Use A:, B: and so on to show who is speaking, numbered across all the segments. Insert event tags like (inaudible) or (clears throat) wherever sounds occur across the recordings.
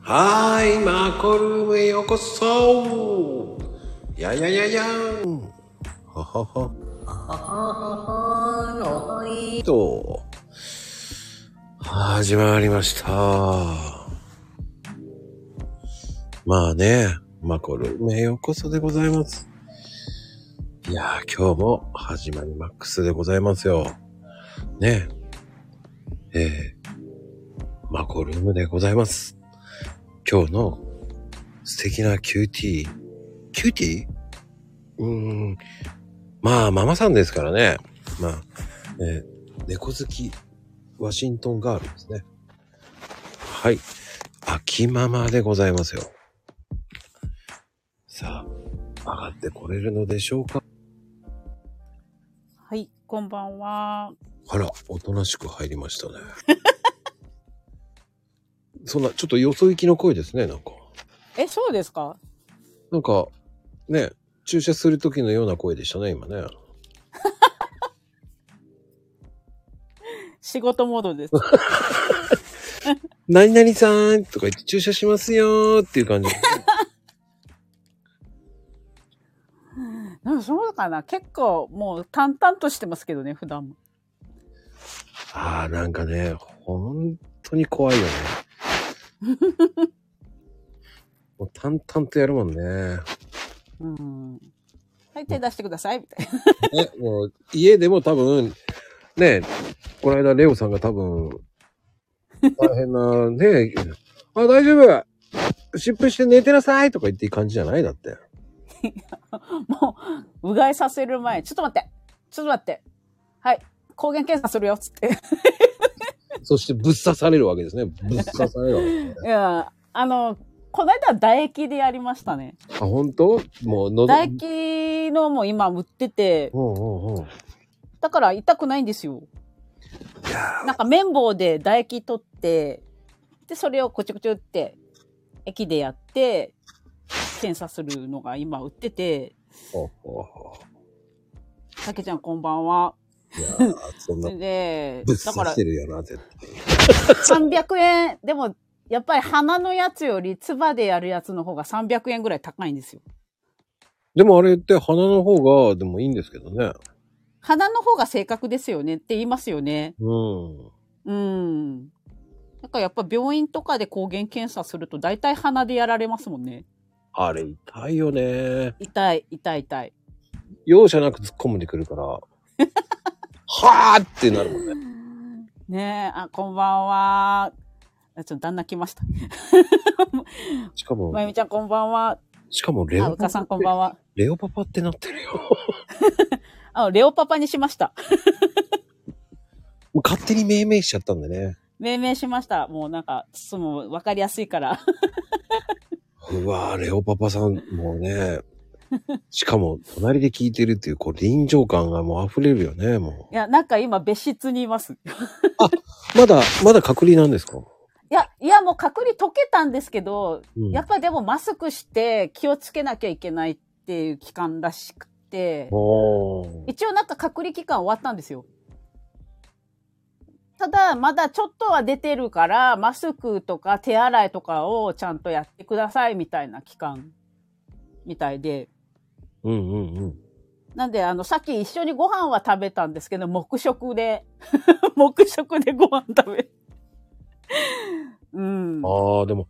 A: はーい、マコルームへようこそややややんははは。と、始まりました。まあね、マコルームへようこそでございます。いやー、今日も始まりマックスでございますよ。ねえ、えー、マコルームでございます。今日の素敵なキューティー。キューティーうーん。まあ、ママさんですからね。まあ、えー猫好き、ワシントンガールですね。はい。秋ママでございますよ。さあ、上がってこれるのでしょうか
B: はい、こんばんは。
A: あら、おとなしく入りましたね。 (laughs) そんな、ちょっとよそ行きの声ですね、なんか。
B: え、そうですか
A: なんか、ね、注射する時のような声でしたね、今ね。
B: 仕事モードです。
A: 何々さんとか言って注射しますよーっていう感じ。
B: なんかそうかな結構もう淡々としてますけどね、普段も。
A: ああ、なんかね、本当に怖いよね。もう淡々とやるもんね。
B: うん。はい、手出してください、み (laughs) たいな。
A: ね、もう家でも多分、ね、この間レオさんが多分、大変な、ね、あ、大丈夫湿布して寝てなさいとか言っていい感じじゃないだって。
B: もう、うがいさせる前、ちょっと待ってちょっと待ってはい、抗原検査するよ、つって。
A: そしてぶっ刺されるわけですね。ぶっ刺されるわけですね。
B: いや、あの、この間は唾液でやりましたね。
A: あ、本当もう喉。
B: 唾液のも今売ってて、
A: うんうんうん。
B: だから痛くないんですよ。
A: いや
B: なんか綿棒で唾液取って、で、それをこちょこちょって、液でやって、検査するのが今売ってて、
A: ーほうほうほ
B: たけちゃんこんばんは。
A: ういやーそんな
B: それで
A: ぶっ、
B: だか
A: 刺
B: ら
A: してるよな、絶対。
B: 300円、でも、やっぱり鼻のやつより、唾でやるやつの方が300円ぐらい高いんですよ。
A: でもあれって鼻の方が、でもいいんですけどね。
B: 鼻の方が正確ですよねって言いますよね。
A: うん。
B: うん。だからやっぱ病院とかで抗原検査すると大体鼻でやられますもんね。
A: あれ痛いよね。
B: 痛い、痛い、痛い。
A: 容赦なく突っ込んでくるから。 (laughs) はーってなるもんね。
B: ねえ、あ、こんばんは。あちょっと旦那来ました。
A: しかも
B: ま、ゆみちゃんこんばんは。
A: しかもレ
B: あ、
A: オ
B: うか
A: パ
B: さ
A: パ
B: んこんばんは。
A: レオパパってなってるよ。
B: あ、レオパパにしました。
A: もう勝手に命名しちゃったんでね。
B: 命名しました。もうなんか、その、わかりやすいから。 (laughs)
A: うわー、レオパパさん、もう
B: (laughs)
A: ね。しかも、隣で聞いてるっていう、こう、臨場感がもう溢れるよね、も
B: いや、なんか今別室にいます。
A: う。まだ、まだ隔離なんですか
B: いや、いや、もう隔離解けたんですけど、
A: うん
B: やっぱりでもマスクして気をつけなきゃいけないっていう期間らしくて、
A: おー。
B: 一応なんか隔離期間終わったんですよ。ただ、まだちょっとは出てるから、マスクとか手洗いとかをちゃんとやってくださいみたいな期間みたいで。
A: うんうんうん。
B: なんで、あの、さっき一緒にご飯は食べたんですけど、黙食で、 (laughs) 黙食でご飯食べ。うん。
A: ああ、でも、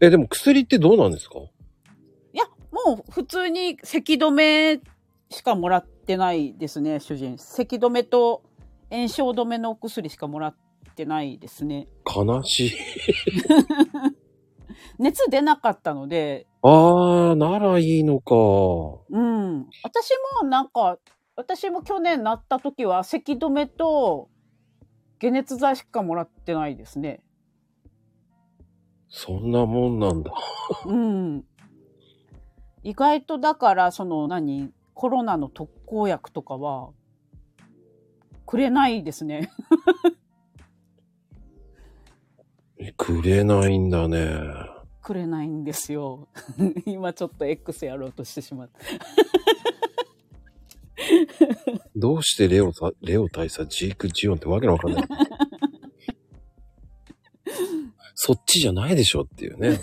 A: え、でも薬ってどうなんですか
B: いや、もう普通に咳止めしかもらってないですね、主人。咳止めと炎症止めのお薬しかもらってないですね。
A: 悲しい。
B: 熱出なかったので、
A: ああ、ならいいのか。
B: うん。私もなんか、私も去年なった時は咳止めと解熱剤しかもらってないですね。
A: そんなもんなんだ。
B: うん。意外とだから、その何、コロナの特効薬とかは、くれないですね。
A: えくれないんだね。
B: くれないんですよ。 (laughs) 今ちょっと X やろうとしてしまった。
A: どうしてレオさ、
B: (laughs)
A: レオ大佐、ジーク・ジオンってわけのわかんない。そっちじゃないでしょっていうね。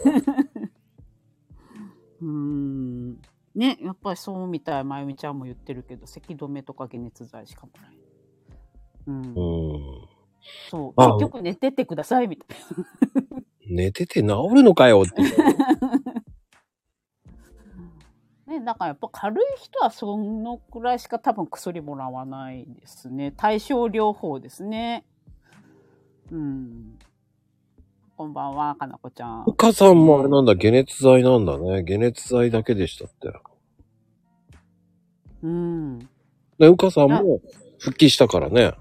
B: うーん。ね、やっぱりそうみたい、まゆみちゃんも言ってるけど、咳止めとか解熱剤しかもらえない。うん
A: う、ん。
B: そう
A: あ
B: 結局寝ててくださいみたい
A: 寝てて治るのかよっていう。
B: な。ね、だからやっぱ軽い人はそのくらいしか多分薬もらわないですね。対症療法ですね。うん。こんばんは、かなこちゃん。
A: お母さんもあれなんだ、解熱剤なんだね。解熱剤だけでしたって。
B: うん。
A: で、うかさんも復帰したからね。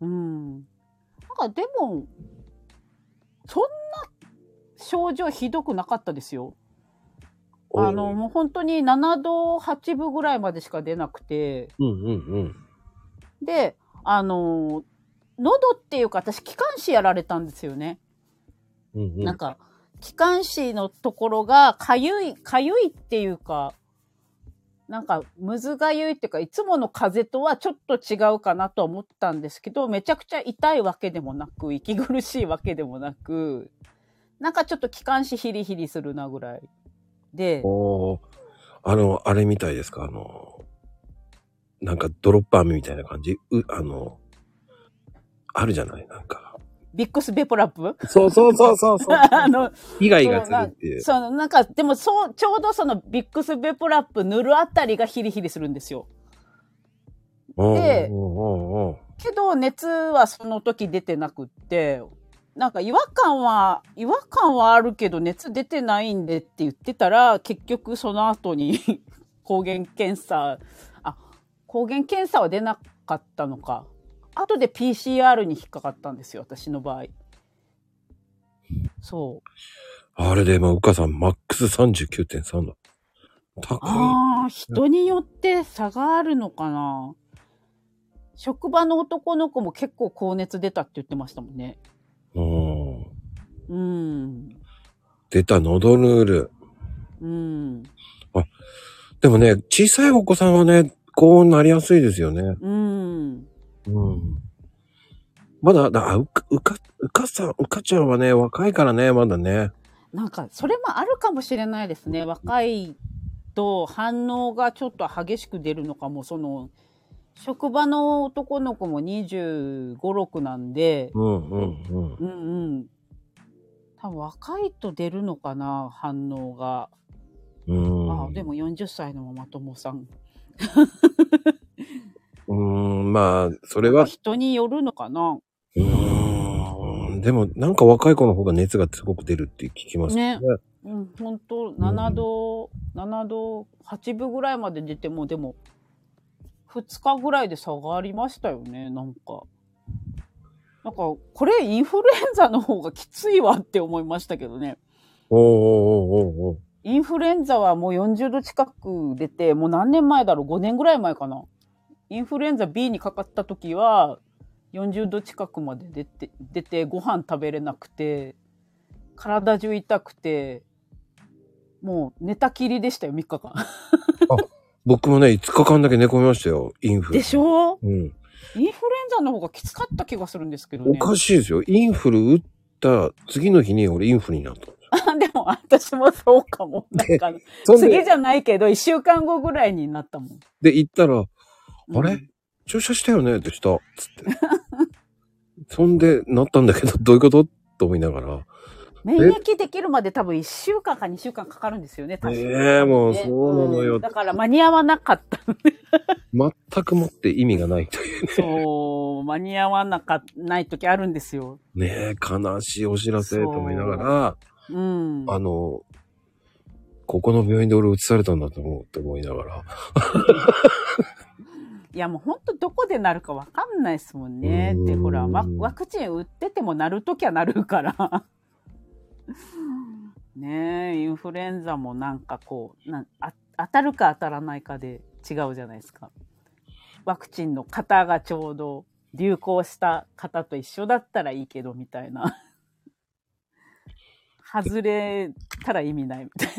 B: うん。なんかでも、そんな症状ひどくなかったですよ。あの、もう本当に7度8分ぐらいまでしか出なくて、
A: うんうんうん。
B: で、あの、喉っていうか私気管支やられたんですよね。
A: うんうん。
B: なんか、気管支のところがかゆい、かゆいっていうか、なんか、むずがゆいっていうか、いつもの風邪とはちょっと違うかなとは思ったんですけど、めちゃくちゃ痛いわけでもなく、息苦しいわけでもなく、なんかちょっと気管支ヒリヒリするなぐらい。で、
A: おーあの、あれみたいですかあの、なんかドロッパーみたいな感じう、あの、あるじゃないなんか。
B: ビックスベポラップ
A: そうそうそうそうそう。
B: (laughs) あの、
A: 被害がするっていう。
B: そのなんか、でもそう、ちょうどそのビックスベポラップ塗るあたりがヒリヒリするんですよ。
A: おう
B: で
A: おうおうおう
B: けど、熱はその時出てなくって、なんか違和感は、違和感はあるけど熱出てないんでって言ってたら、結局その後に (laughs) 抗原検査、あ、抗原検査は出なかったのか。後で PCR に引っかかったんですよ、私の場合。そう。
A: あれで、まあ、うかさん、マックス39.3だ。高
B: ああ、人によって差があるのかな。職場の男の子も結構高熱出たって言ってましたもんね。
A: い。うん。
B: うん。
A: 出た、喉ヌール。
B: うん。
A: でもね、小さいお子さんはね、こうなりやすいですよね。
B: うん。
A: うんまだ、だ、あうか、うか、うかさん、うかちゃんはね、若いからね、まだね。
B: なんか、それもあるかもしれないですね。若いと反応がちょっと激しく出るのかも、その、職場の男の子も25、6なんで、
A: うんうんうん。
B: うんうん。多分若いと出るのかな、反応が。
A: うん。
B: ああでも40歳のママ友さん。
A: うん、まあ、それは、
B: 人によるのかな。
A: うん。でも、なんか若い子の方が熱がすごく出るって聞きますね。
B: ねうん、本当7度、7度、8分ぐらいまで出ても、でも、2日ぐらいで差がありましたよね、なんか。なんか、これインフルエンザの方がきついわって思いましたけどね。
A: おーおーおーおーお
B: インフルエンザはもう40度近く出て、もう何年前だろう ?5 年ぐらい前かな。インフルエンザ B にかかった時は、40度近くまで出て、出て、ご飯食べれなくて、体中痛くて、もう寝たきりでしたよ、3日間。
A: 僕もね、5日間だけ寝込みましたよ、インフル。
B: でしょ
A: うん。
B: インフルエンザの方がきつかった気がするんですけど
A: お
B: ね。
A: かしいですよ。インフル打った次の日に俺インフルになった。
B: (laughs) でも私もそうかも。なんか、
A: そん
B: 次
A: で、
B: じゃないけど、1週間後ぐらいになったもん。
A: で行ったら、あ
B: う
A: れ
B: ん
A: 注射したよねってした。つ
B: (laughs)
A: って。そんで、なったんだけど、どういうことと思いながら。
B: 免疫できるまで多分1週間か2週間かかるんですよね、確か
A: ええもうそうなのよ
B: んだから間に合わなかった。
A: 全くもって意味がないというね。
B: そう、間に合わなか、ない時あるんですよ。
A: ねえ、悲しいお知らせと思いながら、
B: うん。
A: あの、ここの病院で俺移されたんだと思うって思いながら。
B: いやもうほんとどこでなるかわかんないですもんね。で、ほら、ワワクチン打っててもなるときはなるから。 (laughs) ねえ、インフルエンザもなんかこう、なんあ当たるか当たらないかで違うじゃないですか。ワクチンの方がちょうど流行した方と一緒だったらいいけどみたいな。外れたら意味ないみたい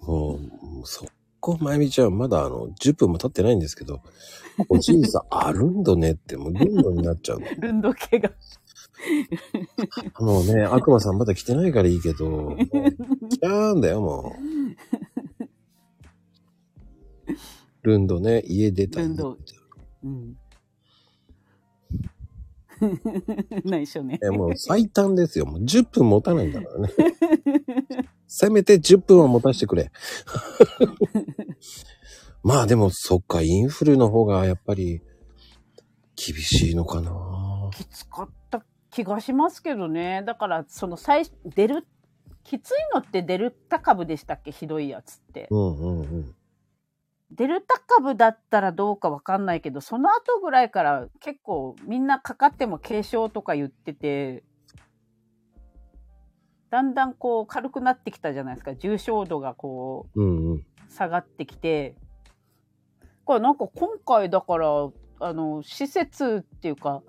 A: もう、そこ、まゆみちゃん、まだあの、10分も経ってないんですけど、おじいさん、あるんどねって、もう、ルンドになっちゃうの。
B: な。ルンド系が。
A: もうね、悪魔さんまだ来てないからいいけど、もうキャーンだよ、
B: (laughs)
A: もう。ルンドね、家出た。
B: ルンド。うん。 (laughs) 内緒ね。
A: え、もう最短ですよ。もう10分持たないんだからね。せめて10分は持たせてくれ。まあでも、そっか、インフルの方がやっぱり、厳しいのかな。
B: きつかった気がしますけどね。だから、その最、出る、きついのってデルタ株でしたっけひどいやつって。
A: うんうんうん。
B: デルタ株だったらどうかわかんないけど、その後ぐらいから結構みんなかかっても軽症とか言ってて、だんだんこう軽くなってきたじゃないですか。重症度がこう
A: うんうん。
B: 下がってきてこれなんか今回だからあの施設っていうか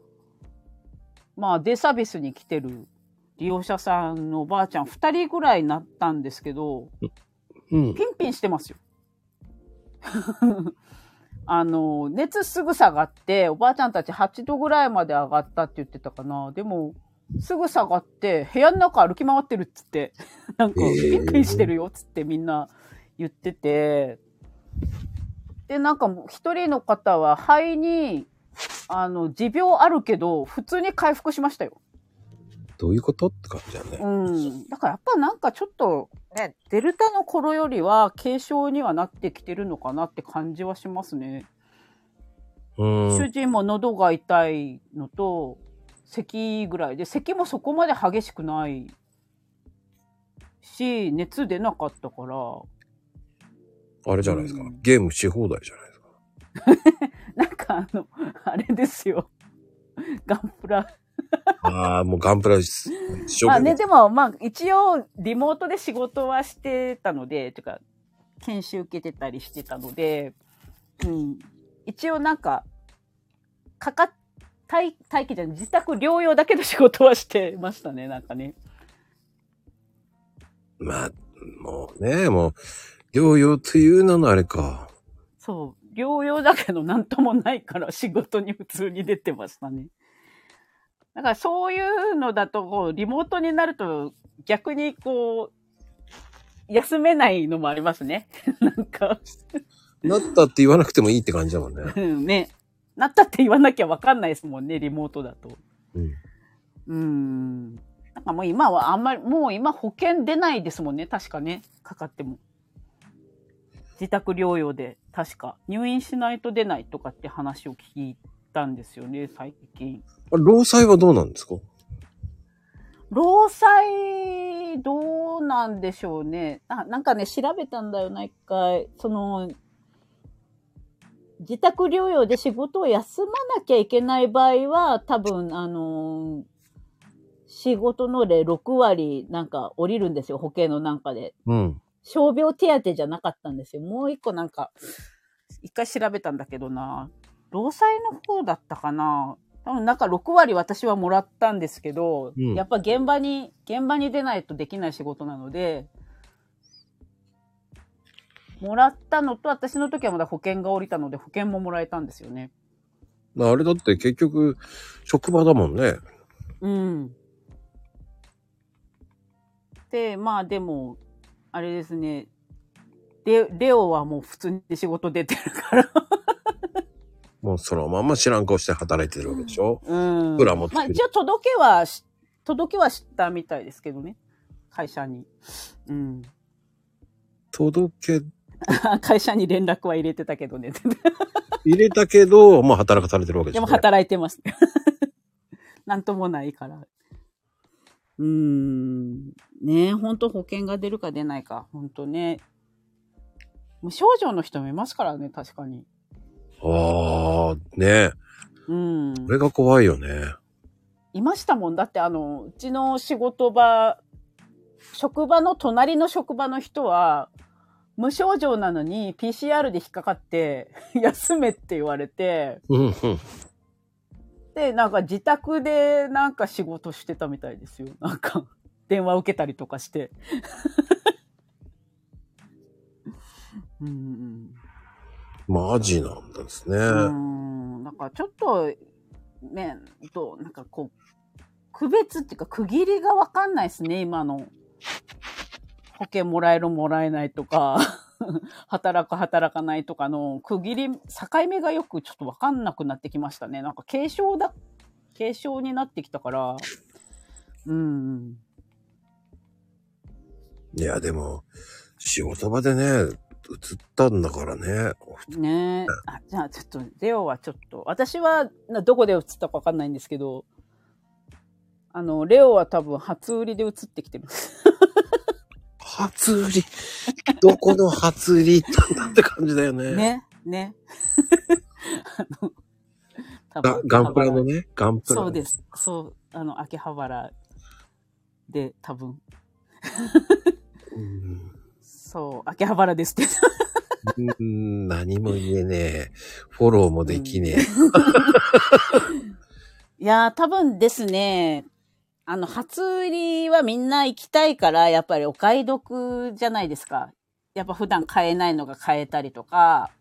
B: まあデイサービスに来てる利用者さんのおばあちゃん2人ぐらいになったんですけど
A: うん。
B: ピンピンしてますよ。 (laughs) あの熱すぐ下がっておばあちゃんたち8度ぐらいまで上がったって言ってたかなでもすぐ下がって部屋の中歩き回ってるっつって (laughs) なんか
A: へー
B: びっくりしてるよっつってみんな言っててでなんかもう一人の方は肺にあの持病あるけど普通に回復しましたよ。
A: どういうことって感じだね。
B: うん、だからやっぱなんかちょっと、ね、デルタの頃よりは軽症にはなってきてるのかなって感じはしますね。
A: うん。
B: 主人も喉が痛いのと咳ぐらいで咳もそこまで激しくないし熱出なかったから
A: あれじゃないですか
B: う。ん
A: ゲームし放題じゃないですか。
B: なんかあのあれですよガンプラ
A: ああ、もうガンプラです。一生
B: まあ
A: 懸命
B: ね、でも、まあ、一応、リモートで仕事はしてたので、というか、研修受けてたりしてたので、うん。一応、なんか、かかっ、待待機じゃない、自宅療養だけの仕事はしてましたね、なんかね。
A: まあ、もうね、もう、療養という名のあれか。
B: そう。療養だけど何ともないから仕事に普通に出てましたね。だからそういうのだと、こう、リモートになると逆にこう、休めないのもありますね。 (laughs) なんか、
A: なったって言わなくてもいいって感じだもんね。
B: うん (laughs) ね。なったって言わなきゃわかんないですもんね、リモートだと。
A: うん。
B: うん。なんかもう今はあんまり、もう今保険出ないですもんね、確かね。かかっても。自宅療養で、確か。入院しないと出ないとかって話を聞いたんですよね、最近。
A: あ労災はどうなんですか
B: 労災、どうなんでしょうね。あ、なんかね、調べたんだよな、一回。その、自宅療養で仕事を休まなきゃいけない場合は、多分、あのー仕事の例6割なんか降りるんですよ、保険のなんかで。
A: うん。
B: 傷病手当じゃなかったんですよ。もう一個なんか、一回調べたんだけどな、労災の方だったかな。多分なんか6割私はもらったんですけど、
A: うん
B: やっぱ現場に、現場に出ないとできない仕事なので、もらったのと、私の時はまだ保険が降りたので、保険ももらえたんですよね。
A: まああれだって結局、職場だもんね。
B: うん。で、まあでも、あれですね。で、レオはもう普通に仕事出てるから。
A: もうそのまんま知らん顔して働いてるわけでしょ。
B: うん。
A: プラも
B: ま
A: 作
B: あ
A: る
B: 一応届けはし、届けはしたみたいですけどね。会社に。うん。 (laughs)
A: 届け、
B: 会社に連絡は入れてたけどね。
A: 入れたけど、まあ働かされてるわけでし
B: で
A: ょ、
B: も
A: ね。
B: 働いてます。 (laughs) なんともないから。うーん。ねえ、ほんと保険が出るか出ないか。ほんとね。無症状の人もいますからね、確かに。
A: ああ、ねえ。
B: うん。
A: これが怖いよね。
B: いましたもん。だって、あの、うちの仕事場、職場の隣の職場の人は、無症状なのに PCR で引っかかって、 (laughs) 休めって言われて、
A: うんうん。
B: で、なんか自宅でなんか仕事してたみたいですよ。なんか、電話受けたりとかして。うんうん
A: マジなんですね。
B: うん。うん。なんかちょっと、ね、どう、なんかこう、区別っていうか区切りがわかんないですね、今の。保険もらえるもらえないとか、 (laughs) 働く働かないとかの区切り、境目がよくちょっとわかんなくなってきましたね。なんか軽症だ、軽症になってきたから、うん。
A: いや、でも、仕事場でね、映ったんだからね。
B: ねえ。あ、じゃあちょっと、レオはちょっと、私はなどこで映ったかわかんないんですけど、あの、レオは多分初売りで映ってきてます。
A: 初売り。 (laughs) どこの初売り行ったんだって感じだよね。
B: ね、ね。 (laughs) あの、多
A: がガンプラのね、ガンプラ。
B: そうです。そう、あの、秋葉原で多分、
A: うん。
B: そう、秋葉原ですって。
A: うん何も言えねえ。フォローもできねえ。
B: いやー、多分ですね、あの、初売りはみんな行きたいから、やっぱりお買い得じゃないですか。やっぱ普段買えないのが買えたりとか、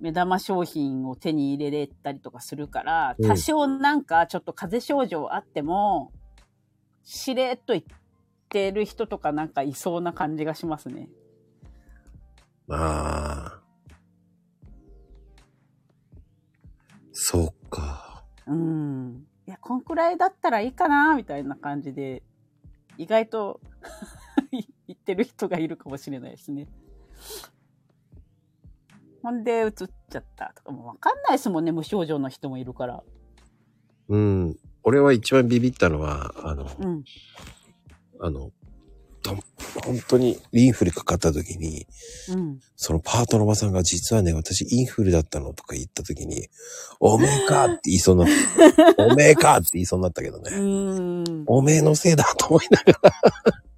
B: 目玉商品を手に入れれたりとかするから、
A: うん
B: 多少なんかちょっと風邪症状あっても、しれっと行ってる人とかなんかいそうな感じがしますね。
A: ああ。そうか。
B: うん。いや、こんくらいだったらいいかな、みたいな感じで、意外と (laughs) 言ってる人がいるかもしれないですね。ほんで、映っちゃったとかもわかんないですもんね、無症状の人もいるから。
A: うん。俺は一番ビビったのは、あの、
B: うん。
A: あの、どん本当にインフルかかった時に、
B: うん。
A: そのパートのおばさんが実はね、私インフルだったのとか言った時に、おめえかって言いそう (laughs) になった。おめえかって言いそうになったけど
B: う
A: ね。
B: ーん。
A: おめえのせいだと思いなが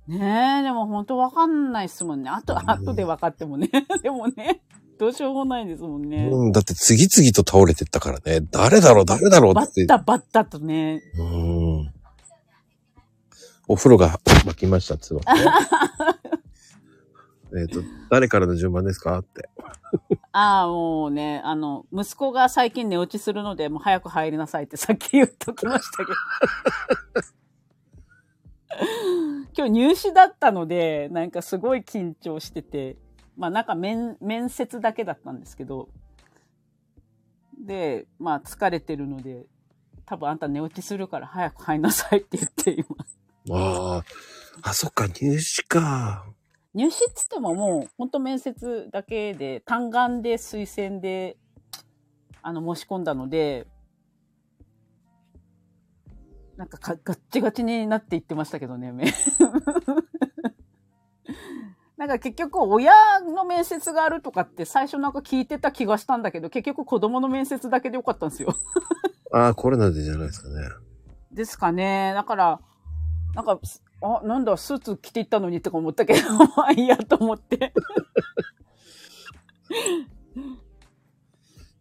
A: ら。
B: ねえ、でも本当わかんないですもんね。あと、
A: うん
B: あとで分かってもね。 (laughs) でもね、どうしようもないですもんね。
A: うん、だって次々と倒れてったからね。誰だろう、誰だろう
B: バ
A: って
B: ッ。タバッタとね、
A: うん。お風呂が沸きましたっつうのね。 (laughs) えっと、誰からの順番ですかって。
B: ああ、もうね、あの、息子が最近寝落ちするので、もう早く入りなさいって (laughs) さっき言っときましたけど。 (laughs) 今日入試だったので、なんかすごい緊張してて、まあなんか面、面接だけだったんですけど、で、まあ疲れてるので、多分あんた寝落ちするから早く入りなさいって言って今。
A: ああ、あ、そっか、入試か。
B: 入試っつってももう、ほんと面接だけで、単眼で推薦で、あの、申し込んだので、なんかか、ガッチガチになっていってましたけどね、目 (laughs) なんか結局、親の面接があるとかって最初なんか聞いてた気がしたんだけど、結局子供の面接だけでよかったんですよ。 (laughs)
A: ああ、コロナでじゃないですかね。
B: ですかね。だから、なんか、すあ、なんだ、スーツ着ていったのにとか思ったけど、 (laughs) まあいいやと思って。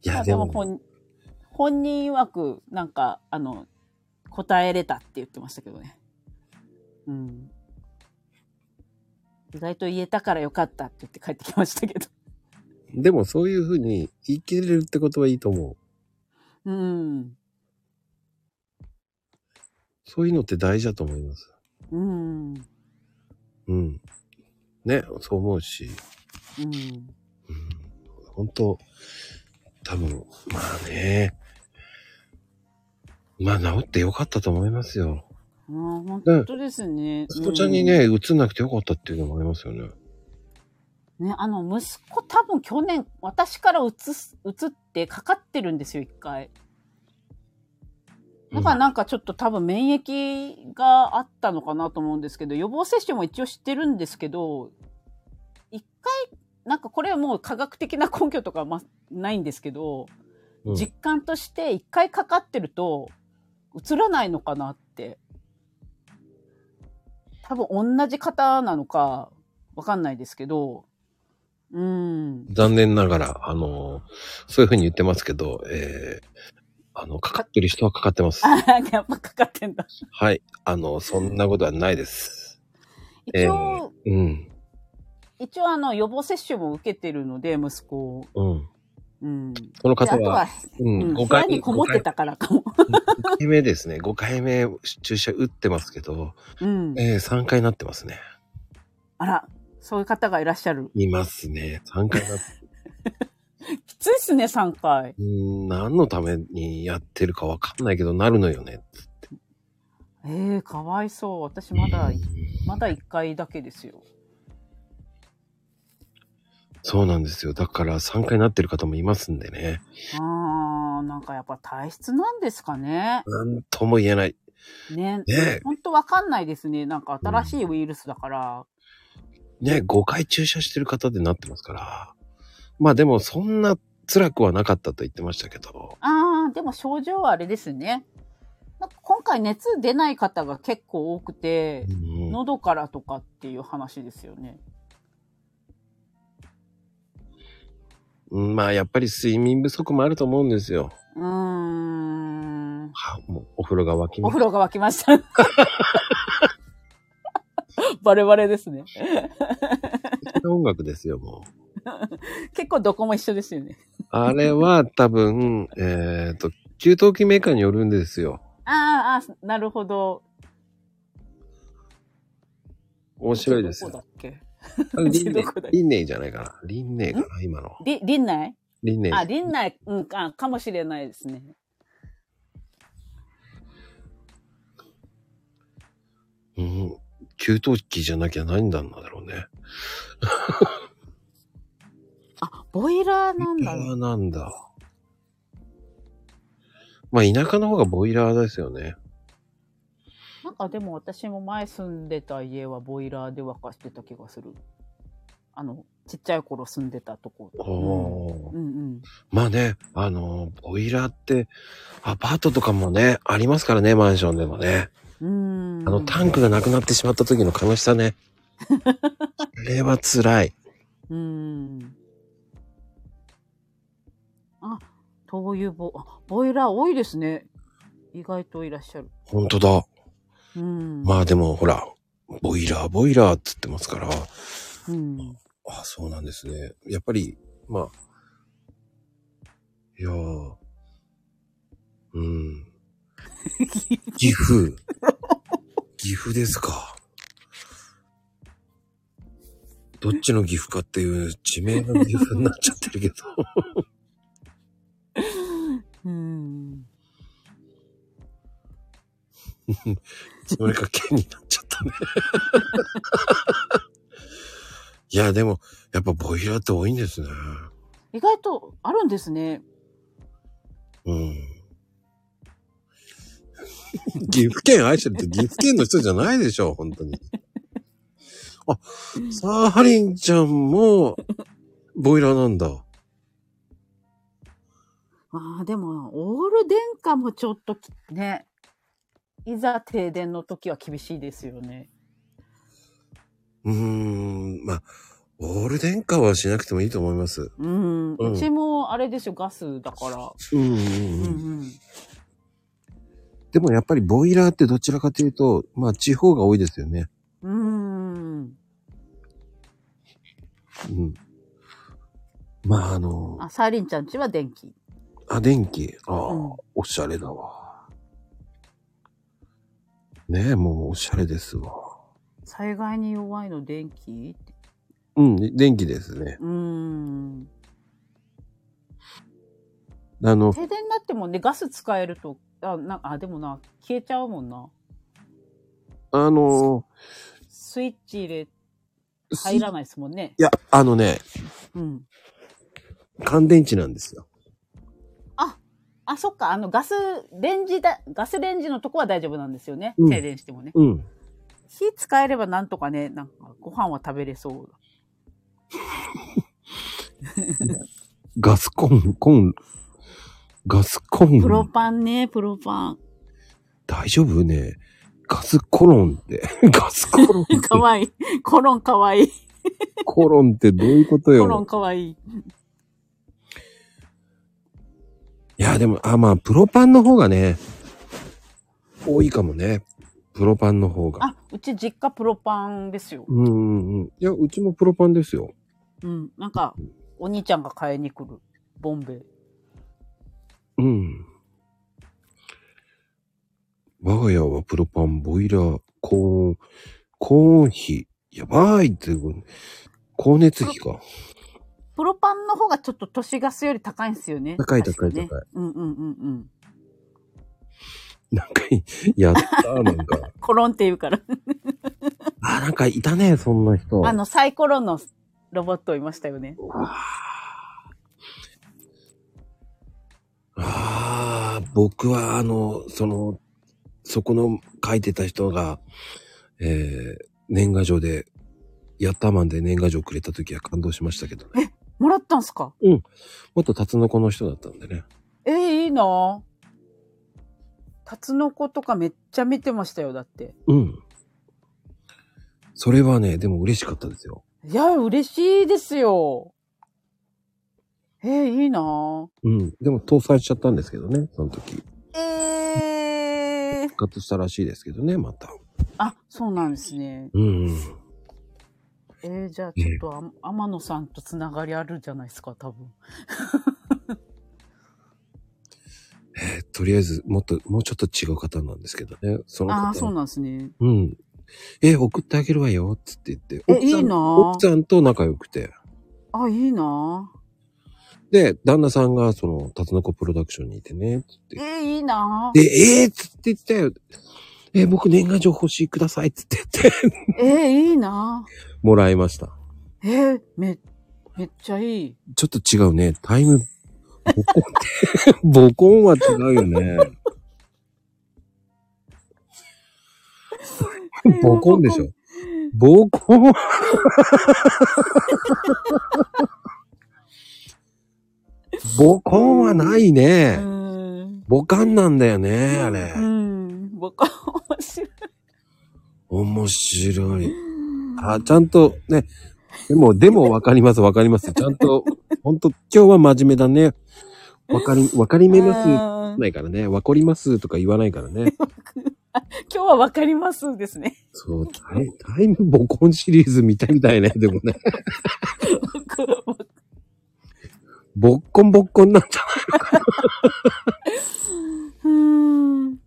A: い
B: まあ
A: や、
B: で
A: で
B: も
A: も、
B: 本本人曰くなんかあの答えれたって言ってましたけどねうん意外と言えたからよかったって言って帰ってきましたけど
A: でもそういうふうに言い切れるってことはいいと思う。
B: うん
A: そういうのって大事だと思います。
B: うん
A: うん。ね、そう思うし。
B: うん
A: うん、本当多分、まあね。まあ治ってよかったと思いますよ。
B: うん本当ですね。
A: 息子ちゃんにね、うつんなくてよかったっていうのもありますよね。
B: うん。ね、あの、息子多分去年、私からうつす、うつってかかってるんですよ、一回。だからなんかちょっと多分免疫があったのかなと思うんですけど、予防接種も一応知ってるんですけど、一回、なんかこれはもう科学的な根拠とかはまないんですけど、
A: うん
B: 実感として一回かかってると、うつらないのかなって。多分同じ方なのか、わかんないですけど、うん。
A: 残念ながら、あのそういうふうに言ってますけど、えー、あの、かかってる人はかかってます。
B: あーやっぱかかってんだ。
A: はい。あの、そんなことはないです。
B: 一応、
A: えうん。
B: 一応あの予防接種も受けてるので息子を
A: うん。
B: うん。
A: その方
B: であと
A: は、
B: は、
A: う、
B: う
A: 5
B: んん、部屋
A: 回
B: にこもってたからかも。
A: 5回目ですね。5回目注射打ってますけど、
B: うん。
A: えー、3回なってますね。
B: あら、そういう方がいらっしゃる。
A: いますね。3回なって。
B: きついっすね、3回。
A: うーん、何のためにやってるかわかんないけど、なるのよね。
B: ええかわいそう。私まだ、まだ1回だけですよ。
A: そうなんですよ。だから3回なってる方もいますんでね。
B: あー、なんかやっぱ体質なんですかね。
A: なんとも言えない。
B: ね。
A: ね
B: ほんとわかんないですね。なんか新しいウイルスだから。
A: え、ねえ、5回注射してる方でなってますから。まあでも、そんな辛くはなかったと言ってましたけど。
B: あー、でも症状はあれですね。なんか今回熱出ない方が結構多くて、
A: うん、
B: 喉からとかっていう話ですよね。
A: うんまあ、やっぱり睡眠不足もあると思うんですよ。
B: うーん。
A: はもうお風呂が沸き
B: お
A: ます
B: 風。呂が沸きました。 (laughs) バレバレですね。
A: 音楽ですよ、もう。
B: 結構どこも一緒ですよね。
A: あれは多分、えっ、と、給湯器メーカーによるんですよ。
B: あーあー、なるほど。
A: 面白いです
B: (laughs) どこ
A: よ。
B: だっけ
A: リンネ
B: どこだっけ
A: リンネイじゃないかな。リンネイかな、今の。
B: り、林内
A: リンネイ。
B: あ、林内、うん、か、かもしれないですね。
A: うん、給湯器じゃなきゃ何なんだろうね。
B: ボイラーなんだろう。
A: あなんだ。まあ田舎の方がボイラーですよね。
B: なんかでも私も前住んでた家はボイラーで沸かしてた気がする。あの、ちっちゃい頃住んでたとこ。
A: おー
B: うんうん
A: まあね、あのーボイラーって、アパートとかもね、ありますからね、マンションでもね。
B: うん。うーん。
A: あのタンクがなくなってしまった時の悲しさ
B: (laughs)
A: ね。あれは辛い。
B: うーん。あ、灯油ボ、あボイラー多いですね。意外といらっしゃる。
A: 本当だ。
B: うん。
A: まあでもほら、ボイラー、ボイラーって言ってますから。
B: うん。
A: あ、そうなんですね。やっぱり、まあ、いやー、うん、 (laughs) 岐阜。岐阜ですか。どっちの岐阜かっていう地名の岐阜になっちゃってるけど。
B: うん。
A: それか県になっちゃったね。いや、でも、やっぱボイラーって多いんですね。
B: 意外とあるんですね。
A: うん。岐阜県愛してるって岐阜県の人じゃないでしょ、本当に。あ、サーハリンちゃんも、ボイラーなんだ。
B: まあでも、オール電化もちょっときね、いざ停電の時は厳しいですよね。
A: うーん、まあ、オール電化はしなくてもいいと思います。
B: うん。
A: うん
B: うちもあれですよ、ガスだか
A: うんうん
B: ら。
A: う。
B: うんん
A: でもやっぱりボイラーってどちらかというと、まあ地方が多いですよね。
B: うん。うん。
A: うん。まああの、
B: あ、サーリンちゃんちは電気。
A: あ、電気。ああ、
B: うん
A: おしゃれだわ。ねえ、もうおしゃれですわ。
B: 災害に弱いの電気って
A: うん、電気ですね。
B: うん。
A: あの、
B: 停電になってもね、ガス使えると、あ、なあでもな、消えちゃうもんな。
A: あの、
B: スイッチ入れ、
A: す
B: 入らないですもんね。
A: いや、あのね、
B: うん。
A: 乾電池なんですよ。
B: あ、そっか、あの、ガスレンジだ、ガスレンジのとこは大丈夫なんですよね。
A: うん
B: 停電してもね。
A: うん。
B: 火使えればなんとかね、なんか、ご飯は食べれそう。
A: ガスコン、コン、ガスコン。
B: プロパンね、プロパン。
A: 大丈夫ね。ガスコロンって。 (laughs) ガスコロンって。
B: かわいい。 (laughs) コロンかわいい。
A: コロンってどういうこと
B: コロン
A: よ。
B: かわいい。
A: いや、でも、あ、まあ、プロパンの方がね、多いかもね。プロパンの方が。
B: あ、うち実家プロパンですよ。
A: うんうんうん。いや、うちもプロパンですよ。
B: うん。なんか、お兄ちゃんが買いに来る。ボンベイ。
A: うん。我が家はプロパン、ボイラー、高温、高温費。やばいって、高熱費か。
B: プロパンの方がちょっと都市ガスより高いんですよね。
A: 高い高い
B: 確かね
A: 高い。
B: うんうんうんうん。
A: なんか、やった、なんか。
B: コロンって言うから。
A: (laughs) あ、なんかいたね、そんな人。
B: あの、サイコロのロボットいましたよね。
A: ああ、僕はあの、その、そこの書いてた人が、えー、年賀状で、ヤッターマンで年賀状くれた時は感動しましたけどね。
B: もらったんすか
A: もっとタツノコの人だったんでね。
B: えー、いいなぁタツノコとかめっちゃ見てましたよ、だって。
A: うん。それはね、でも嬉しかったですよ。
B: いや、嬉しいですよ。えー、いいなぁ
A: うん。でも倒産しちゃったんですけどね、その時。
B: えー、
A: 復活したらしいですけどね、また。
B: あ、そうなんですね。
A: うん、うん。
B: えー、じゃあちょっとあ、天野さんとつながりあるじゃないですか、多分。
A: えーとりあえず、もっと、もうちょっと違う方なんですけどね。その方
B: ああ、そうなんですね。
A: うん。え、送ってあげるわよ、つって言って。奥
B: え
A: さん
B: いいなぁ
A: 奥さんと仲良くて。
B: あ、いいなぁ
A: で、旦那さんが、その、タツノコプロダクションにいてね、つっ
B: え
A: て。
B: ー、いいなぁ
A: で、えー、つって言ってたよ。え、僕年賀状欲しいください、つって言って、 (laughs)
B: えー、いいなぁ
A: もらいました。
B: えー、め、めっちゃいい。
A: ちょっと違うね。タイム、ボコンって、ボコンは違うよね。ボコンでしょ。ボコンボコンはないね。
B: うん。
A: ボカンなんだよね、あれ
B: う。ん。ボコン面白い。
A: 面白い。あ、ちゃんとね、でも、でもわかります、わかります。ちゃんと、ほんと、今日は真面目だね。わかり、わかりめます。
B: うん
A: ないからね、わかりますとか言わないからね。
B: 今日はわかりますですね。 (laughs)
A: そう、タイタイムボコンシリーズ見たみたいね、でもね。ボッコンボッコンなんじゃない
B: うん。
A: い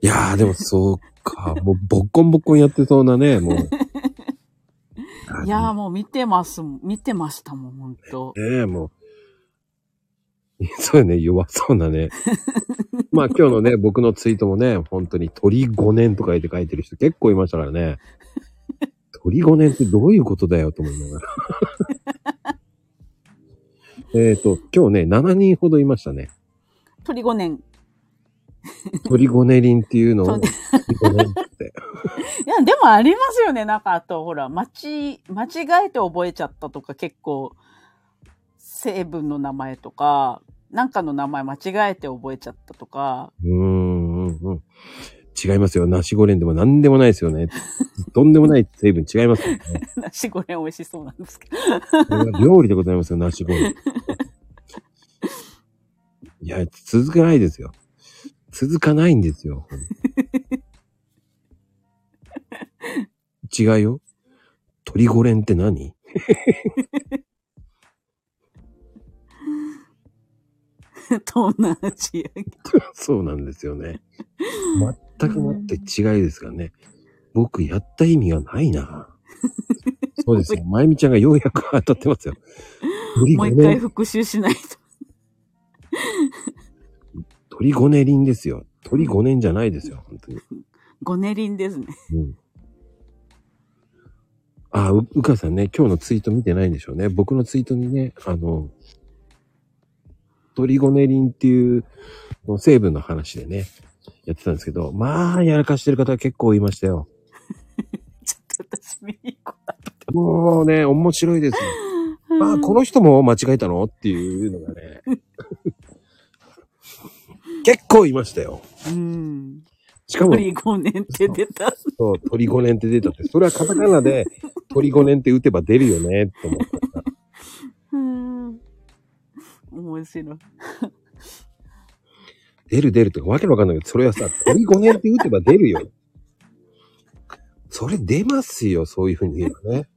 A: やー、でもそうか。もう、ボッコンボッコンやってそうなね、もう。
B: (laughs) いやーもう見てます。見てましたもん、ほんと。
A: ねえ、もう。そうよね、弱そうなね。まあ今日の
B: (laughs)
A: ね、僕のツイートもね、本当に鳥5年とか言って書いてる人結構いましたからね。鳥5年ってどういうことだよと思いながら。
B: (laughs)
A: えっと、今日ね、7人ほどいましたね。
B: 鳥5年。
A: 鳥5年輪っていうのを、
B: そう
A: 鳥5年って。
B: いや、でもありますよね。なんか、あと、ほら、間ち、間違えて覚えちゃったとか、結構、成分の名前とか、なんかの名前間違えて覚えちゃったとか、 (laughs)
A: うーん、うん、うん。違いますよ。ナシゴレンでも何でもないですよね。とんでもない成分違いますよね。
B: 4、5年美味しそうなんですけど。 (laughs)
A: これは料理でございますよ、ナシゴレン。いや、続かないですよ。続かないんですよ。違うよ。鳥ゴレンって何
B: 東南アジ
A: そうなんですよ
B: (laughs)
A: ね。全くもって違いですがね。僕やった意味がない
B: (laughs)
A: な。そうですよ。まゆみちゃんがようやく当たってますよ。鳥
B: ア。もう
A: ゴ
B: 一回
A: レン、
B: 復習しないと。
A: 鳥ゴネリンですよ。鳥ゴネンじゃないですよ、本当に。
B: 5年輪ですね。 (laughs)
A: うん。あ、う、うかさんね、今日のツイート見てないんでしょうね。僕のツイートにね、あの、トリゴネリンっていうの成分の話でね、やってたんですけど、まあ、やらかしてる方結構いましたよ。
B: ちょっと私見に行こ
A: もうね、面白いですよ。
B: う。
A: まあ、この人も間違えたのっていうのがね、 (laughs) 結構いましたよ。
B: うん。
A: しかも、
B: 鳥5年って出た。
A: そう、鳥五年って出たって、それはカタカナで鳥五年って打てば出るよね、と思った。
B: うん。面白い。
A: 出る出るとかわけのわかんないけど、それはさ、鳥5年って打てば出るよ。それ出ますよ、そういうふうに言えばね。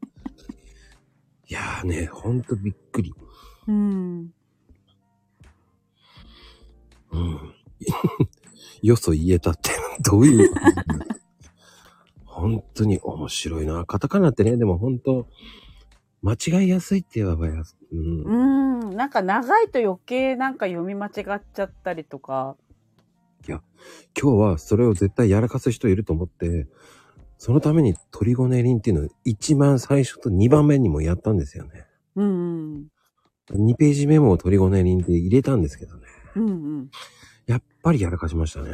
A: いやーね、ほんとびっくり。
B: うん。
A: うん。よそ言えたって、どういうことなんだ本当に面白いな。カタカナってね、でも本当、間違いやすいって言えばやす、うん
B: う。ーん、なんか長いと余計なんか読み間違っちゃったりとか。
A: 今日はそれを絶対やらかす人いると思って、そのためにトリゴネリンっていうのを一番最初と2番目にもやったんですよね。
B: うんうん。
A: 2ページメモをトリゴネリンって入れたんですけどね。
B: うんうん。
A: やっぱりやらかしましたね。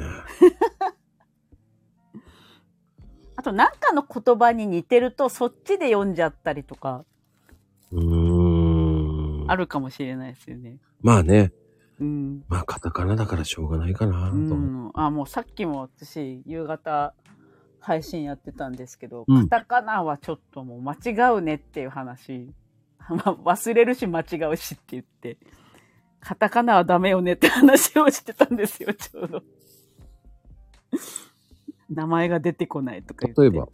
B: あと、なんかの言葉に似てると、そっちで読んじゃったりとか、
A: うーん。
B: あるかもしれないですよね。
A: まあね、
B: うん。
A: まあカタカナだからしょうがないかな
B: う
A: と思っ
B: ん、あ、もうさっきも私、夕方、配信やってたんですけど、
A: うん。
B: カタカナはちょっともう間違うねっていう話。 (laughs) まあ忘れるし間違うしって言って、カタカナはダメよねって話をしてたんですよ、ちょうど。 (laughs) 名前が出てこないとか言ってて。
A: 例えば、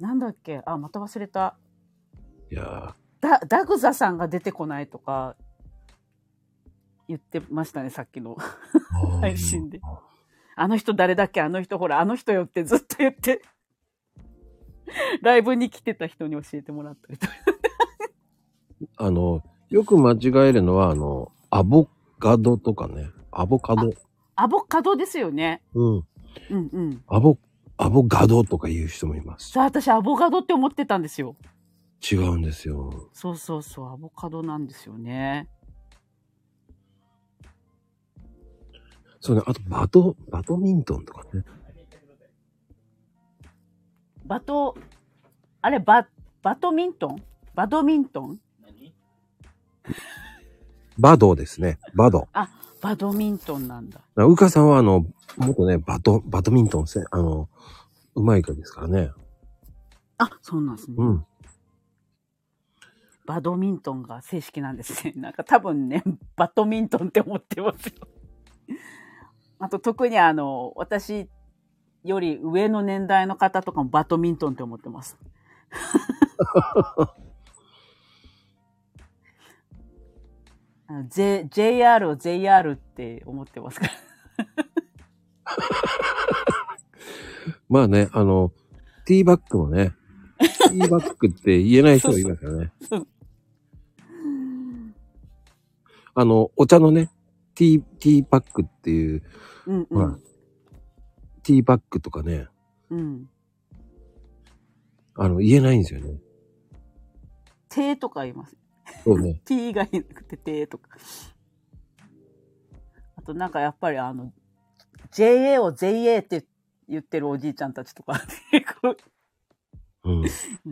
B: なんだっけあ、また忘れた。
A: いや
B: だダグザさんが出てこないとか言ってましたねさっきの
A: ー、
B: 配信であの人誰だっけあの人ほらあの人よってずっと言って (laughs) ライブに来てた人に教えてもらったりとか
A: あの、よく間違えるのは、あの、アボカドとかね。アボカド。
B: アボカドですよね
A: うん。
B: うんうん
A: アボ、アボガドとか言う人もいます。
B: そう私アボカドって思ってたんですよ
A: 違うんですよ。
B: そうそうそうアボカドなんですよね
A: そうね。あと、バド、バドミントンとかね。
B: バトあれババドミントンバドミントン
A: バドですね。バド。
B: バドミントンなんだ
A: うかさんは、あの、元ね、バド、バドミントンですね。あの、うまいかですからね。
B: あそうなんですね、
A: うん。
B: バドミントンが正式なんですね。 (laughs) なんか多分ね、バドミントンって思ってますよ。 (laughs) あと特にあの、私より上の年代の方とかもバドミントンって思ってます。 (laughs) あの J、JR を JR って思ってますから。
A: まあね、あの、ティーバックもね、ティーバックって言えない人がいますからね。あの、お茶のね、ティー、ティーバックっていう、
B: うんう
A: ほら
B: ん。
A: ティーバックとかね、
B: うん。
A: あの、言えないんですよね。
B: てとか言います。
A: そうね。
B: T がいなくててとか。あとなんかやっぱりあの、JA を JA って言ってるおじいちゃんたちとか、 (laughs) こう
A: う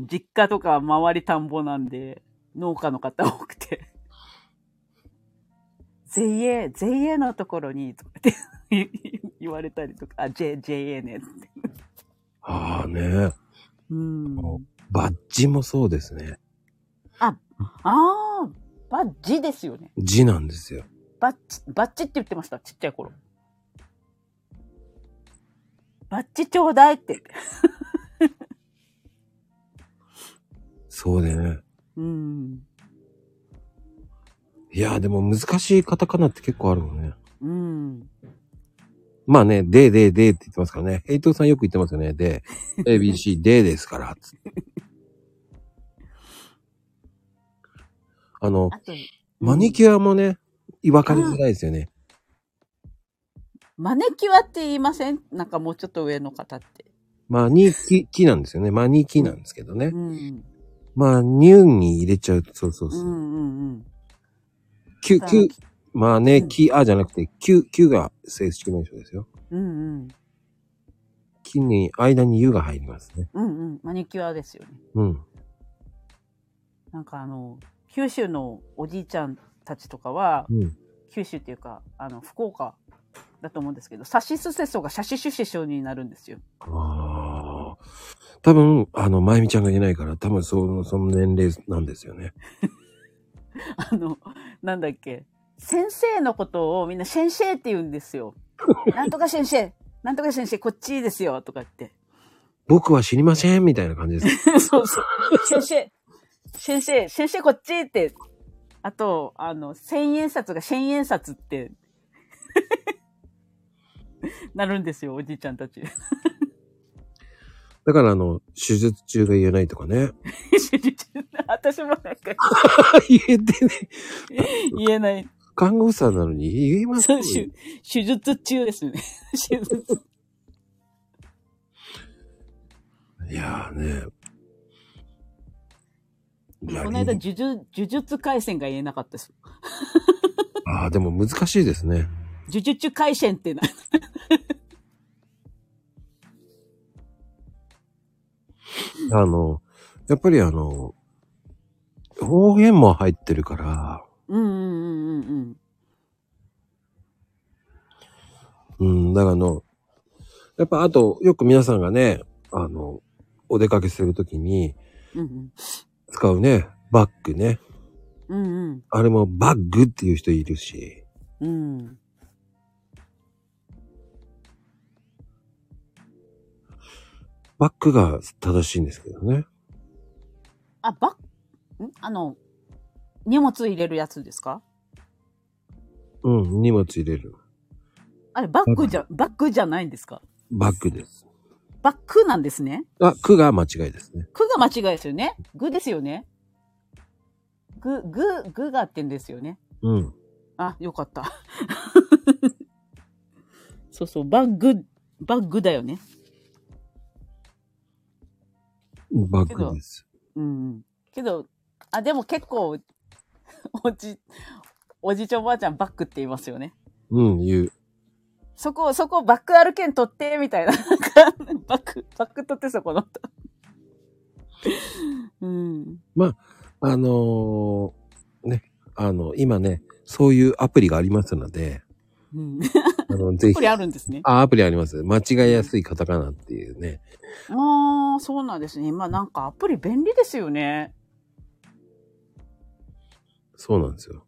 A: ん。
B: 実家とか周り田んぼなんで、農家の方多くて。JA、JA のところに、 (laughs) とかって言言われたりとか、あ、J、JA ねって。
A: ああね、
B: うん。
A: バッジもそうですね。
B: あー、バッジですよね。
A: 字なんですよ。
B: バッチ、バッチって言ってました、ちっちゃい頃。バッチちょうだいって。
A: そうでね。
B: うん。
A: いやーでも難しいカタカナって結構あるもんね。
B: うん。
A: まあね、で、で、でって言ってますからね。ヘイトさんよく言ってますよね。で、ABC、で (laughs) ですから。つってあの、
B: あと、
A: マニキュアもね、分かりづらいですよね。
B: マネキュアって言いませんなんかもうちょっと上の方って。
A: マニキ、キなんですよね。マニキなんですけどね
B: う。ん。
A: まあ、ニューに入れちゃうと、そうそう
B: う
A: そう。
B: んうんうん。
A: キュ、
B: だ
A: キュ、まあね、キ、あじゃなくて、キュ、キュが正式名称ですよ。
B: うんうん。
A: キに、間に U が入りますね。
B: うんうん。マニキュアですよね。
A: うん。
B: なんかあの、九州のおじいちゃんたちとかは、
A: うん。
B: 九州っていうか、あの、福岡だと思うんですけど、サシスセソがシャシシュシショになるんですよ。
A: ああ。多分、あの、まゆみちゃんがいないから、多分、その、その年齢なんですよね。
B: あの、なんだっけ。先生のことをみんな先生って言うんです (laughs) よ。なんとか先生、なんとか先生、こっちですよ、とか (laughs) 言って。
A: 僕は知りませんみ
B: (laughs)
A: たいな感じです。
B: そうそう。先生、先生、先生こっちってあと、あの、千円札が千円札って (laughs) なるんですよ、おじいちゃんたち。 (laughs)
A: だから、あの、手術中が言えないとかね。 (laughs)
B: 私もなんか
A: 言えてね。
B: 言えない。
A: 看護師さんなのに言えませ
B: そ
A: ん
B: う
A: よ
B: 手手術中ですね。手術。
A: いやーね。いや
B: この間、
A: いい
B: 呪術、呪術回戦が言えなかったです。
A: ああ、でも難しいですね。
B: 呪術回戦ってな。
A: あの、やっぱりあの、方言も入ってるから、
B: うんうんうんうんうん。
A: うん、だからあの、やっぱあと、よく皆さんがね、あの、お出かけするときに
B: うん
A: 使うね、バッグね。
B: うん。うん
A: あれもバッグっていう人いるし。
B: うん。うん。
A: バックが正しいんですけどね。
B: あ、ば、んあの、荷物入れるやつですか
A: うん、荷物入れる。
B: あれ、バッグじゃ、バッグじゃないんですか
A: バッグです。
B: バックなんですね。
A: あ、区が間違いですね。
B: くが間違いですよね。ぐですよね。ぐ、ぐ、ぐがってんですよね。
A: うん。
B: あ、よかった。 (laughs) そうそう、バッグ、バッグだよね。
A: バッグです。
B: うん。けど、あ、でも結構、 (laughs) おじ、おじいちゃんおばあちゃんバックって言いますよね。
A: うん、言う。
B: そこ、そこバック歩けん取って、みたいな。 (laughs) なんかバック、バック取ってそこの。 (laughs) うん。
A: あのーね、あの、今ね、そういうアプリがありますので、
B: うん。
A: あの、ぜ
B: こ
A: ひ。
B: れあるんですね。
A: あ、アプリあります。間違いやすいカタカナっていうね。
B: ああ、そうなんですね。まあなんかアプリ便利ですよね。
A: そうなんですよ。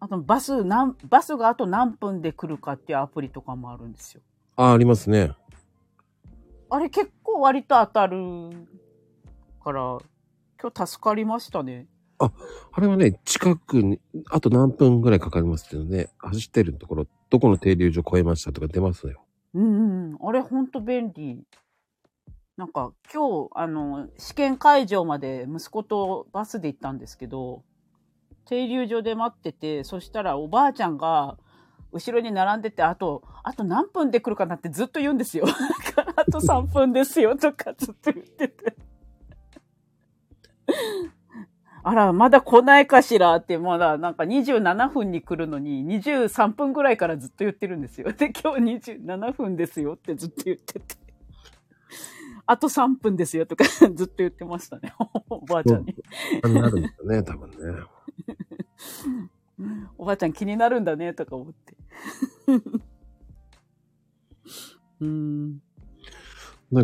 B: あとバス、なん、バスがあと何分で来るかっていうアプリとかもあるんですよ。
A: あ、ありますね。
B: あれ結構割と当たるから、今日助かりましたね。
A: あれはね、近くに、あと何分ぐらいかかりますけどね、走ってるところ、どこの停留所超えましたとか出ますよ。
B: うんうん、あれほんと便利。なんか今日、あの、試験会場まで息子とバスで行ったんですけど、停留所で待ってて、そしたらおばあちゃんが、後ろに並んでて、あと、あと何分で来るかなってずっと言うんですよ。だ (laughs) からあと3分ですよとかずっと言ってて。 (laughs) あら、まだ来ないかしらって、まだなんか27分に来るのに、23分ぐらいからずっと言ってるんですよ。で、今日27分ですよってずっと言ってて。あと3分ですよとか (laughs) ずっと言ってましたね。おばあちゃんに。
A: なるんですよ
B: (laughs)
A: ね、多分ね。
B: おばあちゃん気になるんだねとか
A: (laughs)
B: 思って。うん。
A: ね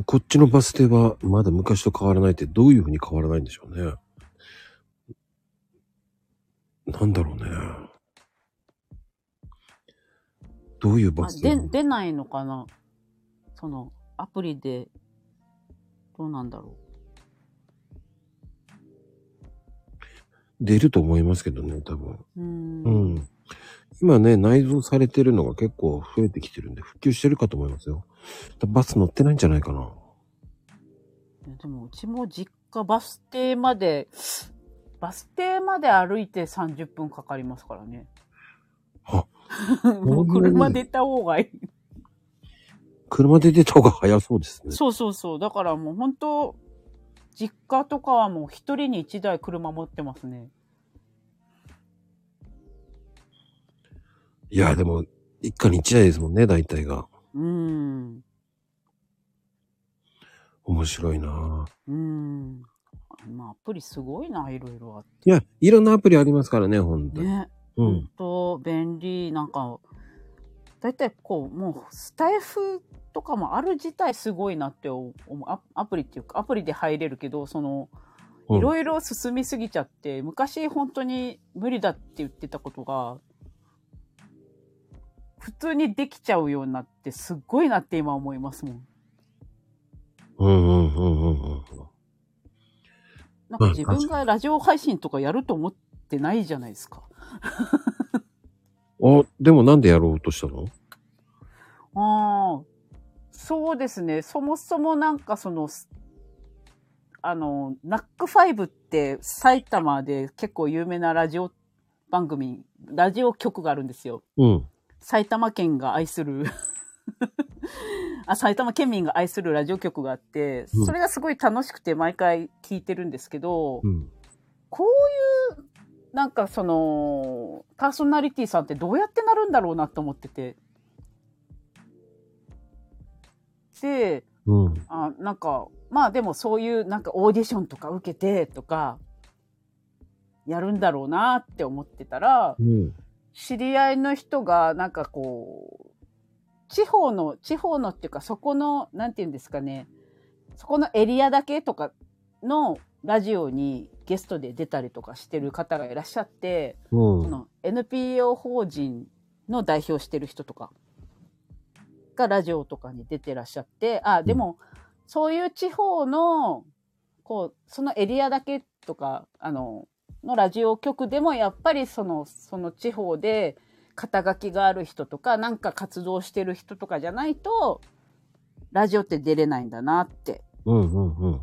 A: こっちのバス停はまだ昔と変わらないってどういうふうに変わらないんでしょうね。なんだろうね。どういうバ
B: あ
A: ス停
B: で
A: なの
B: 出ないのかなそのアプリでどうなんだろ
A: 出ると思いますけどね、多分。
B: ううーん
A: うんん。今ね、内蔵されてるのが結構増えてきてるんで、復旧してるかと思いますよ。バス乗ってないんじゃないかな。
B: でもうちも実家バス停までバス停まで歩いて30分かかりますからね
A: あ
B: (laughs) もう車で行った方がいい
A: 車で出た方が早そうですね。
B: そうそうそうだからもう本当実家とかはもう一人に一台車持ってますね
A: いや、でも、一家に一台ですもんね、大体が。
B: うん
A: 面白いなぁ
B: うんまあアプリすごいないろいろあっ
A: いや、いろんなアプリありますからね、本
B: て
A: 当に。
B: ね
A: う
B: ほ
A: ん
B: ん。と便利なんかだいたいこうもうスタイフとかもある自体すごいなって思うアアプリっていうかアプリで入れるけどその
A: うん
B: いろいろ進みすぎちゃって、昔本当に無理だって言ってたことが普通にできちゃうようになってすっごいなって今思いますもん。
A: うんうんうんうんうん。
B: なんか自分がラジオ配信とかやると思っってないじゃないですか。
A: あ、でもなんでやろうとしたの
B: ああ、そうですね。そもそもなんかその、すあの、ナックファイブって埼玉で結構有名なラジオ番組、ラジオ局があるんですよ。
A: うん。
B: 埼玉県が愛する (laughs) あ、埼玉県民が愛するラジオ局があって、
A: うん
B: それがすごい楽しくて毎回聞いてるんですけど、
A: うん。
B: こういう、なんかその、パーソナリティさんってどうやってなるんだろうなと思ってて。で、
A: うん。
B: あなんか、まあでもそういうなんかオーディションとか受けてとか、やるんだろうなって思ってたら、
A: うん。
B: 知り合いの人がなんかこう地方の地方のっていうかそこのなんていうんですかねそこのエリアだけとかのラジオにゲストで出たりとかしてる方がいらっしゃって、
A: う
B: そ
A: ん。
B: の NPO 法人の代表してる人とかがラジオとかに出てらっしゃってあでもそういう地方のこうそのエリアだけとかあののラジオ局でもやっぱりそのその地方で肩書きがある人とかなんか活動してる人とかじゃないとラジオって出れないんだなって
A: うん。うん。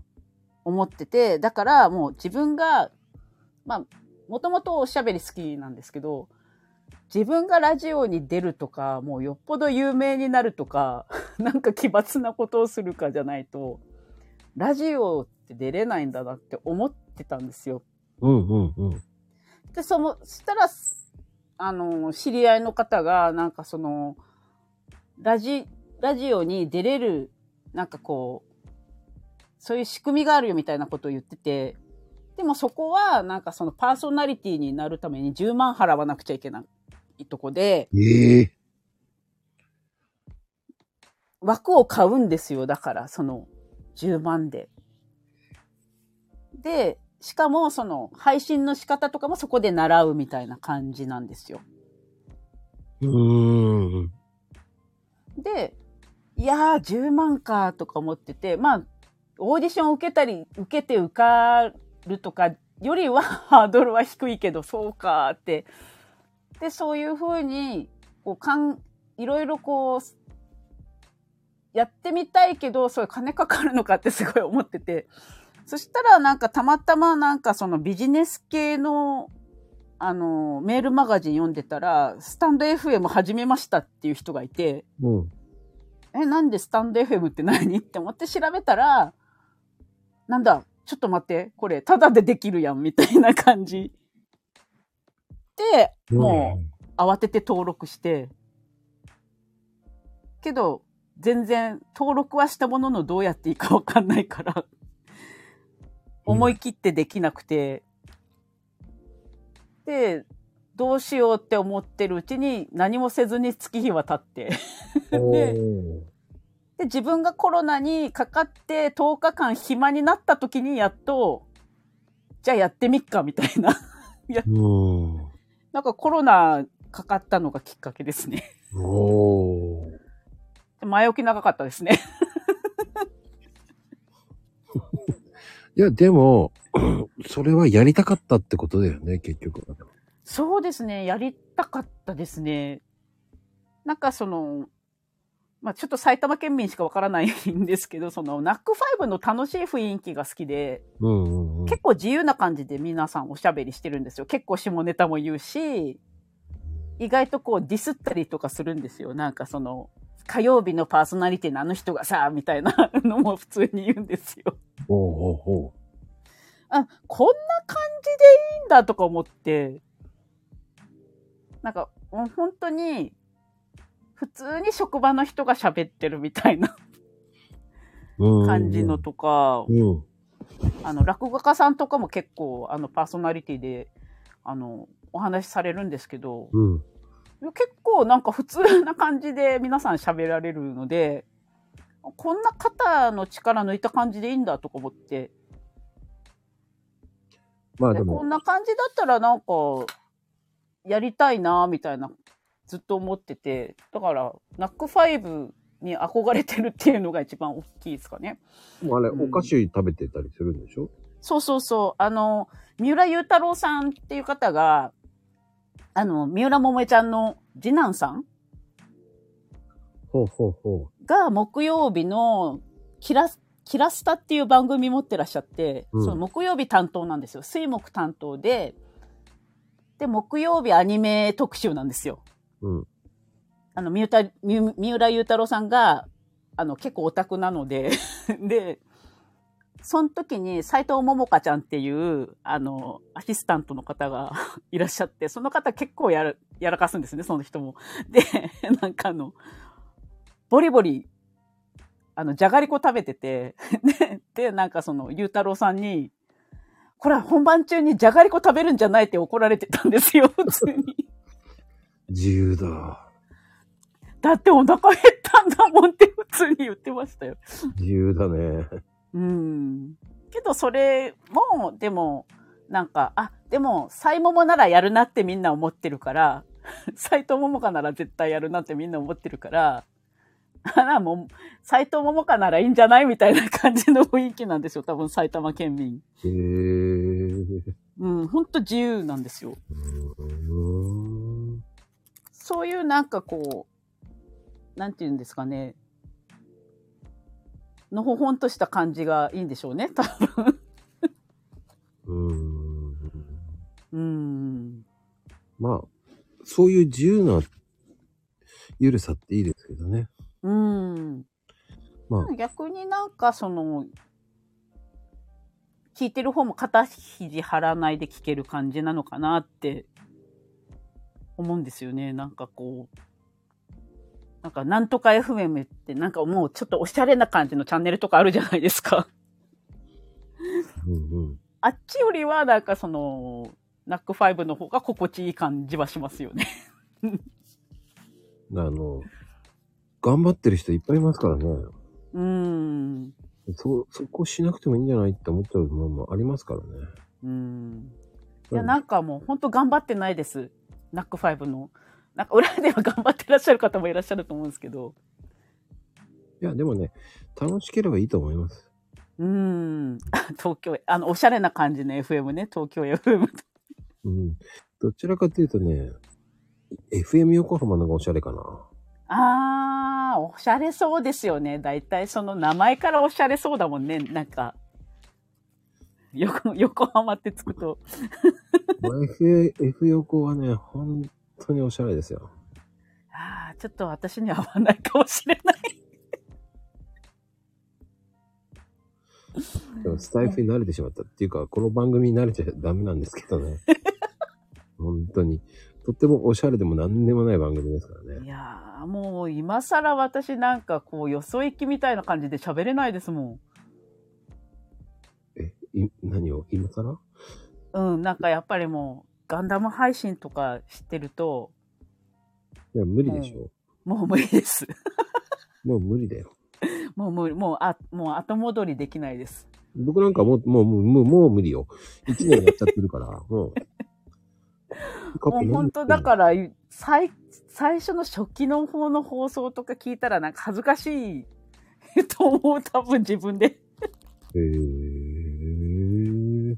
B: 思っててだからもう自分がまあもともとおしゃべり好きなんですけど自分がラジオに出るとかもうよっぽど有名になるとか (laughs) なんか奇抜なことをするかじゃないとラジオって出れないんだなって思ってたんですよ。
A: うん。うん。うん。
B: で、その、そしたら、あの、知り合いの方が、なんかその、ラジ、ラジオに出れる、なんかこう、そういう仕組みがあるよみたいなことを言ってて、でもそこは、なんかそのパーソナリティになるために10万払わなくちゃいけないとこで、
A: ええ
B: 枠を買うんですよ。だから、その、10万で。で、しかも、その、配信の仕方とかもそこで習うみたいな感じなんですよ。
A: うーん。
B: で、いやー、10万かとか思ってて、まあ、オーディション受けたり、受けて受かるとかよりは (laughs) ハードルは低いけど、そうかーって。で、そういうふうに、こう、かん、いろいろこう、やってみたいけど、そういう金かかるのかって (laughs) すごい思ってて。そしたらなんかたまたまなんかそのビジネス系のあのメールマガジン読んでたらスタンド FM 始めましたっていう人がいて、
A: うん。
B: え、なんでスタンド FM って何って思って調べたら、なんだ、ちょっと待って、これ、タダでできるやん、みたいな感じ。で、もう、慌てて登録して。けど、全然、登録はしたものの、どうやっていいかわかんないから、思い切ってできなくて。で、どうしようって思ってるうちに、何もせずに月日は経って。
A: うん。
B: で
A: おー
B: で自分がコロナにかかって10日間暇になった時にやっとじゃあやってみっかみたいな (laughs)
A: うん。
B: なんかコロナかかったのがきっかけですね (laughs)
A: おー。
B: 前置き長かったですね (laughs)
A: いや、でも、 (clears throat) それはやりたかったってことだよね、結局は。
B: そうですねやりたかったですねなんかそのまあちょっと埼玉県民しかわからないんですけどそのナックファイブの楽しい雰囲気が好きで
A: うんうんうん。
B: 結構自由な感じで皆さんおしゃべりしてるんですよ。結構下ネタも言うし、意外とこうディスったりとかするんですよ。なんかその、火曜日のパーソナリティのあの人がさ、みたいなのも普通に言うんですよ。
A: ほうほうほ
B: あ、こんな感じでいいんだとか思って、なんか、もう本当に、普通に職場の人が喋ってるみたいな
A: ううん。
B: 感じのとか、
A: うん。
B: あの落語家さんとかも結構あのパーソナリティであのお話しされるんですけど
A: うん。
B: 結構なんか普通な感じで皆さん喋られるのでこんな肩の力抜いた感じでいいんだとか思って
A: まあ
B: で
A: で
B: こ
A: も、
B: んな感じだったらなんかやりたいなみたいなずっと思っててだからナックファイブに憧れてるっていうのが一番大きいですかね。
A: あれ、
B: うん
A: お菓子食べてたりするんでしょ
B: そうそうそう。あの、三浦雄太郎さんっていう方が、あの、三浦桃江ちゃんの次男さん
A: ほうほうほ
B: が木曜日のキラス、キラスタっていう番組持ってらっしゃって、
A: うん
B: その木曜日担当なんですよ。水木担当で、で、木曜日アニメ特集なんですよ。
A: う。うん。
B: あの、三浦、三三浦雄太郎さんが、あの、結構オタクなので、 (laughs) で、その時に斎藤桃香ちゃんっていう、あの、アシスタントの方が (laughs) いらっしゃって、その方結構やる、やらかすんですね、その人も。で、なんかあの、ボリボリ、あの、じゃがりこ食べてて、 (laughs) で、でなんかその、雄太郎さんに、これは本番中にじゃがりこ食べるんじゃないって怒られてたんですよ、普通に。
A: 自由だ。
B: だってお腹減ったんだもんって普通に言ってましたよ。
A: 自由だ (laughs) ね。
B: うん。けどそれも、でも、なんか、あ、でも、サイモモならやるなってみんな思ってるから、 (laughs) 斎藤桃香なら絶対やるなってみんな思ってるから、 (laughs) あらもう、斎藤桃香ならいいんじゃないみたいな感じの雰囲気なんですよ。多分埼玉県民。
A: へえ。
B: うん、ほんと自由なんですよ。
A: うん。
B: そういうなんかこう、なんていうんですかね、のほほんとした感じがいいんでしょうね、多分。
A: うん。
B: うん。
A: まあ、そういう自由なゆるさっていいですけどね。
B: うん。
A: まあ、
B: 逆になんかその、聞いてる方も肩肘張らないで聞ける感じなのかなって思うんですよね。なんかこう、なんかなんとか FM ってなんかもうちょっとおしゃれな感じのチャンネルとかあるじゃないですか。
A: うんうん。
B: (laughs) あっちよりは、なんかその、ナックファイブの方が心地いい感じはしますよね。
A: あの、頑張ってる人いっぱいいますからね。
B: うーん。
A: そ、そこしなくてもいいんじゃないって思っちゃうものもありますからね。
B: うーん。いや、なんかもう、ほんと頑張ってないです。ナックファイブの。なんか裏では頑張ってらっしゃる方もいらっしゃると思うんですけど。
A: いや、でもね、楽しければいいと思います。
B: うーん。 (laughs) あ東京、あの、おしゃれな感じの FM ね。東京 FM と。
A: うん。どちらかというとね、FM 横浜の方がおしゃれかな。
B: あー、おしゃれそうですよね。だいたいその名前からおしゃれそうだもんね。なんか、横、横浜ってつくと。
A: まあ (laughs) F、F 横はね、本当におしゃれですよ。
B: ああ、ちょっと私には合わないかもしれない。
A: でもスタイフに慣れてしまったっていうか、この番組に慣れちゃダメなんですけどね。本当に。とってもおしゃれでも何でもない番組ですから
B: い
A: ね。
B: やー、もう今更私なんかこう、よそ行きみたいな感じで喋れないですも
A: え、い、何を今更
B: ん。うん、なんかやっぱりもう、ガンダム配信とかしてると、
A: いや、無理でしょ。
B: もう無理です。 (laughs)
A: もう無理だよ。
B: もう無理、もう、あ、もう後戻りできないです。
A: 僕なんかもう、もう、もう、もうもう無理よ。一年やっちゃってる
B: (laughs)
A: から。もう。
B: もう本当だ
A: ら。
B: から、最、最初の初期の方の放送とか聞いたらなんか恥ずかしいと思う、 (laughs) 多分自分で。
A: へー。
B: い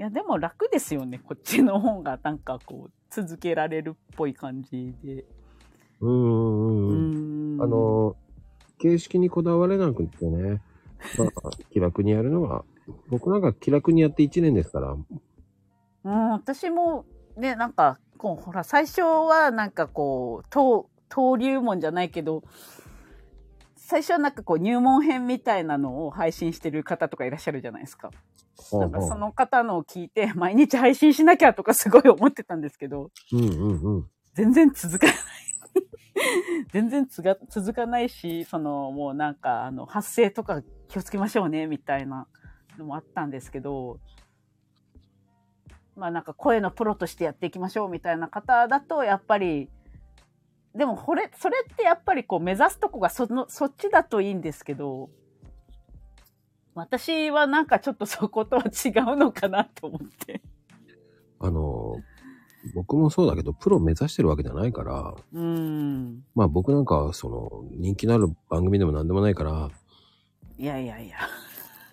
B: や、でも楽ですよね。こっちの方が、なんかこう、続けられるっぽい感じで。
A: うーん
B: う
A: うんうん。
B: ん
A: あ、の、形式にこだわれなくってね。まあ、 (laughs) 気楽にやるのが、僕なんか気楽にやって一年ですから。
B: うん、私も、ね、なんか、こう、ほら、最初は、なんかこう、登、登竜門じゃないけど、最初はなんかこう、入門編みたいなのを配信してる方とかいらっしゃるじゃないですか。なんかその方のを聞いて、毎日配信しなきゃとかすごい思ってたんですけど、
A: うんうんうん。
B: 全然続かない。 (laughs) 全然つが続かないし、そのもうなんかあの発声とか気をつけましょうねみたいなのもあったんですけど、まあなんか声のプロとしてやっていきましょうみたいな方だとやっぱり、でもこれ、それってやっぱりこう目指すとこがその、そっちだといいんですけど、私はなんかちょっとそことは違うのかなと思って。
A: あの、僕もそうだけど、プロ目指してるわけじゃないから、
B: うん。
A: まあ僕なんかはその、人気のある番組でも何でもないから、
B: いやいやいや。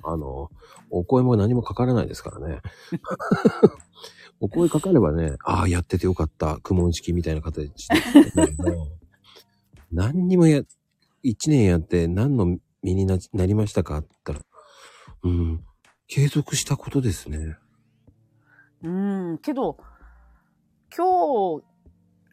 A: あの、お声も何もかからないですからね。 (laughs) お声かかればね、ああ、やっててよかった、苦問式みたいな形で。 (laughs) 何にもや、一年やって何の身にななりましたかって言ったら、うん、継続したことですね。
B: うん、けど、今日、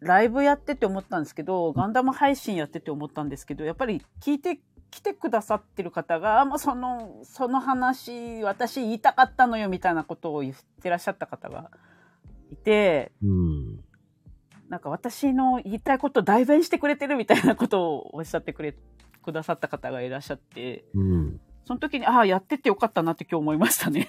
B: ライブやってて思ったんですけど、ガンダム配信やってて思ったんですけど、やっぱり聞いて、来てくださってる方が、あ、もうその、その話、私言いたかったのよ、みたいなことを言ってらっしゃった方がいて、
A: うん。
B: なんか私の言いたいことを代弁してくれてるみたいなことをおっしゃってくれ、くださった方がいらっしゃって、
A: うん。
B: その時に、ああ、やっててよかったなって今日思いました (laughs) ね。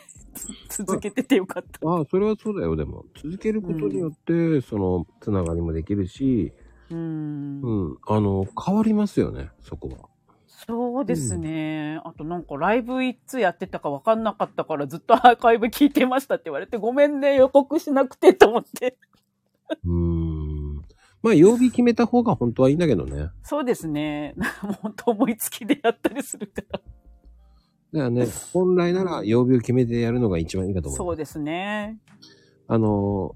B: 続けててよかった。
A: ああ、それはそうだよ、でも。続けることによって、その、つながりもできるし、
B: うん
A: うん、あの、変わりますよね、そこは。
B: そうですね、あとなんかライブいつやってたか分かんなかったからずっとアーカイブ聞いてましたって言われてごめんね予告しなくてと思って
A: うーん。まあ、曜日決めた方が本当はいいんだけどね。
B: そうですねもう本当思いつきでやったりするから
A: だからね、本来なら曜日を決めてやるのが一番いいかと思う。
B: そうですね
A: あの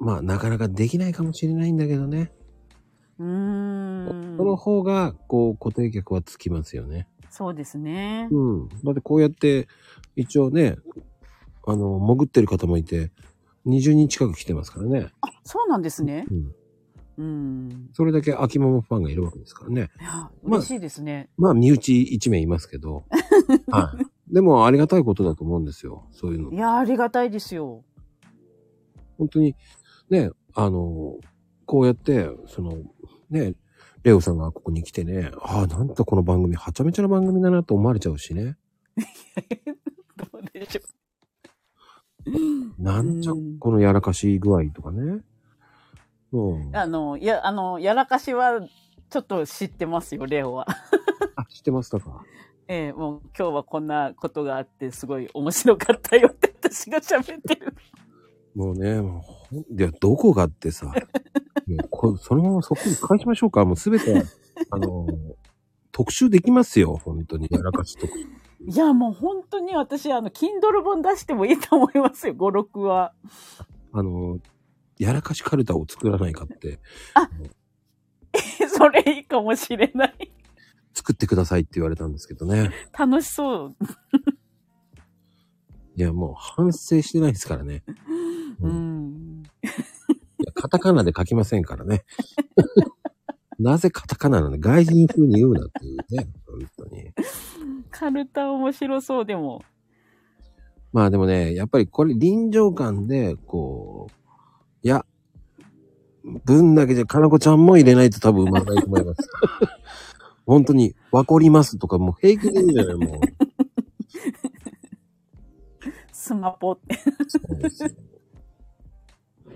A: ー、まあ、なかなかできないかもしれないんだけどね。
B: うーん
A: その方が、こう、固定客はつきますよね。
B: そうですね
A: うん。だってこうやって、一応ね、あの、潜ってる方もいて、20人近く来てますからね。
B: あそうなんですね
A: うん。
B: うん
A: それだけ秋ママファンがいるわけですからね。
B: いや
A: まあ
B: 嬉しいですね、
A: まあ、身内1名いますけ
B: (laughs)
A: ど。はい。でも、ありがたいことだと思うんですよ。そういうの
B: い。やありがたいですよ
A: 本当に、ね、あの、こうやって、その、ね、レオさんがここに来てね、ああ、なんとこの番組、はちゃめちゃな番組だなと思われちゃうしね。
B: どうでしょう
A: なんじゃ
B: うん、
A: このやらかし具合とかね。うん。あ、
B: あのいやあのやらかしはちょっと知ってますよレオは
A: 知ってましたか
B: ええもう今日はこんなことがあってすごい面白かったよって私が喋ってる。
A: もうね、もうほん、いや、どこがって
B: (laughs)
A: さ、もうこそのままそこに返しましょうか。もうすべて、あの、特集できますよ。本当に、やらかし特集。
B: (laughs) いやもう本当に私あの Kindle 本出してもいいと思いますよ56は。 (laughs)
A: あの、やらかしカルタを作らないかって、
B: それいいかもしれない。
A: 作ってくださいって言われたんですけどね。
B: 楽しそう。
A: いや、もう反省してないですからね。う
B: うんん。
A: いやカタカナで書きませんからね。なぜカタカナなんで外人風に言うなっていうね。本当に。
B: カルタ面白そうでも。
A: まあでもね、やっぱりこれ臨場感で、こう、いや、文だけじゃ、かなこちゃんも入れないと多分生まれないと思います。 (laughs) 本当に、わこりますとか、もう平気で言うじゃない、もう。
B: スマポって。
A: そうですよ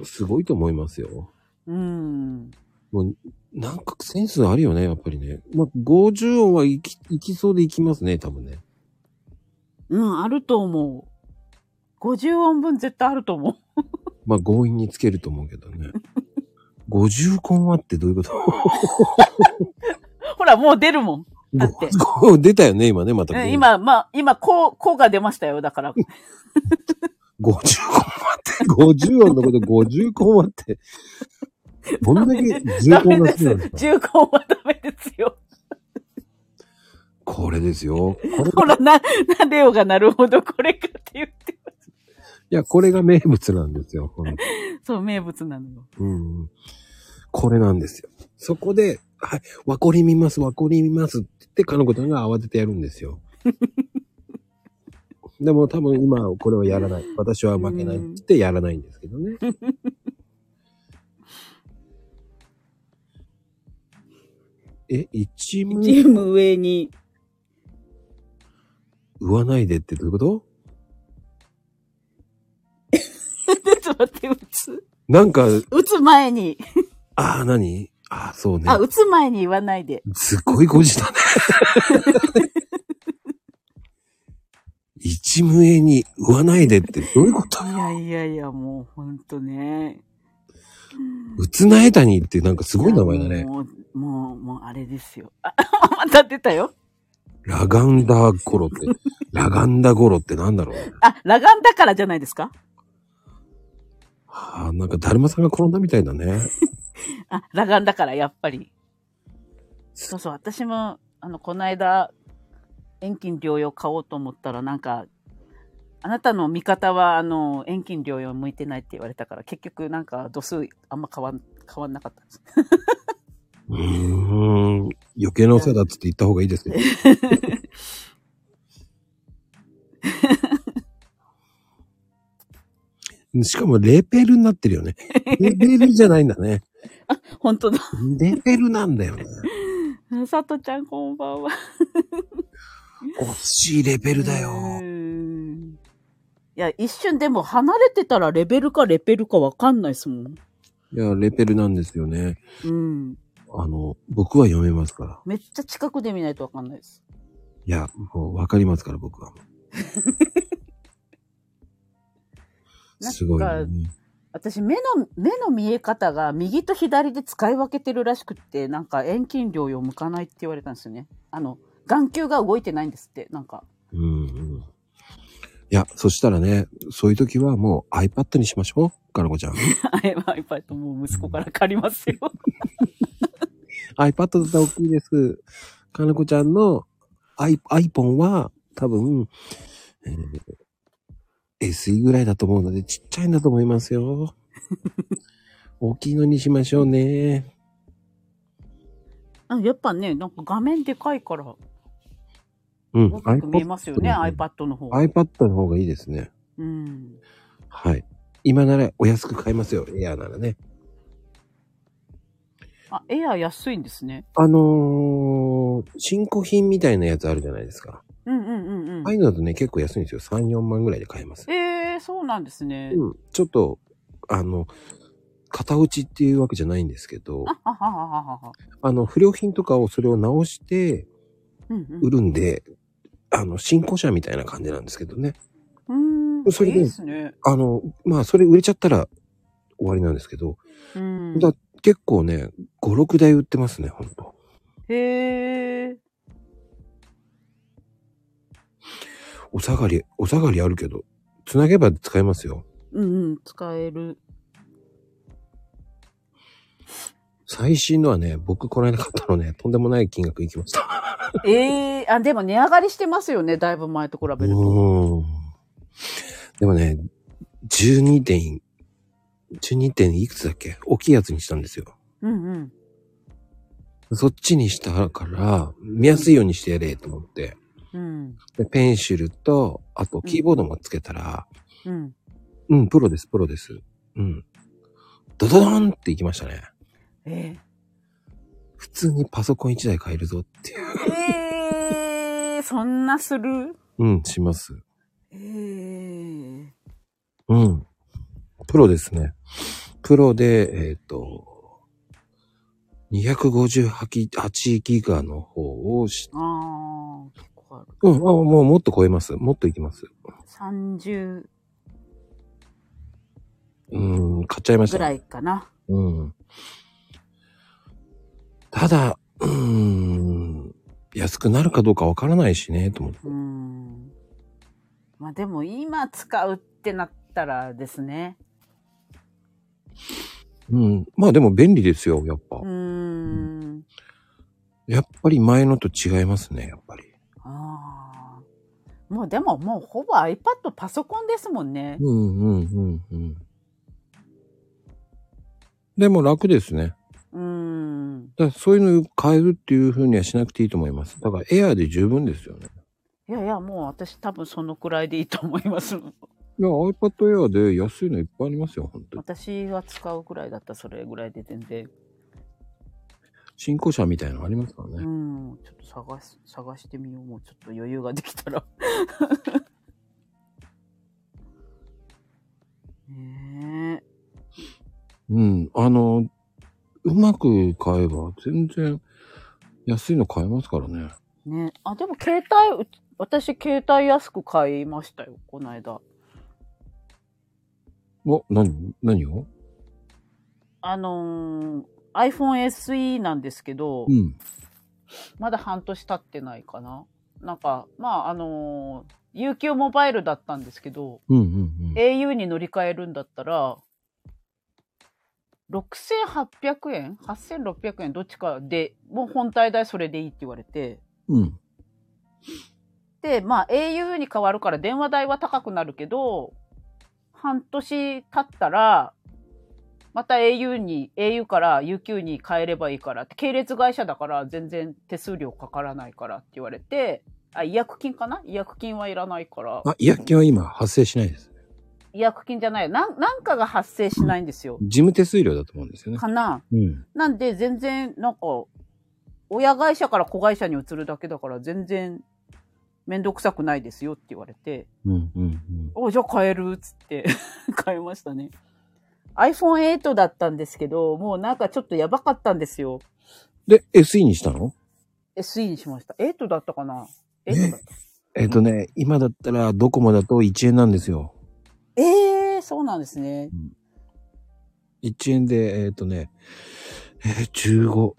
A: すごいと思いますよ。
B: うん。
A: もう、なんかセンスあるよね、やっぱりね。まあ、50音はいき、いきそうでいきますね、多分ね。
B: うん、あると思う。50音分絶対あると思う。 (laughs)
A: まあ、強引につけると思うけどね。50コンはってどういうこと
B: ほら、もう出るもん。だって
A: ご (laughs) ご出たよね、今ね、また。
B: うん、。今、まあ、今、こう、こうが出ましたよ。だから、
A: 50コンはって、50音のこと50コンは
B: (laughs)
A: って。どんだけ重
B: ダ
A: コ
B: メ
A: ンが
B: で
A: 好きなんです
B: す。
A: か
B: 重婚はダメですよ。
A: これですよ。これ
B: ほら、な、な、レオがなるほどこれかって言って。
A: いや、これが名物なんですよ。本当
B: そう、名物なのよ。
A: うんうん。これなんですよ。そこで、はい、わこり見ます、わこり見ますって言って、かのこちゃんが慌ててやるんですよ。 (laughs) でも多分今これはやらない。私は負けないって言ってやらないんですけどね。 (laughs) え、一も
B: チーム上に。
A: 言わないでってどういうこと
B: (laughs) ちょっと待って、打つ。
A: なんか、
B: 打つ前に。
A: ああ、何ああ、そうね。
B: あ、打つ前に言わないで。
A: すごい誤字だね。一無縁に言わないでってどういうこと
B: いやいやいや、もうほんとね。
A: うつなえたにってなんかすごい名前だね。
B: (laughs) もう、もう、もうあれですよ。あ、また出たよ。
A: ラガンダゴロって、ラガンダゴロってなんだろうね
B: あ、ラガンだからじゃないですか
A: はあ、なんかだるまさんが転んだみたいだね。
B: あ、裸眼だから、やっぱり。そうそう、私も、あの、この間、遠近療養買おうと思ったら、なんか、あなたの味方は、あの、遠近療養向いてないって言われたから、結局、なんか、度数、あんま変わん、変わんなかったんです。
A: うーん、余計なお世話だっつって言った方がいいですね。しかもレペルになってるよね。レペルじゃないんだね。
B: 本当だ。
A: レペルなんだよね。
B: (laughs) さとちゃん、こんばんは。
A: 惜しいレペルだよ
B: う。ーんいや、一瞬でも離れてたらレベルかレベルかわかんないですもん。
A: いや、レペルなんですよね。
B: うん。
A: あの、僕は読めますから。
B: めっちゃ近くで見ないとわかんないです。
A: いや、もうわかりますから、 (laughs) 僕は。
B: なんか
A: すごいよね。
B: 私目の目の見え方が右と左で使い分けてるらしくってなんか遠近療養向かないって言われたんですよねあの眼球が動いてないんですってなんか
A: うんうん。いや、そしたらね、そういう時はもう iPad にしましょう。ガラコちゃん。
B: iPad もう息子から借りますよ
A: iPad だったら大きいです。ガラコちゃんの i- iPhone は多分、えー SE ぐらいだと思うのでちっちゃいんだと思います
B: (laughs)
A: よ。大きいのにしましょうね。
B: (laughs) あやっぱねなんか画面でかいから
A: うん。
B: 大きく見えますよね
A: iPad
B: iPad の方
A: iPad の方がいいですね。
B: うん
A: はい。今ならお安く買えますよ。エアーならね。
B: あエアー安いんですね
A: あのー、新古品みたいなやつあるじゃないですか。
B: うんうんうんうん、
A: ああいうのだとね、結構安いんですよ。3、4万ぐらいで買えます。
B: えー、そうなんですね、
A: うん。ちょっと、あの、型落ちっていうわけじゃないんですけど、
B: あははははは
A: あの、不良品とかをそれを直して
B: うん
A: 売るんで、あの、新古車みたいな感じなんですけどね。
B: うんうーん
A: それ
B: い
A: で
B: いですね
A: あの、まあ、それ売れちゃったら終わりなんですけど、
B: うん
A: だ結構ね、5、6台売ってますね、ほんと。
B: へえ
A: お下がり、お下がりあるけど、繋げば使えますよ。
B: うんうん使える
A: 最新のはね、僕この間買ったのね、とんでもない金額いきました。
B: ええあ、でも値上がりしてますよね。だいぶ前と比
A: う
B: べると。
A: ーん。でもね、12点、12点いくつだっけ大きいやつにしたんですよ。
B: うんうん。
A: そっちにしたから、見やすいようにしてやれと思って。
B: うん。
A: でペンシルと、あとキーボードもつけたら、
B: うん。
A: うん、プロです、プロです。うん。ドドドーンっていきましたね。
B: え
A: 普通にパソコン1台買えるぞっていう。
B: ー、えー、そんなする
A: うん、します。
B: えー、
A: うん。プロですね。プロで、えっ、と、258ギガの方をし、
B: あー、結構ある。
A: うん、あもうもっと超えます。もっといきます。
B: 30
A: うん、買っちゃいまし
B: ぐ
A: た。
B: らいかな。
A: うん。ただ、うん、安くなるかどうかわからないしね、と思って。
B: うん。まあでも今使うってなったらですね。
A: うん。まあでも便利ですよ、やっぱ
B: う。ーん。
A: やっぱり前のと違いますね、やっぱり。
B: あー。もうでももうほぼ iPad パソコンですもんね。
A: うんうんうんうん。でも楽ですね。
B: うん。
A: だからそういうのを変えるっていうふうにはしなくていいと思います。だからエアーで十分ですよね。
B: いやいや、もう私多分そのくらいでいいと思います。
A: いや、iPad エアーで安いのいっぱいありますよ、本当に。
B: 私が使うくらいだったらそれぐらいで全然。
A: 新古車みたいなのありますから
B: う
A: ね。
B: ん、ちょっと探す、探してみよう。もうちょっと余裕ができたら。 (laughs) ね
A: うん。あの、うまく買えば全然安いの買えますからね。
B: え。ねえあ、でも携帯、うち私携帯安く買いましたよ、この間。
A: お、何何を
B: あのー、iPhone SE なんですけど、
A: うん。
B: まだ半年経ってないかな。なんか、まあ、あのー UQ モバイルだったんですけど、
A: うんうんうん。
B: au に乗り換えるんだったら、6800円 ?8600 円どっちかで、もう本体代それでいいって言われて、
A: うん。
B: で、まあ au に変わるから電話代は高くなるけど、半年経ったら、また au に、au から UQ に変えればいいからって、系列会社だから全然手数料かからないからって言われて、あ、違約金かな違約金はいらないから、
A: あ、違約金は今発生しないです。
B: 違約金じゃない、なん、なんかが発生しないんですよ。
A: 事務手数料だと思うんですよね。
B: かな
A: うん。
B: なんで全然なんか親会社から子会社に移るだけだから全然面倒くさくないですよって言われて
A: うんうんうん
B: 「おじゃあ買える」っつって (laughs) 買いましたね iPhone8 だったんですけどもうなんかちょっとやばかったんですよ
A: で、SE にしたの
B: SE にしました8だったかな8だった
A: えっ、とね、今だったらドコモだと1円なんですよ。
B: えー、そうなんですね
A: 1円で、えっ、とね、えー、15、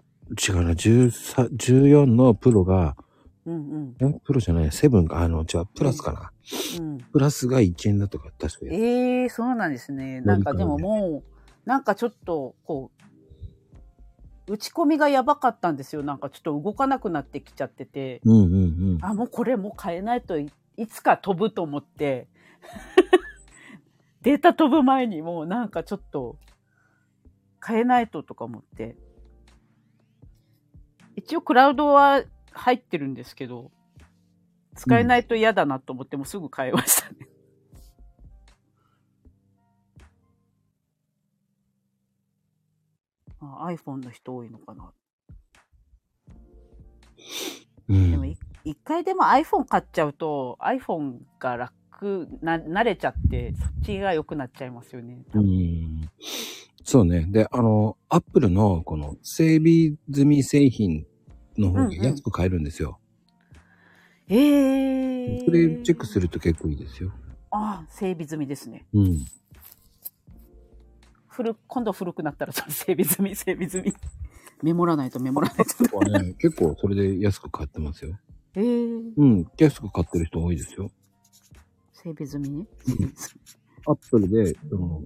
A: 違うな、13 14のプロが、
B: うんうん
A: えプロじゃない、セブンか、あの、違う、プラスかな。
B: うん
A: プラスが1円だとか、確かに。
B: ええー、そうなんですね。なんかでももう、なんかちょっと、こう、打ち込みがやばかったんですよ。なんかちょっと動かなくなってきちゃってて、
A: うんうんうん。
B: あ、もうこれもう変えないといいつか飛ぶと思って、 (laughs) データ飛ぶ前にもうなんかちょっと変えないととか思って。一応クラウドは入ってるんですけど、使えないと嫌だなと思ってもうすぐ変えました。 (laughs) あ iPhone の人多いのかな。
A: う
B: でも
A: ん、
B: い一回でも iPhone 買っちゃうと iPhone が楽な慣れちゃってそっちが良くなっちゃいますよね。
A: うん。そうね。で、あの、アップルの、この、整備済み製品の方が安く買えるんですよ。
B: えー、
A: それチェックすると結構いいですよ。
B: あ整備済みですね。 (laughs)
A: うん。
B: 古今度古くなったらその整備済み整備済み。メモらないとメモらないと。
A: ね、結構それで安く買ってますよ。
B: えー、
A: うん。安く買ってる人多いですよ。
B: 整備済みね。
A: アップルで、その、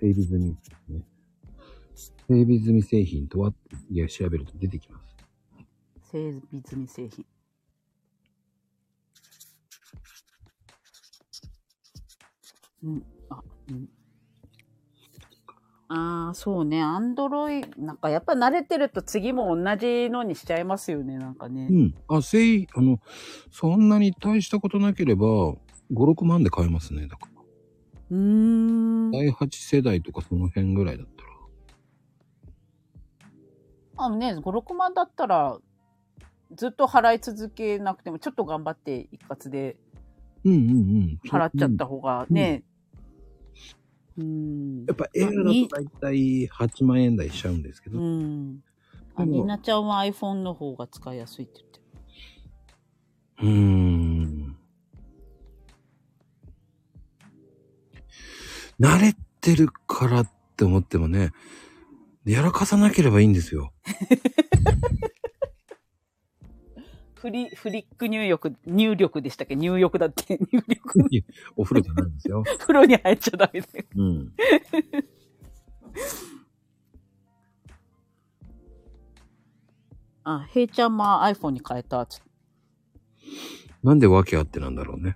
A: 整備済み、ね。整備済み製品とは、いや、調べると出てきます。
B: 整備済み製品。うん、あ、うん。ああ、そうね。アンドロイなんかやっぱ慣れてると次も同じのにしちゃいますよね、なんかね。
A: うん。あ、せい、あの、そんなに大したことなければ、5、6万で買えますね。だから。
B: うーん。
A: 第8世代とかその辺ぐらいだったら。
B: あのね、5、6万だったら、ずっと払い続けなくても、ちょっと頑張って一括で
A: うんうんうん。
B: 払っちゃった方がね。うん
A: やっぱ映画だと大体8万円台しちゃうんですけど、
B: うん。あ、
A: でも
B: ニーナちゃんは iPhone の方が使いやすいって言ってる。
A: うーん。慣れてるからって思ってもね、やらかさなければいいんですよ。
B: フリ、フリック入力、入力でしたっけ入力だって、 (laughs) 入力。
A: (laughs) お風呂じゃないんですよ。
B: 風呂に入っちゃダメだよ。
A: うん。
B: あ、ヘイちゃんも iPhone に変えたっつって。 (laughs)
A: なんで訳あってなんだろうね。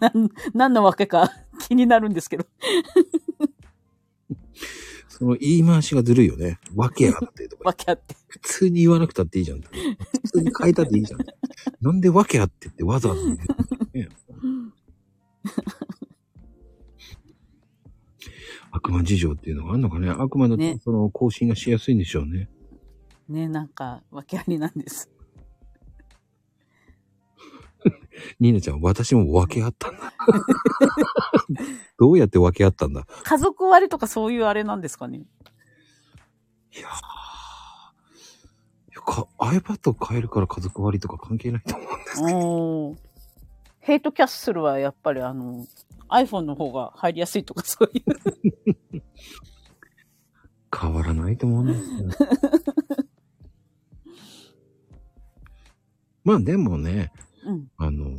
B: なん、何のわけか (laughs) 気になるんですけど。 (laughs)
A: その言い回しがずるいよね。訳あってとか。
B: わけあって。
A: 普通に言わなくたっていいじゃん。普通に変えたっていいじゃん。なんで訳あってってわざわざ言うの、ね、悪魔事情っていうのがあるのかね。悪魔だと
B: ね
A: その更新がしやすいんでしょうね。
B: ね、なんか、わけありなんです。
A: ニーナちゃん、私も分け合ったんだ。どうやって分け合ったんだ
B: 家族割とかそういうあれなんですかね。
A: いやーいやか iPad を変えるから家族割とか関係ないと思うんですけど。
B: おーヘイトキャッスルはやっぱりあの、iPhone の方が入りやすいとかそういう。
A: 変わらないと思うんですよ。
C: まあでもね、
B: うん。
C: あの、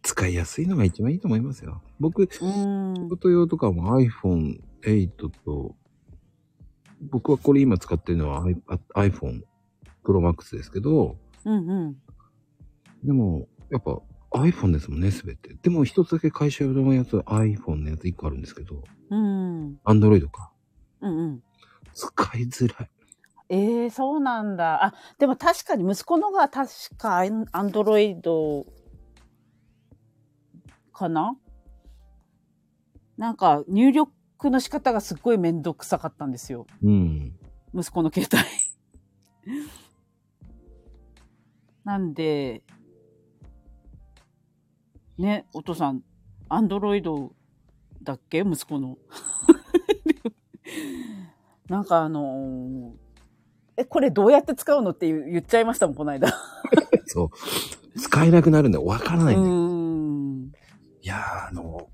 C: 使いやすいのが一番いいと思いますよ。僕、仕
B: うん。
C: 事用とかも iPhone8 と、僕はこれ今使ってるのは i- iPhone Pro Max ですけど、
B: うんうん。
C: でも、やっぱ iPhone ですもんね、すべて。でも一つだけ会社用のやつ、iPhone のやつ一個あるんですけど、
B: うん。
C: Android か。
B: うんうん。
C: 使いづらい。
B: ええそうなんだ。あ、でも確かに息子のが確かアンアンドロイドかななんか入力の仕方がすっごいめんどくさかったんですよ。
C: うん。 (laughs)
B: 息子の携帯。 (laughs) なんで、ね、お父さん、アンドロイドだっけ息子の。 (laughs) なんかあのーえ、これどうやって使うのって言う言っちゃいましたもん、この間。
C: そう。使えなくなるんだよ。わから
B: う
C: ないんだよ。
B: ーん。
A: いやー、あの、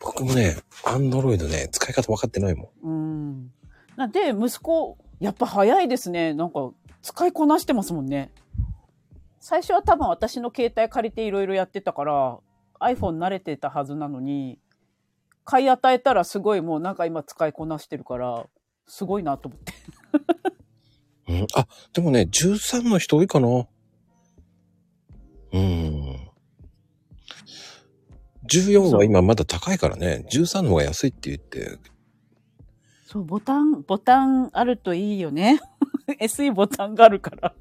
A: 僕もね、アンドロイドね、使い方分かってないも
B: うん。なんで、息子、やっぱ早いですね。なんか、使いこなしてますもんね。最初は多分私の携帯借りていろいろやってたから、iPhone 慣れてたはずなのに、買い与えたらすごいもうなんか今使いこなしてるから、すごいなと思って。
A: ん。うん、あ、でもね、13の人多いかな。うん。14は今まだ高いからね、13の方が安いって言って、
B: そう、ボタン、ボタンあるといいよね。SE (laughs) ボタンがあるから。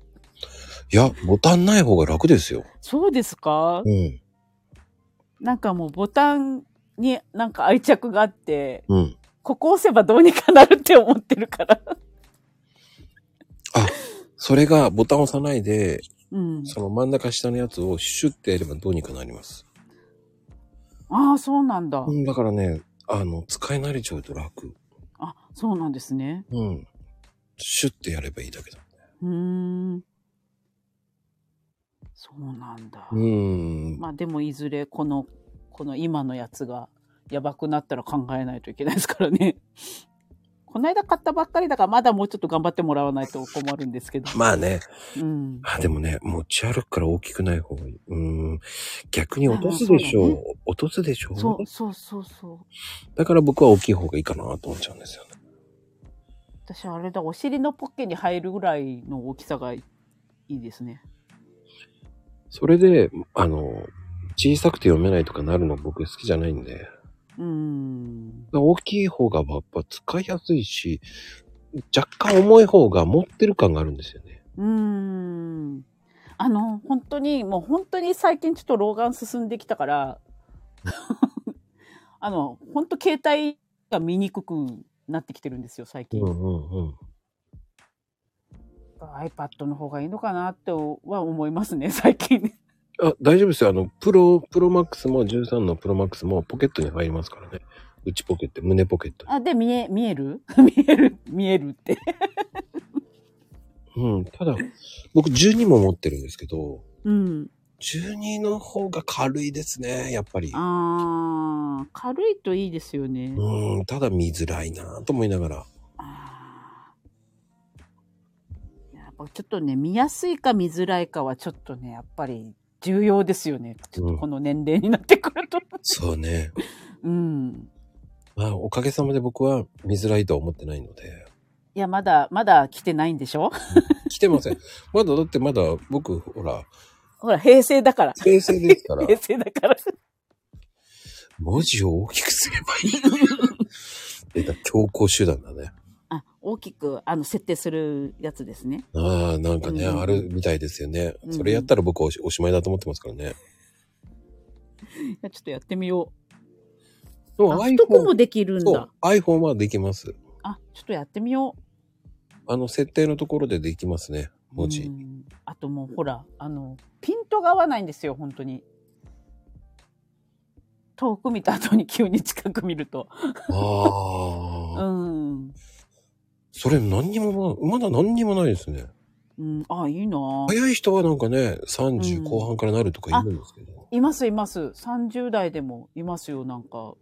A: いや、ボタンない方が楽ですよ。
B: そうですか
A: うん。
B: なんかもうボタンになんか愛着があって、
A: うん。
B: ここ押せばどうにかなるって思ってるから。
A: それがボタン押さないで、
B: うん。
A: その真ん中下のやつをシュッてやればどうにかなります。
B: ああ、そうなんだ。
A: うん、だからね、あの、使い慣れちゃうと楽。
B: あ、そうなんですね。
A: うん。シュッてやればいいだけだ。
B: うーん。そうなんだ。
A: うん。
B: まあでもいずれこの、この今のやつがやばくなったら考えないといけないですからね。この間買ったばっかりだからまだもうちょっと頑張ってもらわないと困るんですけど。
A: まあね。 (laughs)
B: うん。
A: あ、でもね、持ち歩くから大きくない方がいい。うん。逆に落とすでしょ
B: あ
A: う
B: まあ。
A: 落とすでしょ
B: そうそうそうそう。
A: だから僕は大きい方がいいかなと思っちゃうんですよね。
B: 私あれだ、お尻のポッケに入るぐらいの大きさがいいですね。
A: それで、あの、小さくて読めないとかなるの僕好きじゃないんで。
B: うーん。
A: 大きい方がやっぱ使いやすいし、若干重い方が持ってる感があるんですよね。
B: うーん。あの、本当に、もう本当に最近ちょっと老眼進んできたから、 (laughs) あの、本当携帯が見にくくなってきてるんですよ、最近。
A: うんうん。
B: iPad の方がいいのかなっては思いますね、 (laughs) 最近。
A: あ、大丈夫ですよ。あの、プロ、プロマックスも13のプロマックスもポケットに入りますからね。内ポケット、胸ポケット。
B: あ、で、見え、見える (laughs) 見える、見えるって。
A: うん。ただ、僕12も持ってるんですけど、
B: うん。
A: 12の方が軽いですね、やっぱり。
B: あー、軽いといいですよね。
A: うん、ただ見づらいなと思いながら。
B: あーやっぱちょっとね見やすいか見づらいかはちょっとねやっぱり重要ですよねちょっとこの年齢になってくると (laughs)
A: そうね。
B: うん
A: まあ、おかげさまで僕は見づらいとは思ってないので。
B: いやまだまだ来てないんでしょ (laughs)
A: 来てません。 (laughs) まだだってまだ僕、ほら、
B: ほら平成だから
A: 平成ですから
B: (laughs) 平、成だから
A: 文字を大きくすればいい。出た強行手段だね。
B: あ大きくあの設定するやつですね
A: ああ、なんかね、
B: うん
A: あるみたいですよね。
B: うん
A: それやったら僕はおしおしまいだと思ってますからね。
B: いやちょっとやってみよ
A: で
B: う
A: も
B: あ太く
A: iPhone
B: も、できるん
A: そ
B: だ
A: う、iPhone はできます。
B: あちょっとやってみよ
A: あの、設定のところでできますね。
B: う
A: 文字。
B: うんあともうほらあのピントが合わないんですよ本当に遠く見た後に急に近く見ると
A: ああ、
B: うん。
A: それ何にもまだ、まだ何にもないですね。
B: うん、あ、いいなぁ
A: 早い人はなんかね、
B: う
A: 30
B: ん
A: 後半からなるとか言うんですけど。
B: いますいます。30代でもいますよ、なんか。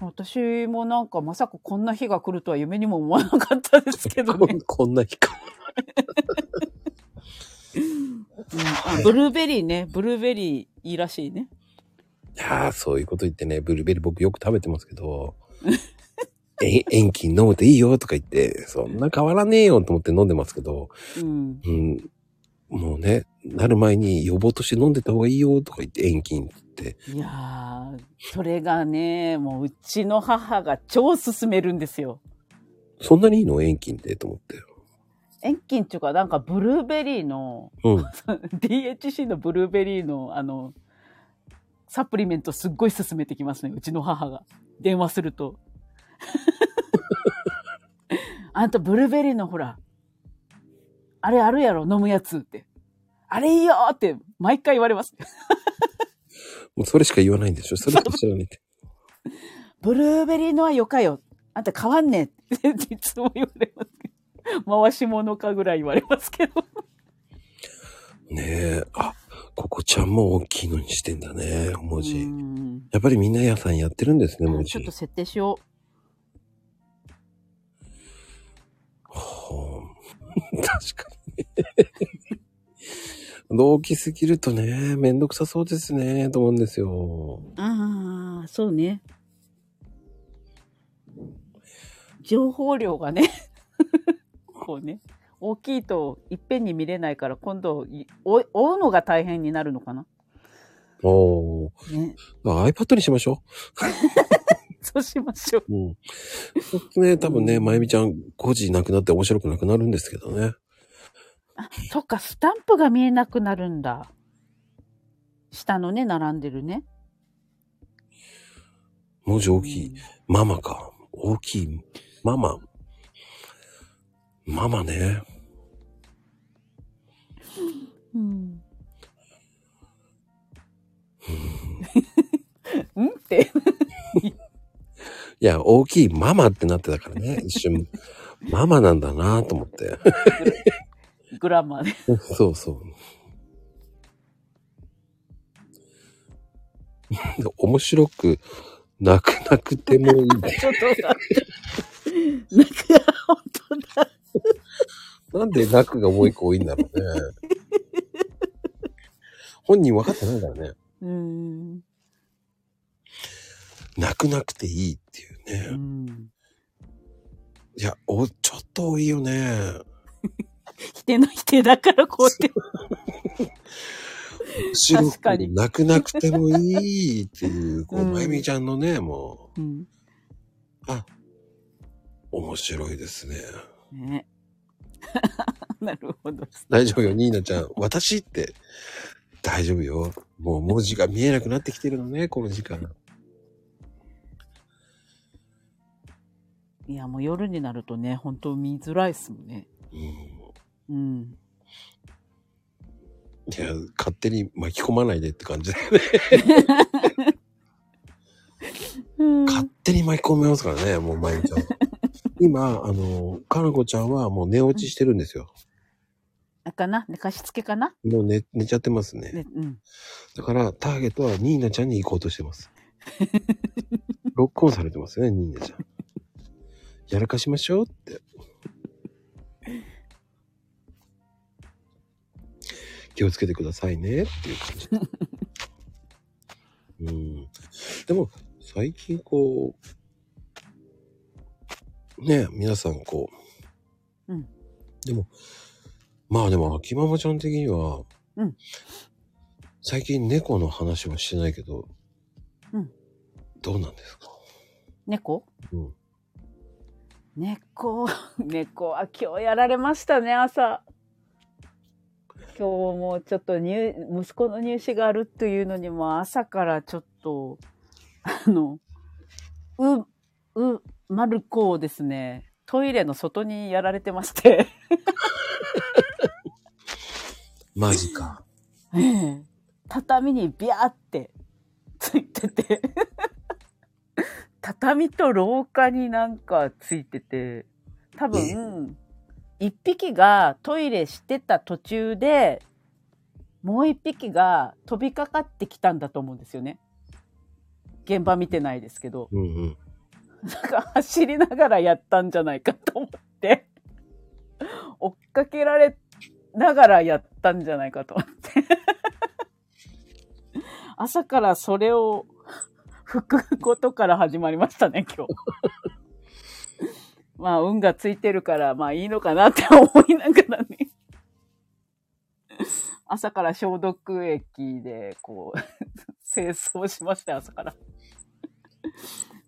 B: 私もなんかまさかこんな
A: (laughs)
B: 日が来るとは夢にも思わなかったですけど
A: こん
B: ね。
A: こんな日か。
B: うんあブルーベリーね。ブルーベリーいいらしいね。
A: いやー、そういうこと言ってね、ブルーベリー僕よく食べてますけど、え遠近飲むといいよとか言って、そんな変わらねえよと思って飲んでますけど、
B: うん。
A: うん、もうね、なる前に予防として飲んでた方がいいよとか言って遠近って。
B: いやー、それがね、もううちの母が超勧めるんですよ。
A: そんなにいいの遠近ってと思って。
B: 遠近っていうか、なんかブルーベリーの、 (laughs)
A: うん。
B: DHC のブルーベリーの、あの、サプリメントすっごい勧めてきますね、うちの母が。電話すると。 (laughs) あんたブルーベリーのほら、あれあるやろ、飲むやつって。あれいいよって毎回言われます。
A: もうそれしか言わないんでしょそれしか知らないって。
B: ブルーベリーのはよかよ。あんた変わんねえっていつも言われますけど。回し物かぐらい言われますけど。
A: ねえ、あ、ここちゃんも大きいのにしてんだね、おも
B: う
A: じ。
B: ん
A: やっぱりみんな屋さんやってるんですね、も
B: ち
A: じ
B: ょっ。と設定しよ
A: ほう (laughs) 確かにね。大きすぎるとね、めんどくさそうですね、と思うんですよ。
B: う。ああ、そうね。情報量がね、 (laughs) こうね、大きいといっぺんに見れないから、今度い追い、追うのが大変になるのかな。
A: おー。
B: ね。
A: まあ iPad にしましょ
B: そうしましょう。
A: う。うん。そうするとね、多分ね、まゆみちゃん5時なくなって面白くなくなるんですけどね。
B: あ、そっか、スタンプが見えなくなるんだ。下のね、並んでるね。
A: 文字大きい。ママか。大きい。ママ。ママね。
B: うん。うんって。
A: いや、大きいママってなってたからね。
B: (laughs)
A: 一瞬、ママなんだなと思って。
B: グラマーで。
A: そうそう。面白くなくなくても
B: (laughs)
A: いい。
B: ちょっとなんか、本当だ。
A: なんでなくがもう一個多いんだろうね。
B: (laughs)
A: 本人分かってないからね。
B: うん。
A: なくなくていいっていうね。いや、お、ちょっと多いよね。
B: 否定の否定だからこうやって。
A: 白
B: 確か
A: く
B: に
A: なくなくてもいいっていう、こう、
B: うん
A: まゆみちゃんのね、も
B: うん。
A: う、面白いですね。
B: ね。 (laughs) なるほど。
A: 大丈夫よ、ニーナちゃん。私って。大丈夫よ。もう文字が見えなくなってきてるのね、この時間。
B: いや、もう夜になるとね、本当見づらいっすもんね。
A: うん、い
B: うん。
A: や、勝手に巻き込まないでって感じだよね。
B: うん
A: 勝手に巻き込めますからね、もう、まゆみちゃん。 (laughs) 今、あの、かなこちゃんはもう寝落ちしてるんですよ。
B: あかな寝かしつけかな、
A: もう寝、寝ちゃってますね。
B: ね、うん。
A: だから、ターゲットはニーナちゃんに行こうとしてます。 (laughs) ロックオンされてますよね、ニーナちゃん。やらかしましょうって。気をつけてくださいねっていう感じ。うん。でも、最近こう、ねえ皆さんこう。
B: うん
A: でも、まあでも、秋ママちゃん的には、
B: うん
A: 最近猫の話はしてないけど、
B: うん
A: どうなんですか
B: 猫
A: うん。
B: 猫、猫は今日やられましたね、朝。今日もうちょっと入、息子の入試があるというのにも朝からちょっと、あの、う、う、まる子をですね、トイレの外にやられてまして。
A: マジか。
B: ええ (laughs) 畳にビャーってついてて (laughs) 畳と廊下になんかついてて多分一匹がトイレしてた途中でもう一匹が飛びかかってきたんだと思うんですよね現場見てないですけど
A: うんうん。
B: なんか走りながらやったんじゃないかと思って追っかけられながらやったんじゃないかと思って。朝からそれを吹くことから始まりましたね、今日。まあ、運がついてるから、まあいいのかなって思いながらね。朝から消毒液で、こう、清掃しましたよ、朝から。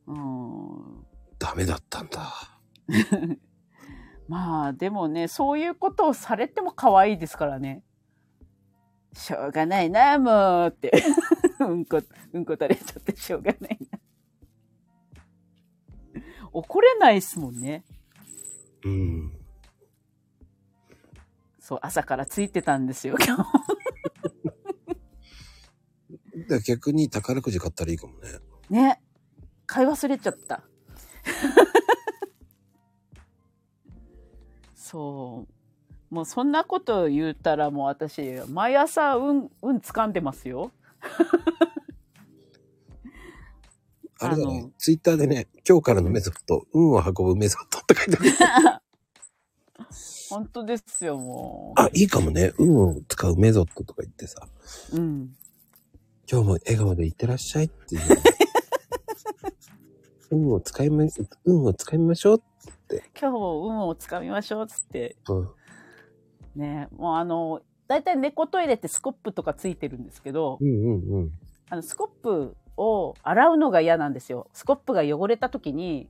B: うん。
A: ダメだったんだ。
B: まあでもね、そういうことをされても可愛いですからね。しょうがないな、もうって。 (laughs) うんこ、うんこ垂れちゃってしょうがないな。怒れないっすもんね。
A: うん。
B: そう、朝からついてたんですよ、今日。
A: で逆に宝くじ買ったらいいかもね。
B: ね。買い忘れちゃった。 (laughs) そう。もうそんなこと言うたらもう私、毎朝運、運掴んでますよ。
A: あれだ
B: あ
A: ね
B: の。
A: ツイッターでね、今日からのメソッド、運を運ぶメソッドって書いてある。
B: 本当ですよ、も
A: あ、いいかもね。運を使うメソッドとか言ってさ、
B: う。うん。
A: 今日も笑顔でいってらっしゃい
B: (laughs)
A: っていう。運を使いま、運を使いましょう。
B: 今日も運をつかみましょう、つって。
A: うん。
B: ね。もうあの、だいたい猫トイレってスコップとかついてるんですけど、
A: うんうんうん。
B: あの、スコップを洗うのが嫌なんですよ。スコップが汚れた時に、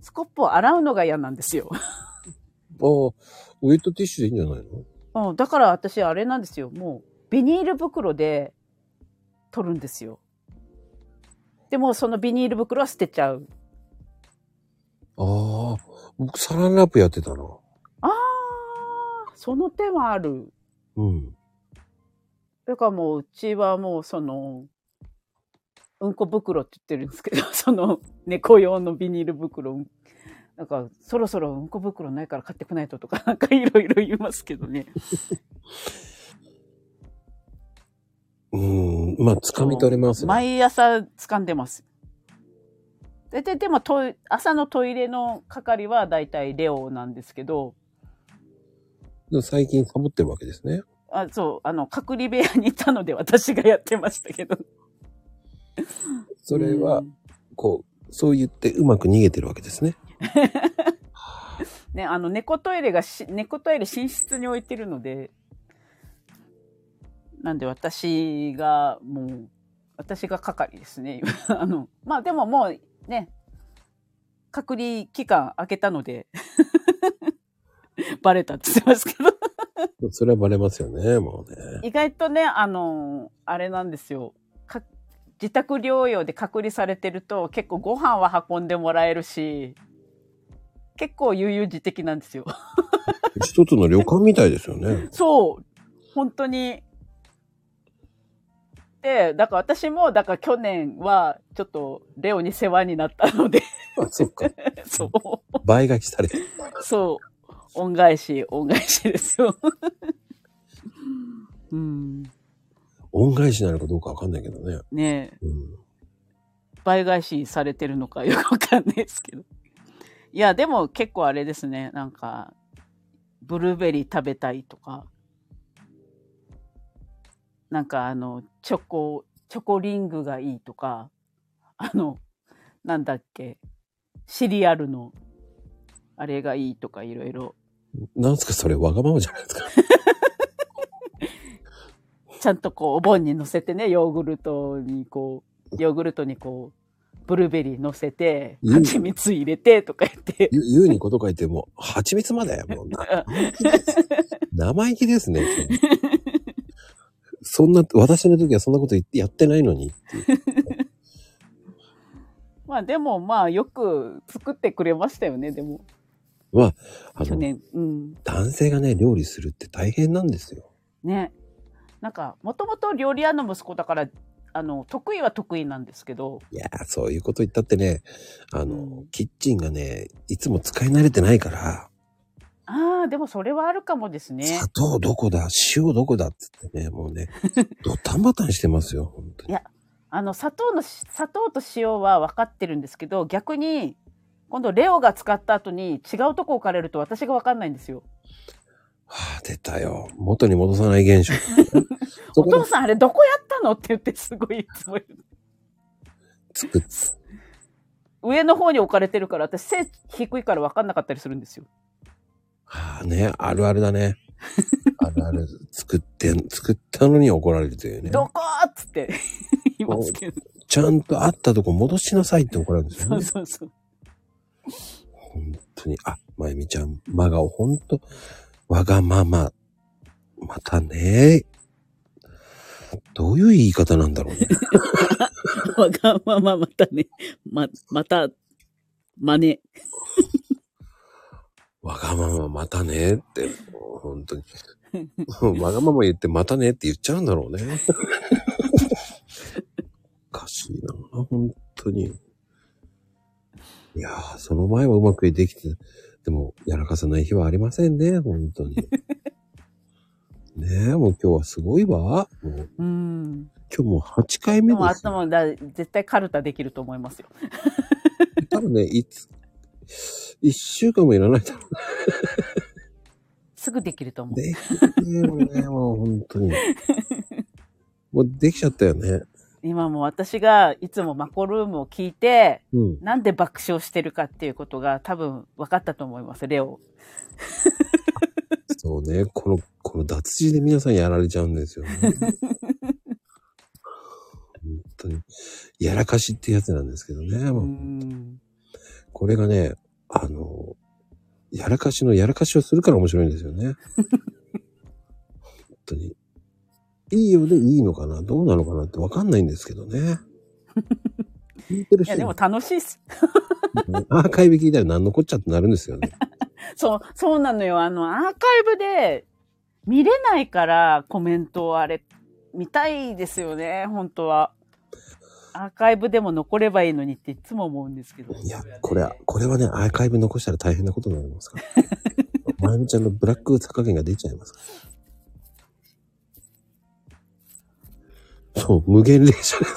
B: スコップを洗うのが嫌なんですよ。 (laughs)
A: ああ、ウェットティッシュでいいんじゃないの
B: うん、だから私あれなんですよ。もう、ビニール袋で取るんですよ。でもそのビニール袋は捨てちゃう。
A: ああ、僕サランラップやってたな。
B: あー、その手はある。
A: うん。
B: だからもううちはもうそのうんこ袋って言ってるんですけど (laughs) その猫用のビニール袋うんなんかそろそろうんこ袋ないから買ってこないととか (laughs) なんかいろいろ言いますけどね
A: うん、まあ、掴み取れますね。
B: 毎朝掴んでます大体でもトイ朝のトイレの係は大体レオなんですけど
A: でも最近サボってるわけですね。
B: あそうあの隔離部屋にいたので私がやってましたけど
A: それは
B: う、ん
A: こう、そう言ってうまく逃げてるわけですね。
B: ねあの猫トイレがし猫トイレ寝室に置いてるのでなんで私がもう私が係ですね (laughs) あのまあでももうね隔離期間明けたので (laughs) バレたって言ってますけど
A: それはバレますよね、もうね。
B: (laughs) 意外とねあのあれなんですよか自宅療養で隔離されてると結構ご飯は運んでもらえるし結構悠々自適なんですよ
A: 一つの旅館みたいですよ
B: (laughs)
A: ね。
B: そう。本当に。で、だから私も、だから去年は、ちょっと、レオに世話になったので、
A: あ、そっか。
B: そう、
A: (laughs) 倍書きされてる。
B: そう、恩返し、恩返しですよ。うん。
A: 恩返しなのかどうかわかんないけどね。
B: ねえ、
A: うん。
B: 倍返しされてるのかよくわかんないですけど。いや、でも結構あれですね、なんか、ブルーベリー食べたいとか、なんかあの、チョコ、チョコリングがいいとか、あの、なんだっけ、シリアルの、あれがいいとかいろいろ、
A: なんすか、それわがままじゃないですか。
B: ちゃんとこう、お盆に乗せてね、ヨーグルトにこう、ヨーグルトにこう、ブルーベリー乗せて、
A: うん
B: 蜂蜜入れてとか言って、
A: ゆ、ゆうにこと書いてもう、蜂蜜までもうな、生意気ですね。そんな、私の時はそんなこと言ってやってないのにっていう。
B: まあでもまあよく作ってくれましたよね、でも。
A: まあ、あ
B: 去
A: の、
B: 年。うん。
A: 男性がね、料理するって大変なんですよ。
B: ね。なんか、もともと料理屋の息子だから、あの、得意は得意なんですけど、
A: いやー、そういうこと言ったってね、あの、
B: うん
A: キッチンがね、いつも使い慣れてないから、
B: ああ、でもそれはあるかもですね。
A: 砂糖どこだ、塩どこだっつってね、もう
B: (laughs)
A: ね、ドタンバタンしてますよ、本当に。
B: あの、砂糖の、砂糖と塩は分かってるんですけど、逆に、今度レオが使った後に違うとこ置かれると私が分かんないんですよ。
A: はあ、出たよ。元に戻さない現
B: (laughs)
A: 象。そ
B: お
A: こ
B: 父
A: で
B: さんあれどこやったのって言ってすごいい (laughs) つも言う
A: 作っ
B: 上の方に置かれてるから私背低いから分かんなかったりするんですよ。
A: はあね、あるあるだね。あるある、作ってん、作ったのに怒られるというね。
B: どこーっつって (laughs) 言いますけど。
A: ちゃんとあったとこ戻しなさいって怒られるんですよ
B: そ
A: ね
B: う。そうそう。
A: 本当に、あ、まゆみちゃん、真顔、本当わがまま。またね。どういう言い方なんだろうね。
B: わがまままたね。ま、また、真似。
A: わがまま、またねって、もう本当に。 (laughs) わがまま言って、またねって言っちゃうんだろうね。 (laughs) おかしいな、本当に。いやー、その前はうまくできて、でも、やらかさない日はありませんね、本当に。 (laughs) ねえ、もう今日はすごいわ。もう
B: うん。
A: 今日もう8回
B: で
A: 目
B: も
A: です。
B: 頭だ、絶対カルタできると思いますよ。
A: 多分ね、いつ、1週間もいらないだろ
B: すぐできると思
A: う
B: う。
A: ね。もうね、もう本当に。もうできちゃったよね。
B: 今も私がいつもマコルームを聞いて、
A: うん。
B: なんで爆笑してるかっていうことが多分分かったと思います、レオ。
A: そうね、この、この脱字で皆さんやられちゃうんですよね。本当に。やらかしってやつなんですけどね。
B: う。
A: もうんこれがね、あの、やらかしのやらかしをするから面白いんですよね。本当に。いいようでいいのかなどうなのかなってわかんないんですけどね。聞いてる
B: いや、
A: 人
B: でも楽しいっす。
A: (laughs) アーカイブ聞いたら何のこっちゃってなるんですよね。
B: そう、そうなのよ。あの、アーカイブで見れないからコメントをあれ、見たいですよね、本当は。アーカイブでも残ればいいのにっていつも思うんですけど。
A: いや、これは、これはね、アーカイブ残したら大変なことになりますから。まゆみちゃんのブラックさ加減が出ちゃいますから。そう、無限列車です。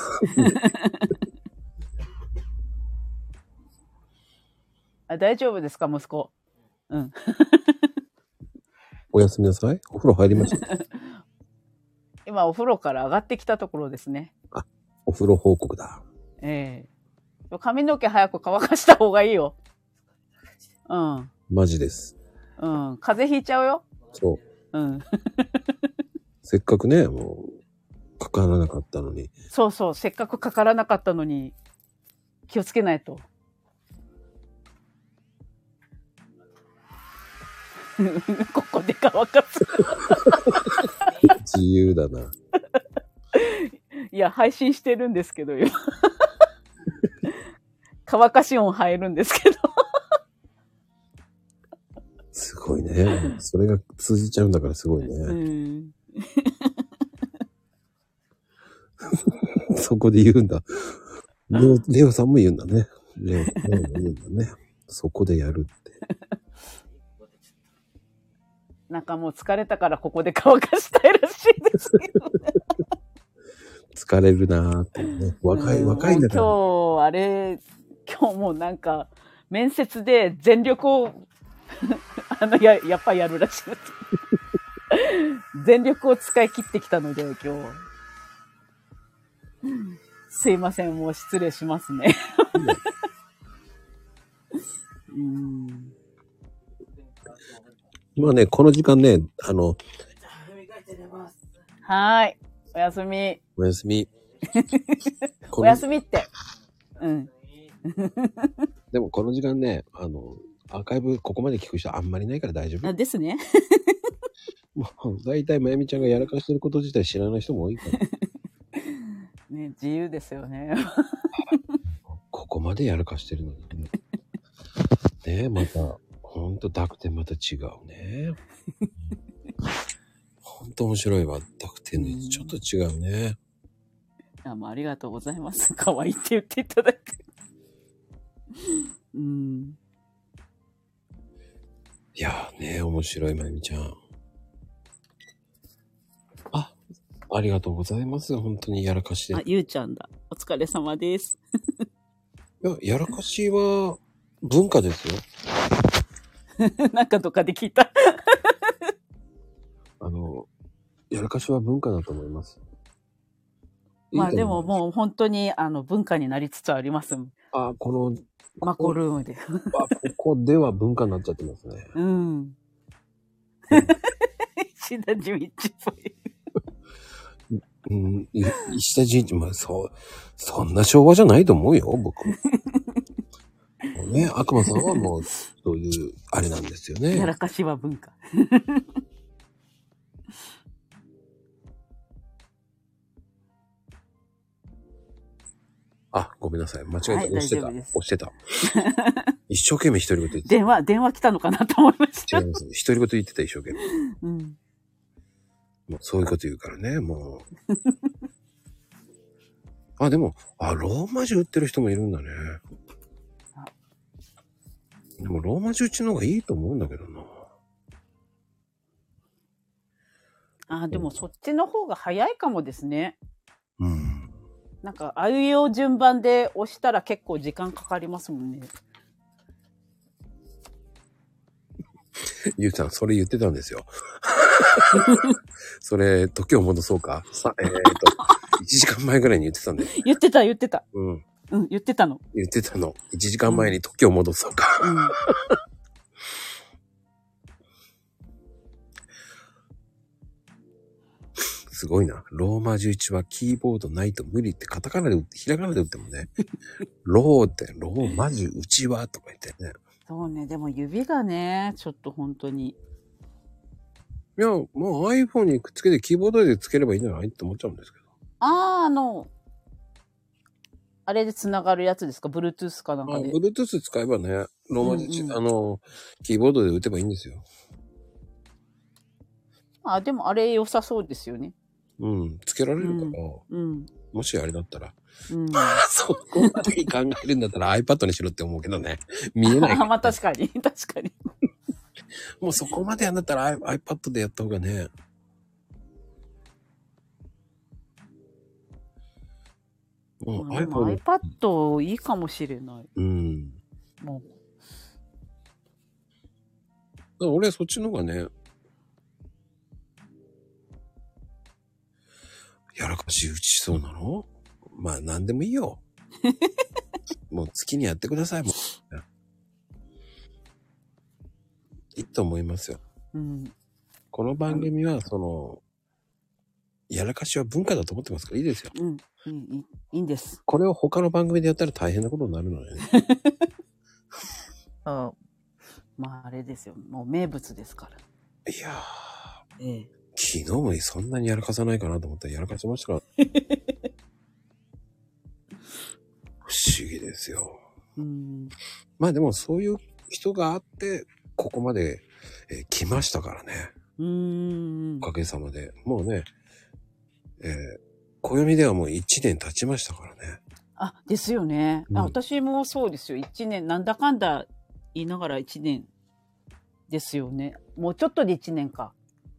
B: あ大丈夫ですか、息子。うん。
A: (laughs) おやすみなさい。お風呂入りました。
B: 今、お風呂から上がってきたところですね。
A: お風呂報告だ。
B: ええ髪の毛早く乾かした方がいいよ。うん。うん。
A: マジです。
B: 風邪ひいちゃうよ。
A: そう。
B: うん。
A: せっかくね、もう、かからなかったのに。
B: そうそう。せっかくかからなかったのに、気をつけないと。 (laughs) ここで乾かす。
A: 自由だな。
B: いや、配信してるんですけどよ。 (laughs) 乾かし音入るんですけど。
A: すごいね。それが通じちゃうんだからすごいね。
B: うん。
A: (laughs) そこで言うんだ。レオレオさんも言うんだね。レオレオも言うんだね。そこでやるって。
B: なんかもう疲れたからここで乾かしたいらしいですよ。
A: 疲れるなーっていうね。若い、
B: うん
A: 若いんだから。
B: もう今日、あれ、今日もうなんか、面接で全力を、 (laughs) あの、や、やっぱやるらしいです。全力を使い切ってきたので、今日。すいません、もう失礼しますね。 (laughs) うん
A: まあね、この時間ね、あの、
B: はーい。おやすみ。
A: おやす
B: (laughs)
A: み。こ
B: お
A: の
B: やすみって。うん。
A: でもこの時間ね、あの、アーカイブここまで聞く人あんまりないから大丈夫
B: あ。ですね。
A: もう大体まゆみちゃんがやらかしてること自体知らない人も多いから。
B: ね、自由ですよね。
A: ここまでやらかしてるのにね。
B: (laughs)
A: ねえ、また、ほんと濁点また違うね。ほんと面白いわ。濁点のやつちょっと違うね。
B: あもうありがとうございます。 (laughs) 可愛いって言っていただく。うん。
A: いやーね、面白い、まゆみちゃん。あ、ありがとうございます。本当にやらかして。
B: あ、ゆうちゃんだ。お疲れ様です。 (laughs)
A: いや、やらかしは文化ですよ。
B: なんかどっかで聞いた。
A: やらかしは文化だと思います。
B: まあでも
A: う。
B: もう本当にあの文化になりつつあります。
A: あ、この、
B: マコルームで。
A: あ、ここでは文化になっちゃってますね。
B: うん。 (laughs) 死んだじみっちっぽい。
A: うん、い石田神社、まあ、そう、そんな昭和じゃないと思うよ、僕。もうね、悪魔さんはもう、そういう、あれなんですよ
B: や
A: ね。
B: らかしは文化。
A: あ、ごめんなさい。間違えた。
B: はい
A: 押してた。
B: 大
A: 押
B: 丈夫です
A: してた。一生懸命一人言言って。
B: 電話、電話来たのかなと思いました
A: 違。います。一人言言ってた、一生懸命。
B: うん。
A: もうそういうこと言うからね、もう。あ、でも、あ、ローマ字売ってる人もいるんだね。でも、ローマ字打ちの方がいいと思うんだけどな。
B: あ、でもそっちの方が早いかもですね。
A: うん。
B: なんか、あいうえお順番で押したら結構時間かかりますもんね。
A: ゆうさん、それ言ってたんです
B: (laughs)
A: よ。それ、時を戻そうか。さ、えー、っと、1時間前ぐらいに言ってたんで。
B: 言ってた、言ってた。
A: うん。
B: うん、言ってたの。
A: 言ってたの。1時間前に時を戻そうか。
B: うん。
A: すごいな。ローマ字打ちはキーボードないと無理って、カタカナで打って、ひらがなで打っても
B: (laughs)
A: ね。ローって、ローマ字打ちはとか言ってね。
B: そうね、でも指がね、ちょっと本当に。
A: いや、もう iPhone にくっつけてキーボードでつければいいんじゃないって思っちゃうんですけど。
B: あー、あの、あれで繋がるやつですか ?Bluetooth かなん
A: まあ、
B: かで。
A: Bluetooth 使えばね、ローマ字打ち、
B: うんうん
A: あの、キーボードで打てばいいんですよ。
B: あ、でもあれ良さそうですよね。
A: うん、つけられるから、
B: うんうん。
A: もしあれだったら、
B: (laughs) うん。
A: (laughs) そこまで考えるんだったら iPad にしろって思うけどね。見えないか
B: (laughs)
A: ら
B: あ、まあ確かに、確かに。
A: もうそこまでやんだったら i- iPad でやった方がね。もう
B: まあでも
A: iPhone、
B: iPad いいかもしれない。
A: うん。だ
B: もう
A: から俺はそっちの方がね、やらかし打ちそうなのまあ何でもいい
B: (laughs)
A: よ。もう月にやってください、もう。いいと思いますよ。
B: うん。
A: この番組は、その、やらかしは文化だと思ってますからいいですよ。
B: うん。いい、いいいいんです。
A: これを他の番組でやったら大変なことになるのよね。
B: うん。まああれですよ。もう名物ですから。
A: (laughs) いやー、
B: ええ。
A: 昨日もそんなにやらかさないかなと思ったらやらかしましたから。 (laughs) 不思議ですよ。
B: うん。
A: まあでもそういう人があって、ここまで、えー来ましたからね。
B: うー
A: お。
B: ん
A: かげさまで。もうね、えー、暦ではもう1年経ちましたからね。
B: あ、ですよね。
A: うん
B: あ、私もそうですよ。一年、なんだかんだ言いながら一年ですよね。もうちょっとで一年か。
A: うん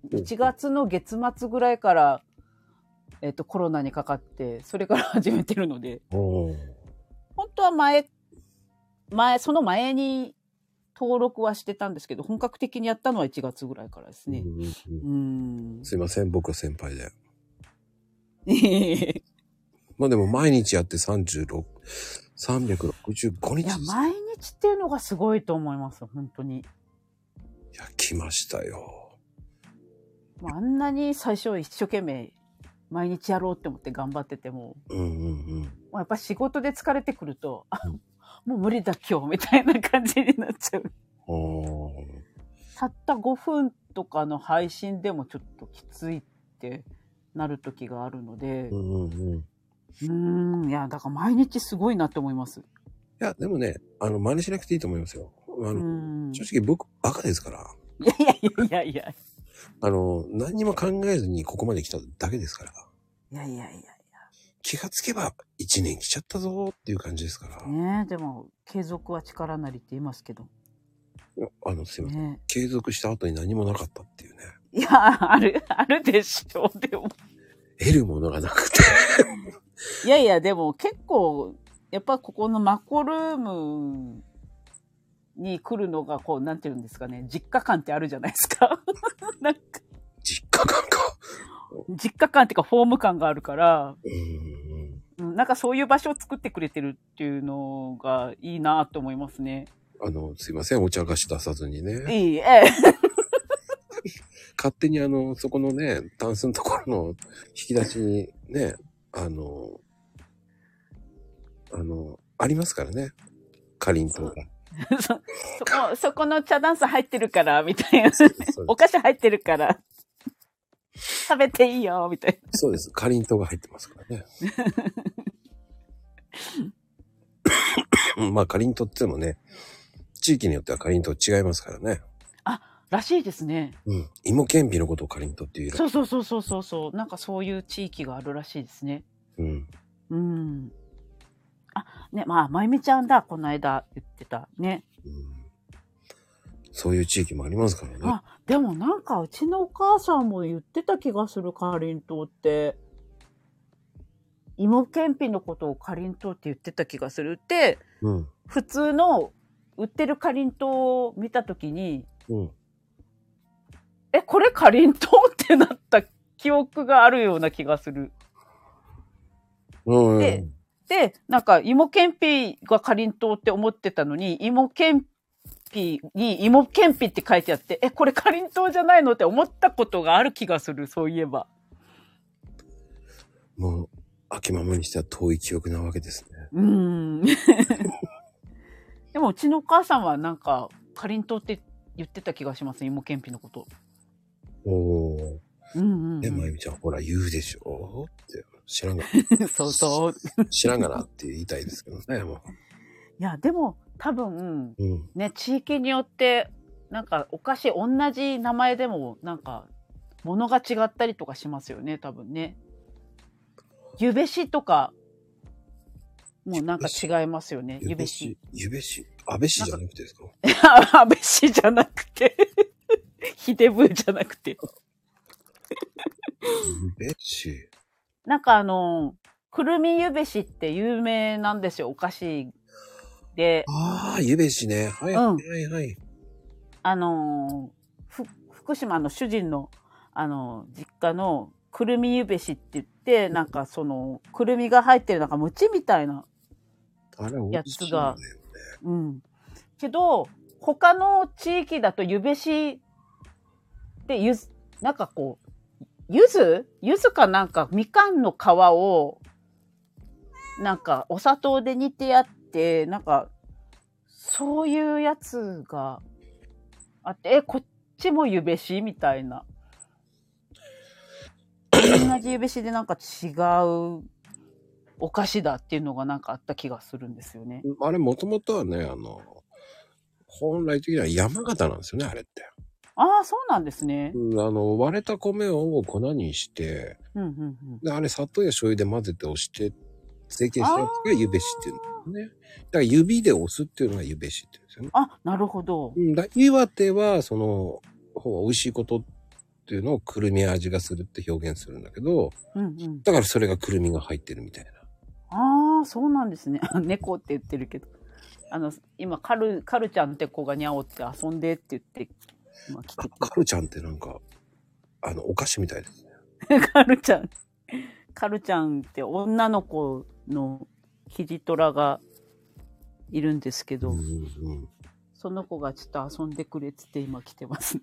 B: 1月の月末ぐらいから、えっ、と、コロナにかかって、それから (laughs) 始めてるので、
A: おー
B: 本当は前、前、その前に登録はしてたんですけど、本格的にやったのは1月ぐらいからですね。
A: うんうん
B: うーん
A: うん。すいません、僕は先輩で。
B: (laughs) い
A: まあでも毎日やって36、365日で
B: や、
A: す
B: 毎日っていうのがすごいと思います、本当に。
A: いや、来ましたよ。
B: まああんなに最初一生懸命毎日やろうって思って頑張ってても、
A: うんうん
B: もうやっぱ仕事で疲れてくると、あ
A: うん
B: もう無理だ今日みたいな感じになっちゃう。
A: うん。おー
B: たった5分とかの配信でもちょっときついってなる時があるので、
A: う
B: うん
A: うんうん。い
B: ーん、んいや、だから毎日すごいなって思います。
A: や、でもね、あの、真似しなくていいと思いますよ。あの、
B: うーん。い
A: 正直僕、バカですから。
B: やいやいやいやいや。
A: あの、何にも考えずにここまで来ただけですから。
B: いやいやい
A: 気がつけば、1年来ちゃったぞーっていう感じですから
B: や。。ねえ、でも継続は力なりって言いますけど。
A: あの、すいません。
B: ね
A: 継続した後に何もなかったっていうね。
B: えいや、ある、あるでしょ、でも。
A: 得るものがなくて。
B: いやいや、でも結構、やっぱここのマコルームに来るのが、こう、なんていうんですかね、実家感ってあるじゃないですか。なんか、
A: 実家感か。
B: (laughs) 実家感っていうかフォーム感があるから、
A: うん。
B: うん、なんかそういう場所を作ってくれてるっていうのがいいなと思いますね。
A: あの、すいません、お茶菓子出さずにね。
B: いい、え (laughs) え。
A: 勝手にあの、そこのね、タンスのところの引き出しにね、あの、あの、ありますからね。かりんとうが。
B: そそこ、そこの茶ダンス入ってるから、みたいな。
A: そうで
B: お菓子入ってるから。食べていいよ、みたい
A: すそうです。かりんとうが入ってますから (laughs) ね。まあ、かりんとうって言ってもね、地域によってはかりんとう違いますからね。
B: な。らしいですね。
A: うん。芋けんぴのことをかりんとうっていうら。
B: そうそうそうそうそうそう。なんかそういう地域があるらしいですね。
A: うん。
B: うん。あ、ね、まあ、まゆみちゃんだ、この間言ってた。ね。
A: うんそういう地域もありますからね。
B: あ、でもなんかうちのお母さんも言ってた気がする、かりんとうって。芋けんぴのことをかりんとうって言ってた気がするって、
A: うん。
B: 普通の売ってるかりんとうを見たときに、
A: うん。
B: え、これかりんとうってなった記憶があるような気がする。
A: うん。
B: でで、なんか芋けんぴがかりんとうって思ってたのに、芋けんぴに芋けんぴって書いてあって、え、これかりんとうじゃないのって思ったことがある気がする、そういえば。
A: もう、秋ままにしては遠い記憶なわけですね。
B: うーん。 (laughs) でもうちのお母さんはなんか、かりんとうって言ってた気がします、芋けんぴのこと。
A: おお。
B: うんうん、
A: ね、
B: う
A: まゆ
B: ん。
A: みちゃん、ほら、言うでしょって、知らんが、
B: (laughs) そうそう。 (laughs)
A: 知らんがなって言いたいですけどね、も
B: いや、でも多分、
A: う。うん。
B: ね、地域によって、なんかお菓子同じ名前でも、なんか、物が違ったりとかしますよね、多分ね。ゆべしとか、もうなんか違いますよね、ゆべし。。
A: ゆべし。安倍氏じゃなくてですか
B: (laughs) あ、安倍氏じゃなくて、 (laughs) 秀ブーじゃなくて。
A: ゆべし。
B: なんかあの、くるみゆべしって有名なんですよ、お菓子で。
A: ああ、ゆべしね。はい、
B: うん
A: はい、はい。
B: あのーふ福島の主人の、あのー実家のくるみゆべしって言って、なんかその、くるみが入ってるなんか餅みたいな。
A: あれ、美味しいよね。
B: うん。けど、他の地域だとゆべしで、ゆず、なんかこう、ゆずゆずかなんかみかんの皮を、なんかお砂糖で煮てやって、なんか、そういうやつがあって、え、こっちもゆべしみたいな。同じゆべしでなんか違うお菓子だっていうのがなんかあった気がするんですよね。
A: あれ、もともとはね、あの、本来的には山形なんですよね、あれって。
B: ああ、そうなんですね。
A: うんあの、割れた米を粉にして、
B: うんうんうん。
A: で、あれ、砂糖や醤油で混ぜて押して、成形したやつがゆべしっていうんだよね。だから指で押すっていうのがゆべしっていうんですよね。
B: あ、なるほど。
A: うん、だ岩手は、その、ほう美味しいことっていうのをくるみ味がするって表現するんだけど、
B: うんうん。
A: だからそれがくるみが入ってるみたいな。
B: ああ、そうなんですね。あ猫って言ってるけど。あの、今、カル、カルちゃんって子がにゃおって遊んでって言って、今来 (laughs) て
A: カルちゃんってなんか、あの、お菓子みたいですね。
B: て、カルちゃん。カルちゃんって女の子のキジトラがいるんですけど、
A: うんうん
B: その子がちょっと遊んでくれってって今来てますね。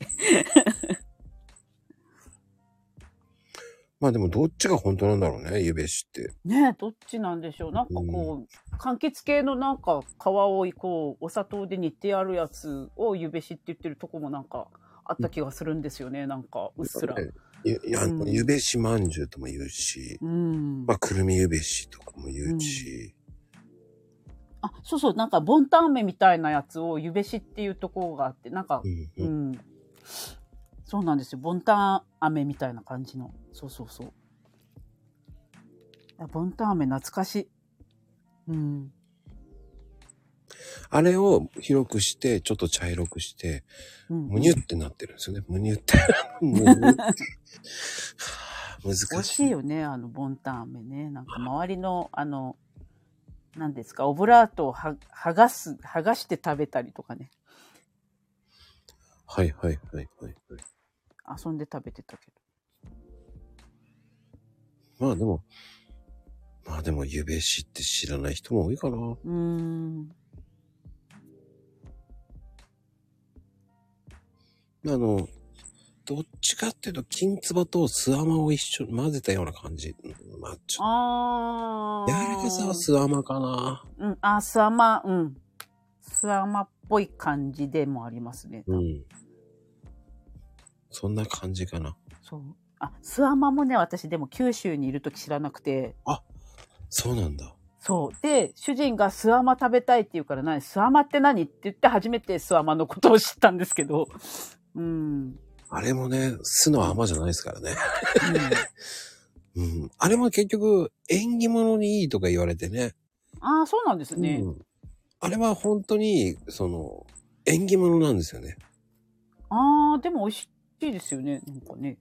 A: まあでもどっちが本当なんだろうね、ゆべしって。
B: ねえ、どっちなんでしょう。なんかこう、柑橘系のなんか皮をこう、お砂糖で煮てあるやつをゆべしって言ってるとこもなんかあった気がするんですよね。なんか、うっすら。
A: ねゆいやあの
B: うん
A: ゆべしまんじゅうとも言うし、
B: うん
A: ま。あ、くるみゆべしとかも言うし、
B: あ、そうそう、なんかボンタンメみたいなやつをゆべしっていうとこがあって、なんか
A: う、んう
B: うんん。そうなんですよ。ボンタン飴みたいな感じの。そうそうそう。あボンタン飴懐かしい。うん。
A: あれを広くして、ちょっと茶色くして、
B: うん、
A: むにゅってなってるんですよね。むにゅって。むにゅって
B: 美
A: 難
B: 味
A: し (laughs)
B: しいよね、あの、ボンタン飴ね。なんか、周りの、あの、何ですか、オブラートをは剥がす、剥がして食べたりとかね。
A: はいはいはいはいはい。
B: 遊んで食べてたけど。
A: まあでも、まあでも、ゆべしって知らない人も多いかな。
B: うーん。
A: あの、どっちかっていうと、金つばとすあまを一緒に混ぜたような感じ。まあ、ちょっ
B: あ
A: と、
B: あ。
A: 柔らかさはすあまかな。
B: うん、あ、スアマ、うん。スアマっぽい感じでもありますね。
A: うん。そんな感じかな。
B: そう。あ、スアマもね、私でも九州にいるとき知らなくて。
A: そうなんだ。
B: そう。で、主人がスアマ食べたいって言うから何、スアマって何って言って初めてスアマのことを知ったんですけど。うん。うん、
A: あれもね、酢のあまじゃないですからね。うん。あれも結局、縁起物にいいとか言われてね。
B: ああ、そうなんですね。
A: うん。あれは本当に、その、縁起物なんですよね。
B: ああ、でも美味しいですよね。なんかね。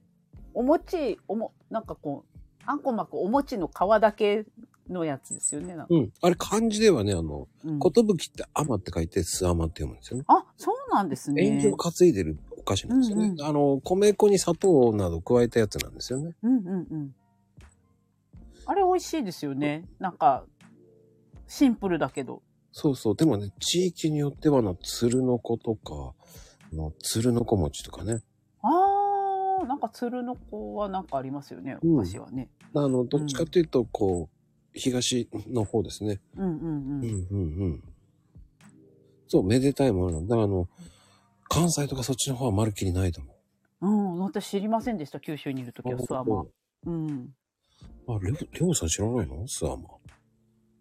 B: お餅、おも、なんかこう、あんこまくお餅の皮だけのやつですよね。なんか
A: うん。あれ漢字ではね、あの、
B: うん
A: ことぶきってあまって書いてすあまって読むんですよね。
B: あ、そうなんです
A: 縁起
B: ね
A: を。担いでるお菓子なんですよね。
B: うんうん
A: あの、米粉に砂糖など加えたやつなんですよね。
B: うんうんうん。あれ美味しいですよね。なんか、シンプルだけど。
A: そうそう。でもね、地域によってはあの、鶴の子とか、あの鶴の子餅とかね。
B: あー、なんか鶴の子はなんかありますよね、
A: うん
B: お菓子はね。
A: あの、どっちかというと、こう、東の方ですね。
B: うんうん
A: うんう
B: う。
A: んんうん。そう、めでたいものなんだ。だからあの、関西とかそっちの方はまるっきりないと思
B: うん、私知りませんでした、九州にいるときは
A: う。
B: スアマ。うん。
A: あ、りょう、りょうさん知らないのスアマ。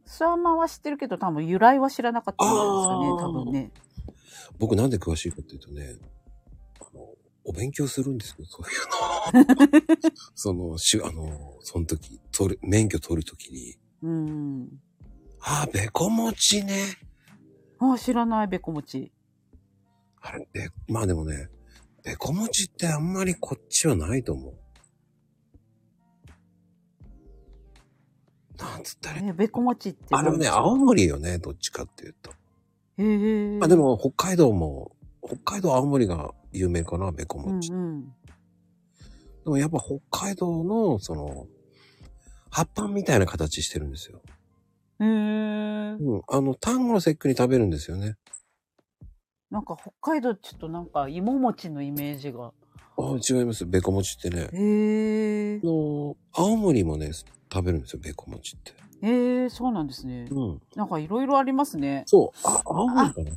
B: スアマは知ってるけど、多分由来は知らなかったんですかね、
A: あー
B: 多分ね。
A: 僕なんで詳しいかっていうとね、あの、お勉強するんですよ、そういうの。
B: (laughs)
A: その、しゅ、あの、その時、取る、免許取る時に、
B: うん。
A: あー、べこ餅ね。
B: あー、知らない、べこ餅。
A: あれ、べ、まあでもね、べこ餅ってあんまりこっちはないと思う。なんつったらいい、
B: え、べこ餅って
A: あ
B: 何。
A: れもね、青森よね、どっちかっていうと。
B: へえ。
A: まあで。も、北海道も、北海道、青森が有名かな、べこ
B: うん
A: 餅。
B: うん。
A: でもやっぱ北海道の、その、葉っぱみたいな形してるんですよ。
B: へえ。
A: うん。あの、単語の節句に食べるんですよね。
B: なんか北海道ちょっとなんか芋餅のイメージが。
A: ああ、違います。べこ餅ってね。
B: へ
A: あ。
B: え
A: の、青森もね、食べるんですよ、べこ餅って。
B: ええ、そうなんですね。
A: うん。
B: なんかいろいろありますね。
A: そう。あ、青森かな。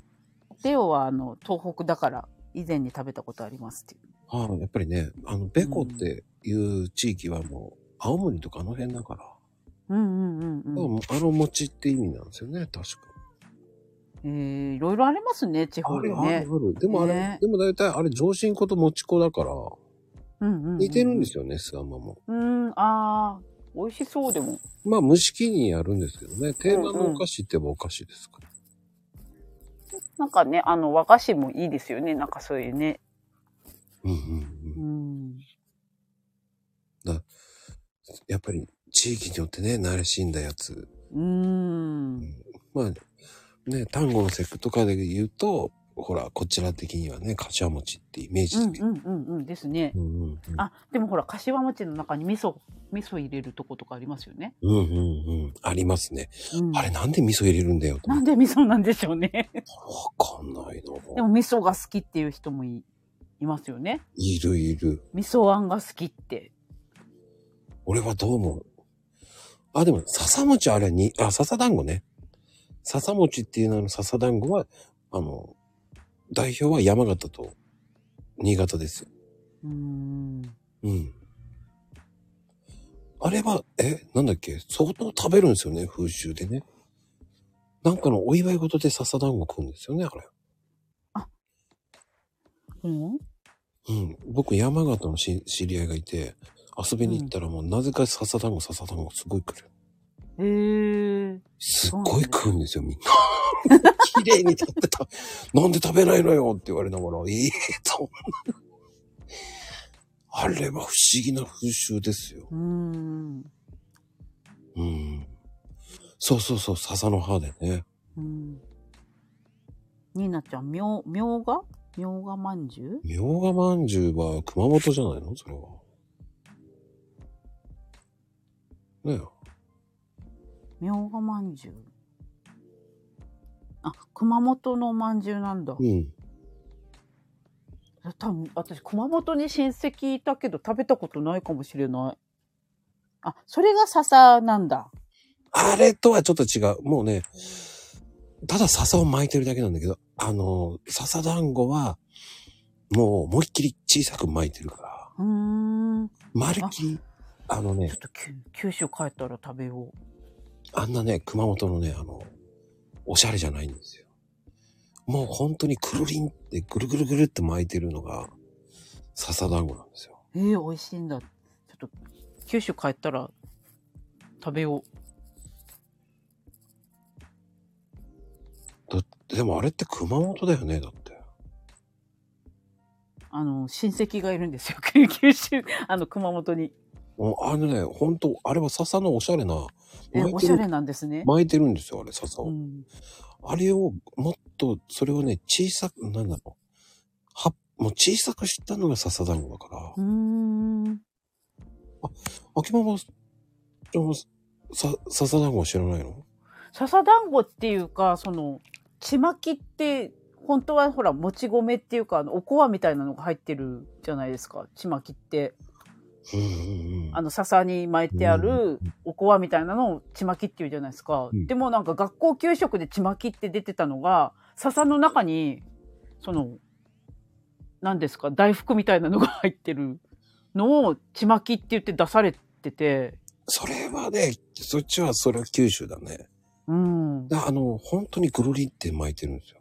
B: デオはあの東北だから以前に食べたことありますっていう。
A: ああ、やっぱりね、あの、べこっていう地域はもう、青森とかあの辺だから。
B: うんうんうんうん。
A: あの餅って意味なんですよね、確か。
B: ええいろいろありますね、地方
A: あ
B: で
A: るある
B: ね。
A: ある。でもあれ、
B: ね
A: でも大体あれ、上新粉と餅粉だから、
B: うんうん、うん。。
A: 似てるんですすよね、スガマも。
B: うん、ああ、美味しそうでも。
A: まあ、蒸し器にやるんですけどね。定番のお菓子って言えばお菓子ですから。
B: なんかね、あの和菓子もいいですよね、なんかそういうね。
A: うんうんう。
B: うんん。
A: やっぱり、地域によってね、慣れしんだやつ。
B: うーん。
A: まあ、ね、単語の節句とかで言うと、ほら、こちら的にはね、柏餅ってイメージ
B: う
A: だ
B: ん
A: け
B: う
A: ど。
B: んうんうんですね。
A: うんうんうん。
B: あ、でもほら、柏餅の中に味噌、味噌入れるとことかありますよね。
A: うんうんうん。ありますね。
B: うん、
A: あれ、なんで味噌入れるんだよと
B: な
A: 思っ
B: ん
A: て。
B: で味噌なんでしょう (laughs) ね。
A: わかんない
B: で
A: な。
B: も味噌が好きっていう人もいいますよね。
A: いるいる。
B: 味噌あんが好きって。
A: 俺はどう思うあ、でも、笹餅あれに、あ、笹団子ね。笹餅っていう名の笹団子は、あの、代表は山形と新潟ですよ。
B: うーん。
A: うん。あれは、え、なんだっけ相当食べるんですよね、風習でね。なんかのお祝い事で笹団子食うんですよね、あれ。
B: うん、
A: うん。僕、山形のし知り合いがいて、遊びに行ったらもう、なぜか笹団子、笹団子すごい来る。
B: へえ。
A: すっごい食うんですよ、みんな。綺麗に食べた。なんで食べないのよって言われながら、ええと。あれは不思議な風習ですよ。
B: うーん。
A: うん。そうそうそう、笹の葉でね。
B: うん。ニーナちゃん、みょう、みょうがみょうがまんじゅう
A: みょうがまんじゅうは熊本じゃないのそれは。ね
B: みょうがまんじゅう。あ、熊本のまんじゅうなんだ。
A: うん。
B: 多分私、熊本に親戚いたけど食べたことないかもしれない。あ、それが笹なんだ。
A: あれとはちょっと違う。もうね、ただ笹を巻いてるだけなんだけど、あの、笹団子は、もう思いっきり小さく巻いてるから、
B: うーん。
A: まるっきり、あのね
B: ちょっ、ときゅ九州帰ったら食べよう。
A: あんなね、熊本のね、あの、おしゃれじゃないんですよ。もう本当にくるりんってぐるぐるぐるって巻いてるのが、笹団子なんですよ。
B: えー、美味しいんだ。ちょっと九州帰ったら食べよう。
A: でもあれって熊本だよね、だって。
B: あの、親戚がいるんですよ。 (laughs) 九九州、あの、熊本に。
A: もうあのね、本当あれは笹のおしゃれな、
B: え
A: 巻い
B: お
A: て
B: しゃれ
A: る、
B: なんですね。
A: 巻いてるんですよ、あれ、笹を。
B: うん、
A: あれをもっと、それをね、小さく、なんだろう。は、もう小さくしたのが笹団子だから
B: う。ーん。
A: 秋ママ、ちょさ、笹団子は知らないの
B: 笹団子っていうか、その、ちまきって、本当はほら、もち米っていうか、あのおこわみたいなのが入ってるじゃないですか。ちまきって。
A: うんうんうん。
B: あの、笹に巻いてあるおこわみたいなのをちまきっていうじゃないですか。
C: うん
B: でもなんか学校給食でちまきって出てたのが、笹の中に、その、何ですか、大福みたいなのが入ってるのをちまきって言って出されてて、
A: それはね、そっちは、それは九州だね。
B: うん。
A: だあの、本当にぐるりって巻いてるんですよ。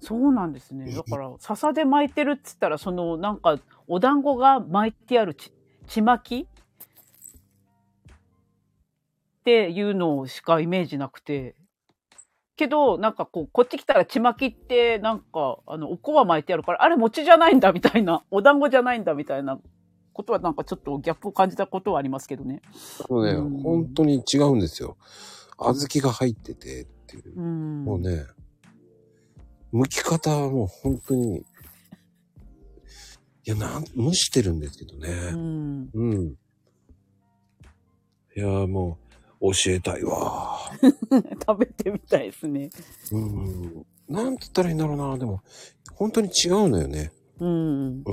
B: そうなんですね。だから、笹で巻いてるっつったら、その、なんか、お団子が巻いてあるち、ちまきっていうのしかイメージなくて。けど、なんかこう、こっち来たらちまきって、なんか、あの、おこわ巻いてあるから、あれ餅じゃないんだみたいな、お団子じゃないんだみたいなことは、なんかちょっとギャップを感じたことはありますけどね。
A: あのね、
B: うん
A: 本当に違うんですよ。小豆が入っててっていう。
B: うん。
A: もうね、剥き方はもう本当に、いや、なん、蒸してるんですけど
B: う
A: ね。
B: ん。
A: うん。いやー、もう、教えたいわー。
B: 食べてみたいですね。
A: うん。なんつったらいいんだろうな、でも、本当に違うのよね。
B: うん。
A: うん。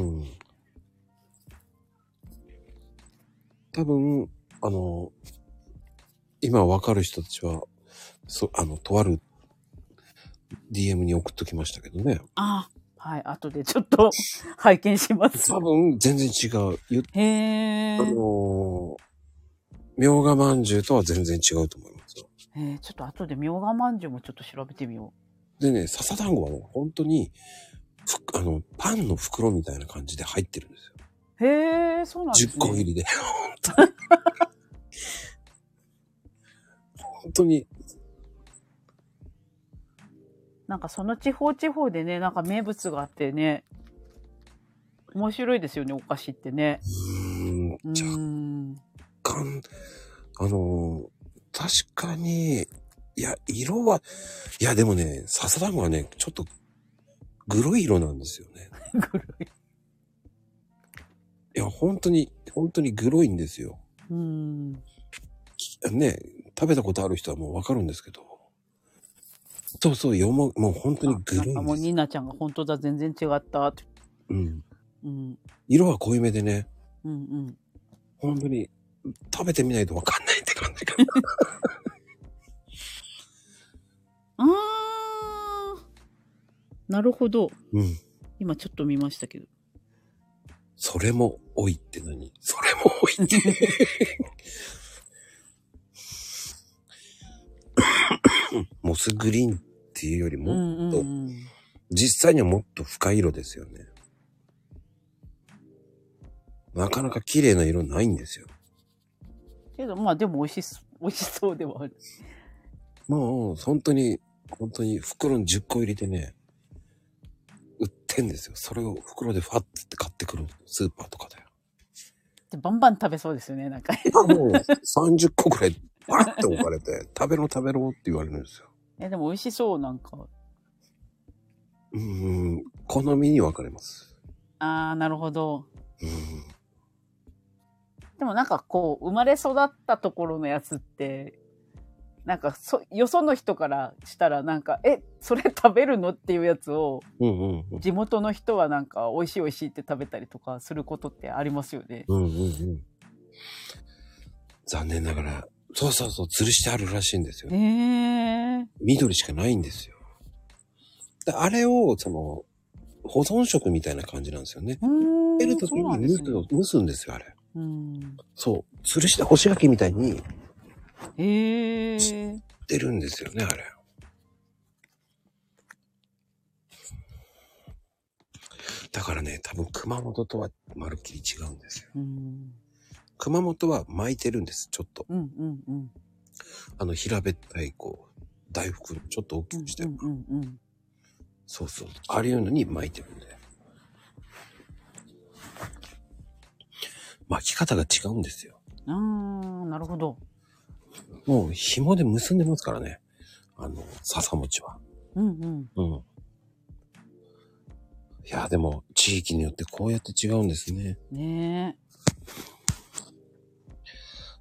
A: 多分、あの、今わかる人たちは、そ、あの、とある DM に送っときましたけどね。
B: あ、はい、後でちょっと拝見します。
A: 多分、全然違う。ゆ
B: へえ
A: あ。のー、みょうがまんじゅうとは全然違うと思いますよ。
B: えー、ちょっと後でみょうがまんじゅうもちょっと調べてみよ
A: でね、笹団子はね、本当に、ふあの、パンの袋みたいな感じで入ってるんですよ。
B: う。へえ、そうなんです
A: 10個
B: ね。
A: 入りで。
B: (laughs)
A: 本当に。
B: なんかその地方地方でね、なんか名物があってね、面白いですよね、お菓子ってね。
A: 本当
B: う
A: に、うーん、
B: ー
A: 若
B: ん。
A: 干、あのー確かに、いや、色は、いや、でもね、笹団子はね、ちょっと、グロい色なんですよ
B: (laughs)
A: ね。
B: ぐるい。
A: いや、本当に、本当にグロいんですよ。
B: うーん。
A: ね、食べたことある人はもうわかるんですけど。そうそう、よも、もう本当にグ
B: なん
A: ロ
B: か
A: い
B: も
A: ん
B: う
A: です。
B: ニーナちゃんが本当だ、全然違ったって。
A: うん。
B: うん。
A: 色は濃いめでね、
B: うんうん。
A: 本当に食べてみないとわかんないって感じ
B: (laughs)
A: か
B: あー。なるほど。
A: な。うん。
B: 今ちょっと見ましたけど。
A: それも多いって何それも多いって。
B: (laughs)
A: モスグリーンっていうより
B: う
A: も、
B: んうんうん。
A: 実際にはもっと深い色ですよね。なかなか綺麗な色ないんですよ。
B: けど、まあでも美味しそ、美味しそうではある。
A: もう、本当に、本当に袋に10個入れてね、売ってんですよ。それを袋でファッつって買ってくるスーパーとかで。
B: で、バンバン食べそうですよね、なんか。
A: あもう30個くらいバッて置かれて、食べろ食べろって言われるんですよ。
B: え、でも美味しそう、なんか。
A: うーん、好みに分かれます。
B: あー、なるほど。
A: うん。
B: ででもなんかこう、生まれ育ったところのやつって、なんかそ、よその人からしたらなんか、え、それ食べるのっていうやつを、
A: うんうんうん。
B: 地元の人はなんか、美味しい美味しいって食べたりとかすることってありますよね。
A: うんうんうん。残念ながら、そうそうそう、吊るしてあるらしいんですよ。
B: ね
A: 緑しかないんですよ。であれを、その、保存食みたいな感じなんですよね。
B: え。うーん。
A: 出るとき
B: そうな
A: に
B: んで
A: 蒸す
B: すね。
A: 蒸すんですよ、あれ。
B: うん。
A: そう。吊るして干し柿みたいに
B: へえ。
A: 出るんですよね、あれ。だからね、多分熊本とはまるっきり違うんですよ。
B: うん。
A: 熊本は巻いてるんです、ちょっと。
B: うんうんうん。
A: あの、平べったい、こう、大福、ちょっと大きくして、
B: うんうんうん。
A: そうそう。あれいうのに巻いてるんで。巻き方が違うんですよ。
B: ああ、なるほど。
A: もう紐で結んでますからね。あの、笹餅は。
B: うんうん。
A: うん。いや、でも、地域によってこうやって違うんですね。
B: ね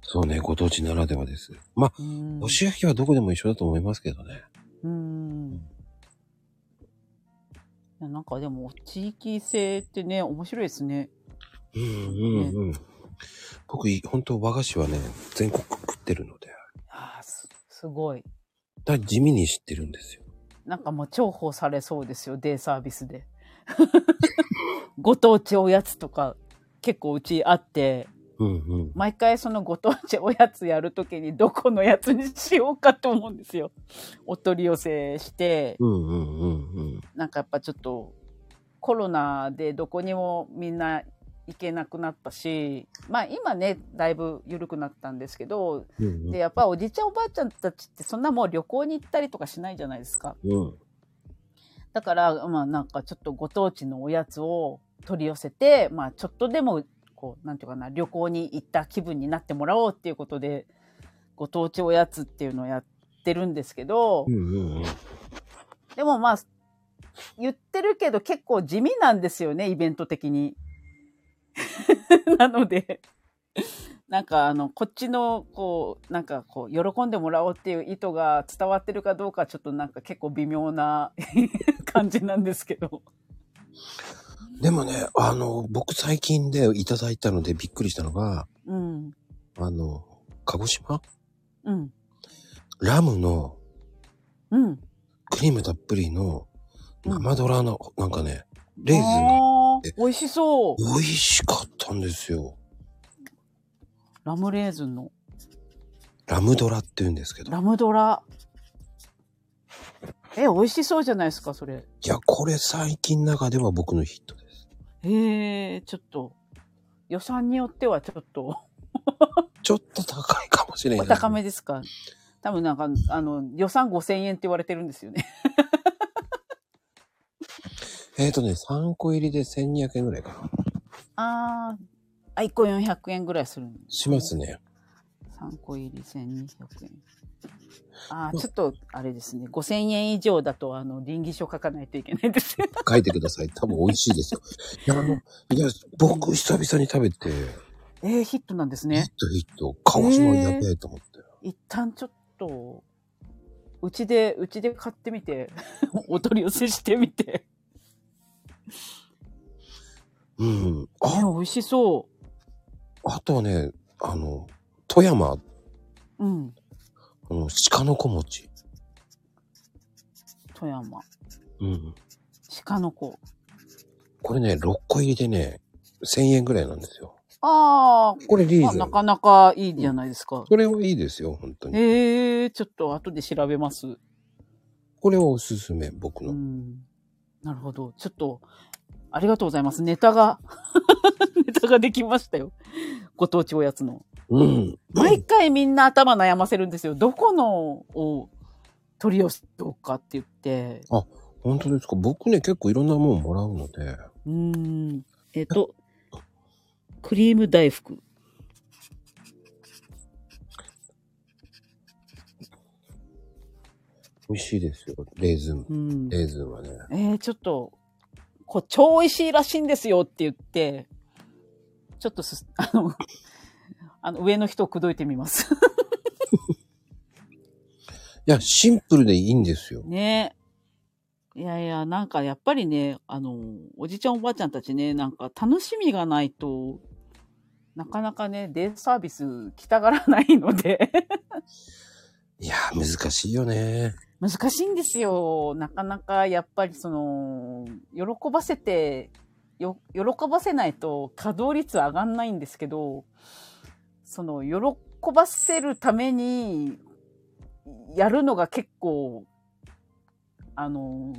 A: そうね、ご当地ならではです。まあ、
B: え。うん
A: 押し焼きはどこでも一緒だと思いますけどね。
B: うん。いやなんかでも、地域性ってね、面白いですね。
A: うんうんうん。僕、本当和菓子はね、全国区食ってるので、
B: ああ、す、すごい。
A: だ地味に知ってるんですよ。
B: なんかもう重宝されそうですよ、デイサービスで。 (laughs) ご当地おやつとか、結構うちあって、
A: うんうん。
B: 毎回そのご当地おやつやるときにどこのやつにしようかと思うんですよ。お取り寄せして、
A: うんうんうんうん。
B: なんかやっぱちょっとコロナでどこにもみんな行けなくなったしまあ今ねだいぶ緩くなったんですけど
A: うんうん
B: でやっぱおじいちゃんおばあちゃんたちってそんなもう旅行に行ったりとかしないじゃないですか
A: うん。
B: だからまあなんかちょっとご当地のおやつを取り寄せてまあちょっとでもこうなんていうかな旅行に行った気分になってもらおうっていうことでご当地おやつっていうのをやってるんですけど、
A: うんうんうん。
B: でもまあ、言ってるけど結構地味なんですよね、イベント的に。 (laughs) なので、なんかあの、こっちの、こう、なんかこう、喜んでもらおうっていう意図が伝わってるかどうか、ちょっとなんか結構微妙な (laughs) 感じなんですけど。
A: でもね、あの、僕最近でいただいたのでびっくりしたのが、
B: うん。
A: あの、鹿児島
B: うん。
A: ラムの
B: うん。
A: クリームたっぷりの
B: うん
A: 生ドラの、なんかね、レーズンが
B: あ
A: え
B: ー美味しそう。
A: 美味しかったんですよ。
B: ラムレーズンの。
A: ラムドラって言うんですけど。
B: ラムドラ。え、美味しそうじゃないですか、それ。
A: いや、これ最近の中では僕のヒットです。
B: へえ、ちょっと、予算によってはちょっと、
A: ちょっと高いかもしれな
B: お
A: い。
B: 高めですか。多分なんか、あの、予算5000円って言われてるんですよね。
A: えっ、ー、とね、3個入りで1200円ぐらいかな。
B: あー、あ、1個400円ぐらいするの。
A: しますね。
B: 3個入り1200円。あー、ちょっと、あれですね。5000円以上だと、あの、臨義書書かないといけないですね。
A: 書いてください。多分美味しいですよ。いや、あのいや僕久々に食べて、
B: (laughs) えー、ヒットなんです
A: ヒッ
B: ね。
A: トヒット、鹿児島やべえと思って。
B: 一旦ちょっと、うちで、うちで買ってみて、 (laughs) お取り寄せしてみて。
A: うん。
B: えー
A: あ、
B: 美味しそ
A: あとはね、あの、富山、
B: う。うん。
A: あの鹿の子餅。
B: 富山。
A: うん。
B: 鹿の子。
A: これね、6個入りでね、1000円ぐらいなんですよ。
B: あ
A: これリ
B: ー
A: ー
B: あ、
A: ズ
B: な
A: ン。
B: かなかいいじゃないですか。
A: それはいいですよ、本当に。
B: へえー、ちょっと後で調べます。
A: これはおすすめ、僕
B: う
A: の。
B: ん。なるほど。ちょっと、ありがとうございます。ネタが、 (laughs) ネタができましたよ。ご当地おやつの。
A: うん。
B: 毎回みんな頭悩ませるんですよ。どこのを取り寄せようかって言って。
A: 本当ですか僕ね、結構いろんなもんもらうので。
B: うーん。えっと、クリーム大福。
A: 美味しいですよ、レーズン。
B: うん。
A: レーズンはね。
B: えー、ちょっと、こ (laughs) う、超美味しいらしいんですよって言って、ちょっとす、あの、あの、上の人を口説いてみます。
A: いや、シンプルでいいんですよ。
B: (laughs) ねいやいや、なんかやっぱりね、あの、おじちゃんおばあちゃんたちね、なんか楽しみがないと、なかなかね、デイサービス来たがらないので、
A: いや、難しいよね。
B: 難しいんですよ。なかなかやっぱりその、喜ばせて、よ、喜ばせないと稼働率上がんないんですけど、その、喜ばせるために、やるのが結構、あの、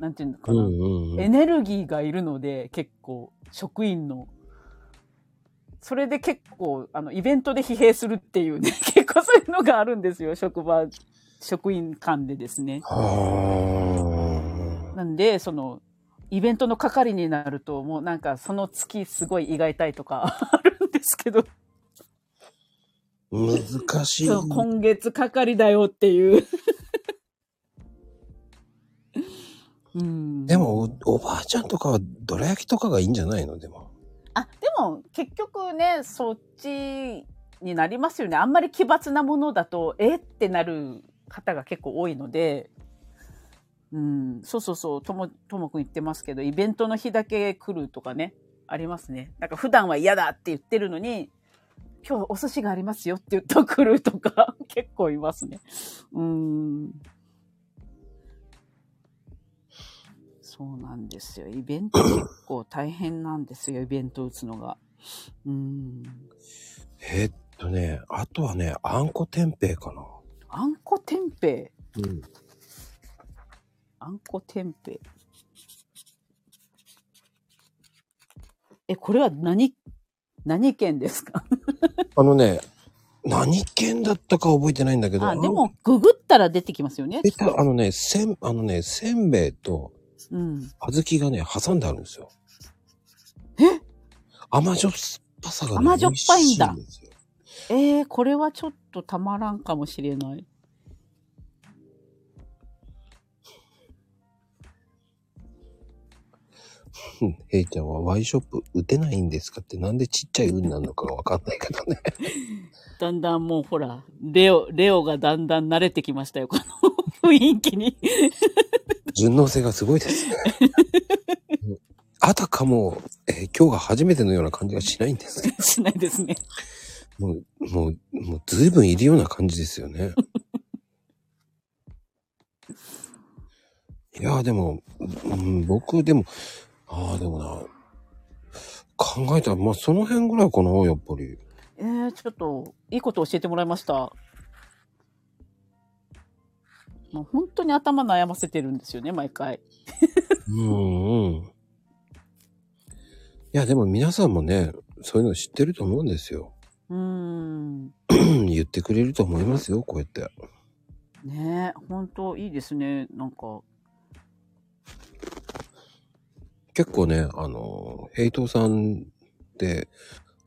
B: なんていうのか
A: うん
B: な。
A: うんう
B: エ
A: ん。
B: ネルギーがいるので、結構、職員の。それで結構、あの、イベントで疲弊するっていうね、 (laughs) 結構そういうのがあるんですよ、職場、職員間でですね。
A: は
B: なんで、その、イベントの係になると、もうなんか、その月すごい胃が痛いとか (laughs) あるんですけど、
A: あ。難しい。
B: そう今月係だよっていう。うん、
A: でもお、おばあちゃんとかは、どら焼きとかがいいんじゃないのでも。
B: あ、でも結局ね、そっちになりますよね。あんまり奇抜なものだと、えってなる方が結構多いので、うん、そうそうそう、とも、ともくん言ってますけど、イベントの日だけ来るとかね、ありますね。なんか普段は嫌だって言ってるのに、今日お寿司がありますよって言うと来るとか、 (laughs) 結構いますね。うん。そうなんですよ。イベント結構大変なんですよ、イベント打つのが。うん。
A: えーっとね、あとはね、あんこ天平かな。
B: あんこ天平。
A: うん。
B: あんこ天平。え、これは何、何県ですか
A: あのね、何県だったか覚えてないんだけど。
B: あ、で
A: ん。
B: も、ググったら出てきますよね。
A: えっと、あのね、せん、あのね、せんべいと
B: うん。
A: 小豆がね、挟んであるんですよ。
B: え
A: 甘じょっぱさが、ね、
B: 甘じょっぱいんだ
A: 美味しですよ
B: えー、これはちょっとたまらんかもしれない。
A: うんヘイちゃんはワイショップ打てないんですかってなんでちっちゃい運なのかがわかんないから
B: (laughs)
A: ね。
B: だんだんもうほら、レオ、レオがだんだん慣れてきましたよ、この (laughs) 雰囲気に。
A: 順応性がすごいです
B: (laughs)
A: ね。うんあたかも、えー今日が初めてのような感じがしないんですけ
B: しないですね。
A: ど。もう、もう、もう随分いるような感じですよね。いやーでも、うん、僕でも、ああでもな、考えたら、まあその辺ぐらいかな、やっぱり。
B: えー、ちょっと、いいこと教えてもらいました。もう本当に頭悩ませてるんですよね、毎回。
A: うんうん。いや、でも皆さんもね、そういうの知ってると思うんですよ。 (clears throat)
B: うーん。
A: 言ってくれると思いますよ、こうやって。
B: ねえ、本当いいですね、なんか。
A: 結構ね、あの、ヘイトさんって、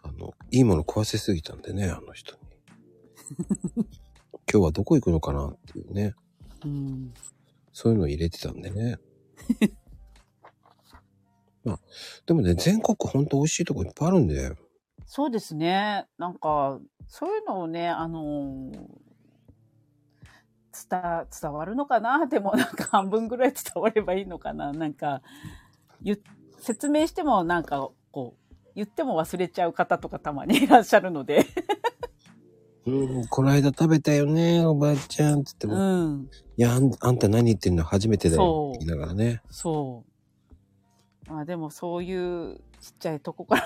A: あの、いいもの食わせすぎたんでね、あの (laughs) 人に。今日はどこ行くのかなっていうね、
B: うん。
A: そういうの入れてたんで (laughs) ね。まあ、でもね、全国ほんと美味しいとこいっぱいあるんで、
B: そうですね、なんか、そういうのをね、あのー伝、伝わるのかなでもなんか半分ぐらい伝わればいいのかななんか、ゆ説明してもなんか、こう、言っても忘れちゃう方とかたまにいらっしゃるので。
A: うん、この間食べたよね、おばあちゃんって言っても、
B: うん、
A: いや、あんあんた何言ってんの初めてだよ
B: そう
A: って言いながらね。
B: そう。まあでもそういうちっちゃいとこから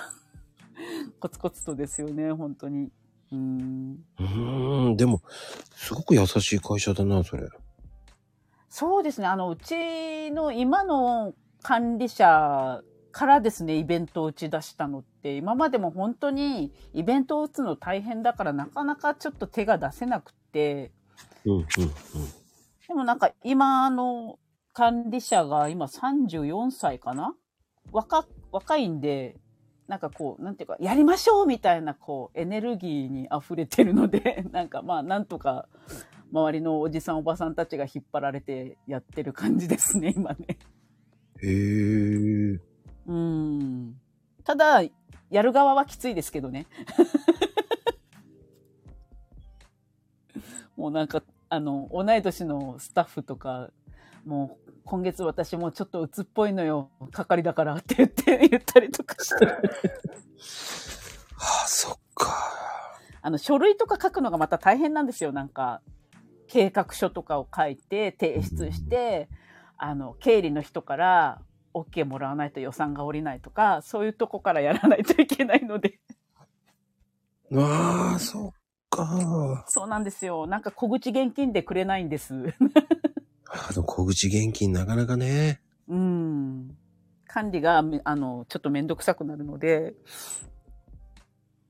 B: (laughs) コツコツとですよね、本当に。うん。
A: うーん、でも、すごく優しい会社だな、それ。
B: そうですね、あの、うちの今の管理者からですね、イベントを打ち出したのって、今までも本当にイベントを打つの大変だからなかなかちょっと手が出せなくて、
A: うん、うん、うん。
B: でもなんか今の管理者が今34歳かな若、若いんで、なんかこう、なんていうか、やりましょうみたいなこう、エネルギーに溢れてるので、 (laughs) なんかまあなんとか周りのおじさんおばさんたちが引っ張られてやってる感じですね、今ね。
A: へえ。
B: うん。ただ、やる側はきついですけどね。 (laughs) もうなんか、あの、同い年のスタッフとか、もう、今月私もうちょっと鬱っぽいのよ、係だからって言って、 (laughs) 言ったりとかして。
A: あ、そっか。
B: あの、書類とか書くのがまた大変なんですよ。なんか、計画書とかを書いて、提出して、あの、経理の人から、OK もらわないと予算が下りないとか、そういうとこからやらないといけないので。
A: ああ、そっか。
B: そうなんですよ。なんか小口現金でくれないんです。 (laughs)
A: あの、小口現金なかなかね。
B: うん。管理が、めあの、ちょっとめんどくさくなるので、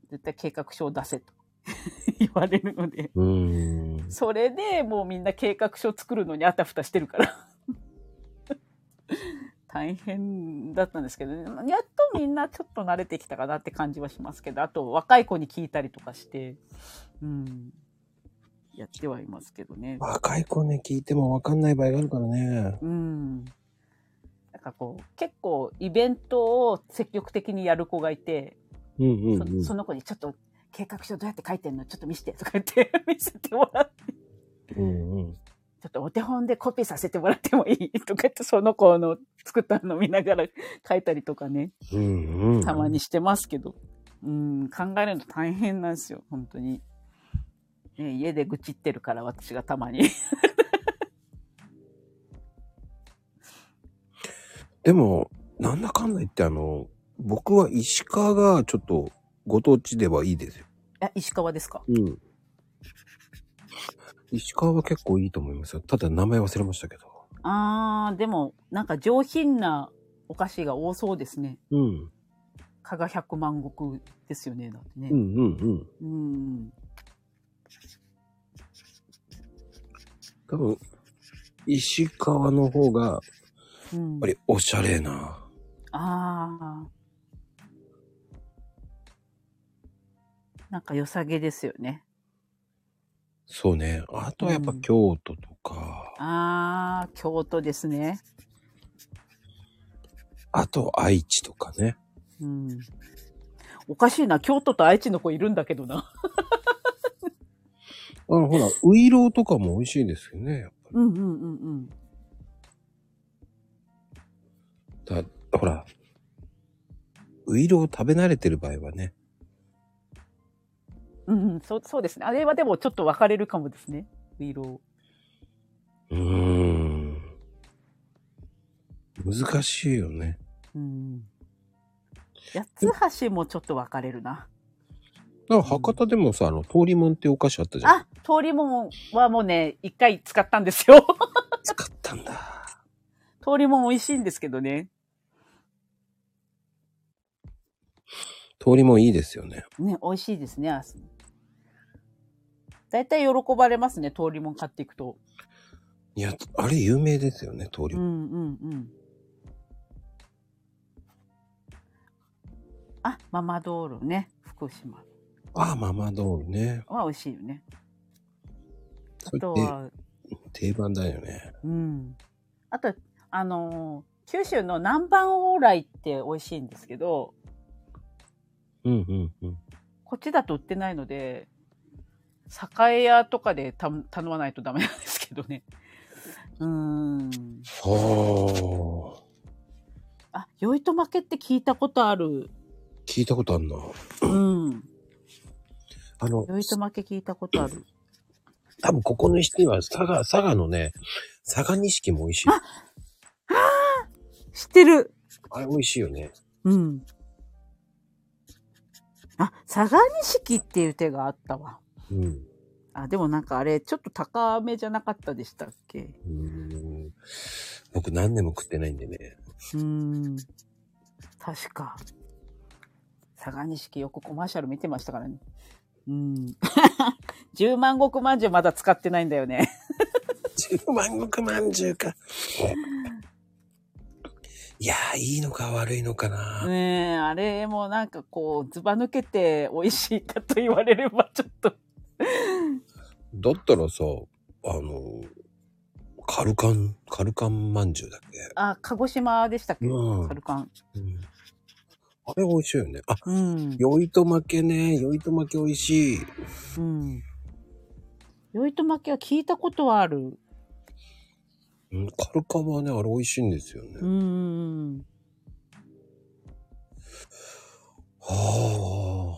B: 絶対計画書を出せと (laughs) 言われるので。
A: うーん。
B: それでもうみんな計画書作るのにあたふたしてるから。 (laughs) 大変だったんですけどね。やっとみんなちょっと慣れてきたかなって感じはしますけど、あと若い子に聞いたりとかして、うん。やってはいますけどね。
A: 若い子ね、聞いてもわかんない場合があるからね。
B: うん。なんかこう、結構イベントを積極的にやる子がいて、
A: うん
B: そ
A: うんうん。
B: その子にちょっと計画書どうやって書いてんのちょっと見せてとか言って見せてもらって、
A: うんうん。
B: ちょっとお手本でコピーさせてもらってもいいとか言って、その子の作ったの見ながら書いたりとかね、
A: うんうん。
B: たまにしてますけど、うん、考えるの大変なんですよ、本当に。ね家で愚痴ってるから私がたまに。 (laughs)
C: でも、なんだかんだ言ってあの、僕は石川がちょっとご当地ではいいですよ。
B: あ、石川ですか
C: うん。
A: 石川は結構いいと思いますよ。ただ名前忘れましたけど。
B: あー、でも、なんか上品なお菓子が多そうですね。
A: うん。
B: 加賀百万石ですよね、だって
A: う
B: ね。
A: んうんうん。
B: うん。
A: 多分、石川の方が、やっ
B: うん。
A: ぱりおしゃれな。
B: あー。なんか良さげですよね。
A: そうね。あとはやっぱ
B: うん
A: 京都とか、
B: あー、京都ですね。
A: あと愛知とかね。
B: うん。おかしいな、京都と愛知の子いるんだけどな。
A: あほ (laughs) ら、ういろうとかも美味しいですよね。やっぱ
B: うんうんうんうん。
A: だほら、ウイロを食べ慣れてる場合はね、
B: うん、うん、そう、そうですね。あれはでもちょっと分かれるかもですね。色。
A: うーん、難しいよね。
B: うん。八つ橋もちょっと分かれるな。
A: だから博多でもさ、あの、通りもんっていうお菓子あったじゃん。
B: あ、通りもんはもうね、一回使ったんですよ。
A: 使ったんだ。
B: 通りもん美味しいんですけどね。
A: 通りもんいいですよね。
B: ね、美味しいですね、あそこだいたい喜ばれますね、通りもん買っていくと。
A: いや、あれ有名ですよね、通り
B: う
A: もん。
B: んうんうん。あ、ママドールね、福島
A: ああ、ママドールね。
B: は美味しいよね。
A: そ
B: あと
A: れっ
B: は、
A: て定番だよね。
B: うん。あと、あのー九州の南蛮往来って美味しいんですけど、
A: うんうんうん。
B: こっちだと売ってないので、酒屋とかで頼頼まないとダメなんですけどね。うーん。
A: はあ。
B: あ、酔いと負けって聞いたことある。
A: 聞いたことあんな。
B: うん。
A: あの、
B: 酔いと負け聞いたことある。
A: 多分ここの人は佐賀、佐賀のね、佐賀錦も美味しい。
B: 知ってる。
A: あれ美味しいよね。
B: うん。あ、佐賀錦っていう手があったわ。
A: うん。
B: あ、でもなんかあれ、ちょっと高めじゃなかったでしたっけ
A: うーん僕何年も食ってないんでね。
B: うーん。確か。佐賀錦よくコマーシャル見てましたからね。うん。 (laughs) 十万石まんじゅうまだ使ってないんだよ (laughs) ね。
A: 十万石まんじゅうか。いやー、いいのか悪いのかな。
B: ねえ、あれもなんかこう、ずば抜けて美味しいかと言われればちょっと。
A: だったらさ、あの、カルカン、カルカンまんじゅうだっ
B: あ、鹿児島でしたっけ
A: うん
B: サルカン。
A: け、うんあれ美味しいよね。あ、
B: うん。
A: 酔いと負けね。酔いと負け美味しい。
B: うん。酔いとまきは聞いたことはある。
A: うん、カルカムはね、あれ美味しいんですよね。
B: うーん。
A: は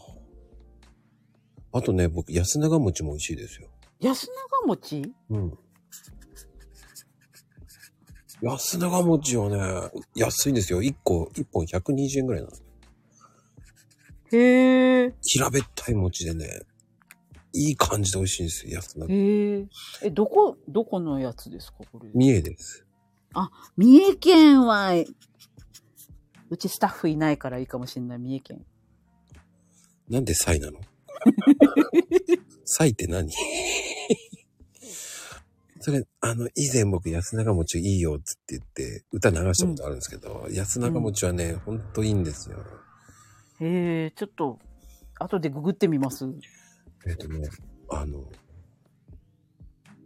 A: あ。あとね、僕、安永餅も美味しいですよ。
B: 安永餅
A: うん。安永餅はね、安いんですよ。1個、1本120円ぐらいなの。
B: へえ。
A: 平べったい餅でね、いい感じで美味しいんですよ、安永。
B: へえ。え、どこ、どこのやつですかこれ。
A: 三重です。
B: 三重県は、うちスタッフいないからいいかもしれない、三重県。
A: なんでサイなのサイって何それ、あの、以前僕、安永餅いいよっつって言って、歌流したことあるんですけど、安永餅はね、ほんといいんですよ。
B: へえ、ちょっと、後でググってみます。
A: えっ、とね、あの、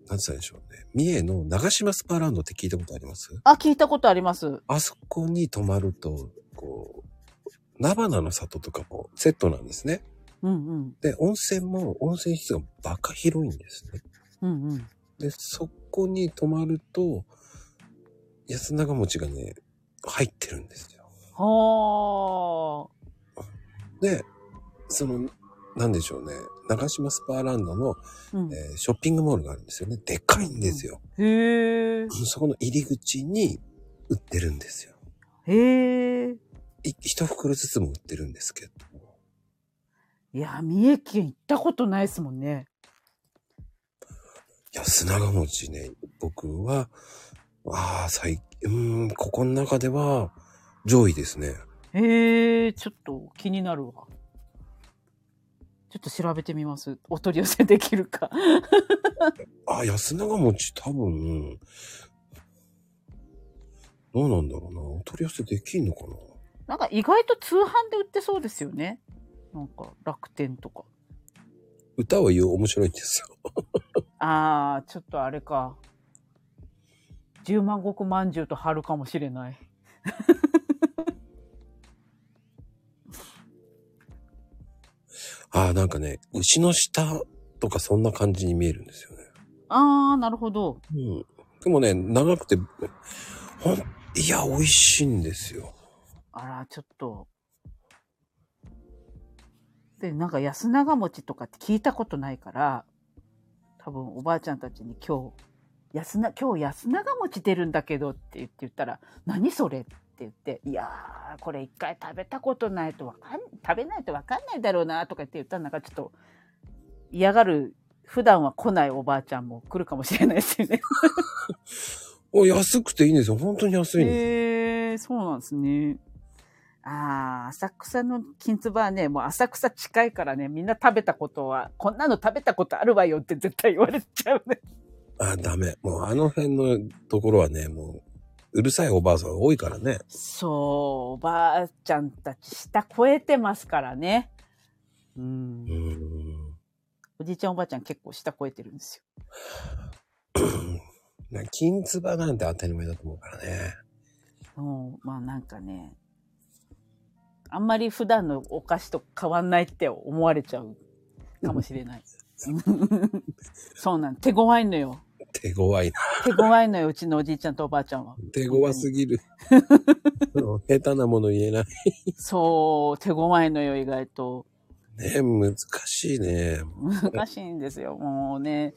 A: なんつったらいいんでしょうね。三重の長島スパーランドって聞いたことあります
B: あ、聞いたことあります。
A: あそこに泊まると、こう、菜花の里とかもセットなんですね。
B: うんうん。
A: で、温泉も、温泉室がバカ広いんですね。
B: うんうん。
A: で、そこに泊まると、安永餅がね、入ってるんですよ。
B: は
A: で、その、なんでしょうね。長島スパーランドの、
B: あ。うん、
A: えーショッピングモールがあるんですよね。でかいんですよ。
B: へえ。
A: そこの入り口に売ってるんですよ。
B: へえ。
A: い一袋ずつも売ってるんですけど。
B: いや、三重県行ったことないですもんね。
A: いや、砂が餅ね、僕は、ああ、最、うーん、ここの中では上位ですね。
B: へえ、ちょっと気になるわ。ちょっと調べてみます。お取り寄せできるか。 (laughs)
A: ああ、安永餅多分、どうなんだろうな。お取り寄せできんのかな
B: なんか意外と通販で売ってそうですよね。なんか楽天とか。
A: 歌は言う面白いんですよ。
B: あー、ちょっとあれか。十万石まんじゅうと貼るかもしれない。
A: ああ、なんかね、牛の下とかそんな感じに見えるんですよね。
B: あー、なるほど。
A: うん。でもね、長くて、ほん、いや、美味しいんですよ。
B: あら、ちょっと。で、なんか安永餅とかって聞いたことないから、多分おばあちゃんたちに今日、安な、今日安永餅出るんだけどって言って言ったら、何それって言って、いやー、これ一回食べたことないとわかん、食べないとわかんないだろうなとか言って言ったら、なんかちょっと嫌がる、普段は来ないおばあちゃんも来るかもしれないですよね。
A: お安くていいんですよ。本当に安いんですよ。
B: へえー、そうなんですね。ああ、浅草の金つばはね、もう浅草近いからね、みんな食べたことは、こんなの食べたことあるわよって絶対言われちゃうね。
A: あ、ダメ。もうあの辺のところはね、もう、うるさいおばあさんが多いからね。
B: そう、おばあちゃんたち下超えてますからね。う
A: うー
B: ん。
A: ん。
B: おじいちゃんおばあちゃん結構下超えてるんですよ。
A: な金つばなんて当たり前だと思うからね。
B: うん、まあなんかね、あんまり普段のお菓子と変わんないって思われちゃうかもしれ
A: (laughs)
B: ない。そうなん、手強いのよ。
A: 手強いな。
B: 手強いのよ、うちのおじいちゃんとおばあちゃんは。
A: 手強すぎ (laughs) る。もう下手なもの言えない。
B: そう、手強いのよ、意外と。
A: ね難しいね。
B: 難しいんです (laughs) よ、もうね。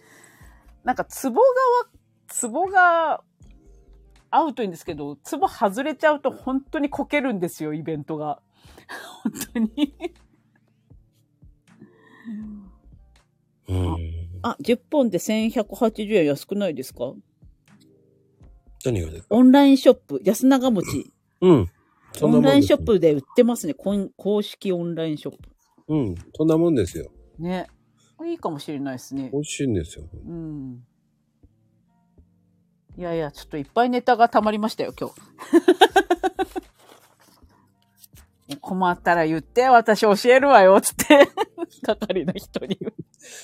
B: なんか、ツボがわ、ツボが合うといいんですけど、ツボ外れちゃうと本当にこけるんですよ、イベントが。本当に。
A: うん。
B: あ、10本で1180円安くないですか
A: 何がですか
B: オンラインショップ、安永餅。
A: うん。そんなもんです
B: で売ってますね、公式オンラインショップ。
A: うん。そんなもんですよ。
B: ね。いいかもしれないですね
A: 美。味しいんですよ。
B: うん。いやいや、ちょっといっぱいネタが溜まりましたよ、今日。 (laughs) ね困ったら言って、私教えるわよ、つって。 (laughs) 係の人に。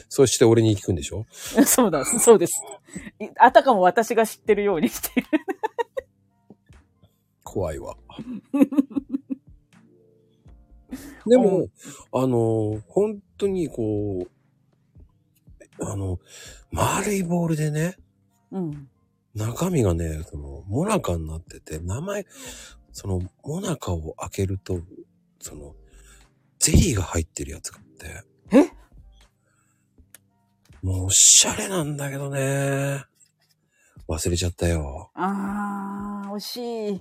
A: そして俺に聞くんでしょ
B: そうだ、そうです。いあたかも私が知ってるようにして (laughs) る。
A: 怖い (laughs) わ。でも、あの、本当にこう、あの、丸いボールでね、
B: うん。
A: 中身がね、その、モナカになってて、名前、その、モナカを開けると、その、ゼリーが入ってるやつがあって。
B: え
A: もう、おしゃれなんだけどね。忘れちゃったよ。
B: あー、惜しい。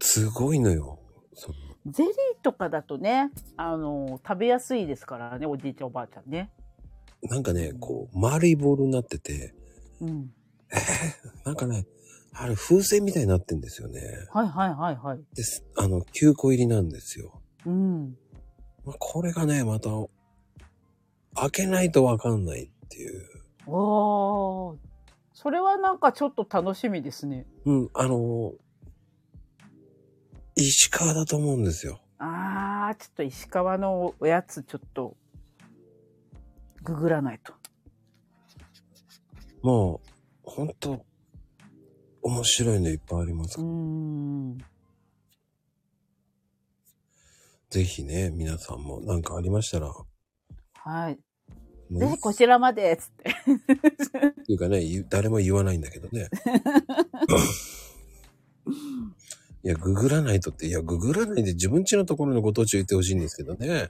A: すごいのよ。その
B: ゼリーとかだとね、あの、食べやすいですからね、おじいちゃんおばあちゃんね。
A: なんかね、こう、丸いボールになってて、
B: うん。
A: なんかね、あれ、風船みたいになってんですよね。
B: はいはいはいはい。
A: です。あの、9個入りなんですよ。
B: うん。
A: まあこれがね、また、開けないとわかんないっていう。
B: おー。それはなんかちょっと楽しみですね。
A: うん、あの、石川だと思うんですよ。
B: あー、ちょっと石川のおやつちょっと、ググらないと。
A: もう、ほんと、面白いのいっぱいあります
B: うー。ん。
A: ぜひね、皆さんもなんかありましたら、
B: はい。
A: 無
B: ぜ
A: 理っ
B: ひこちらまで、つって。
A: ていうかね、言う誰も言わないんだけどね。いや、ググらないとって、いや、ググらないで自分家のところのご当地を言ってほしいんですけどね。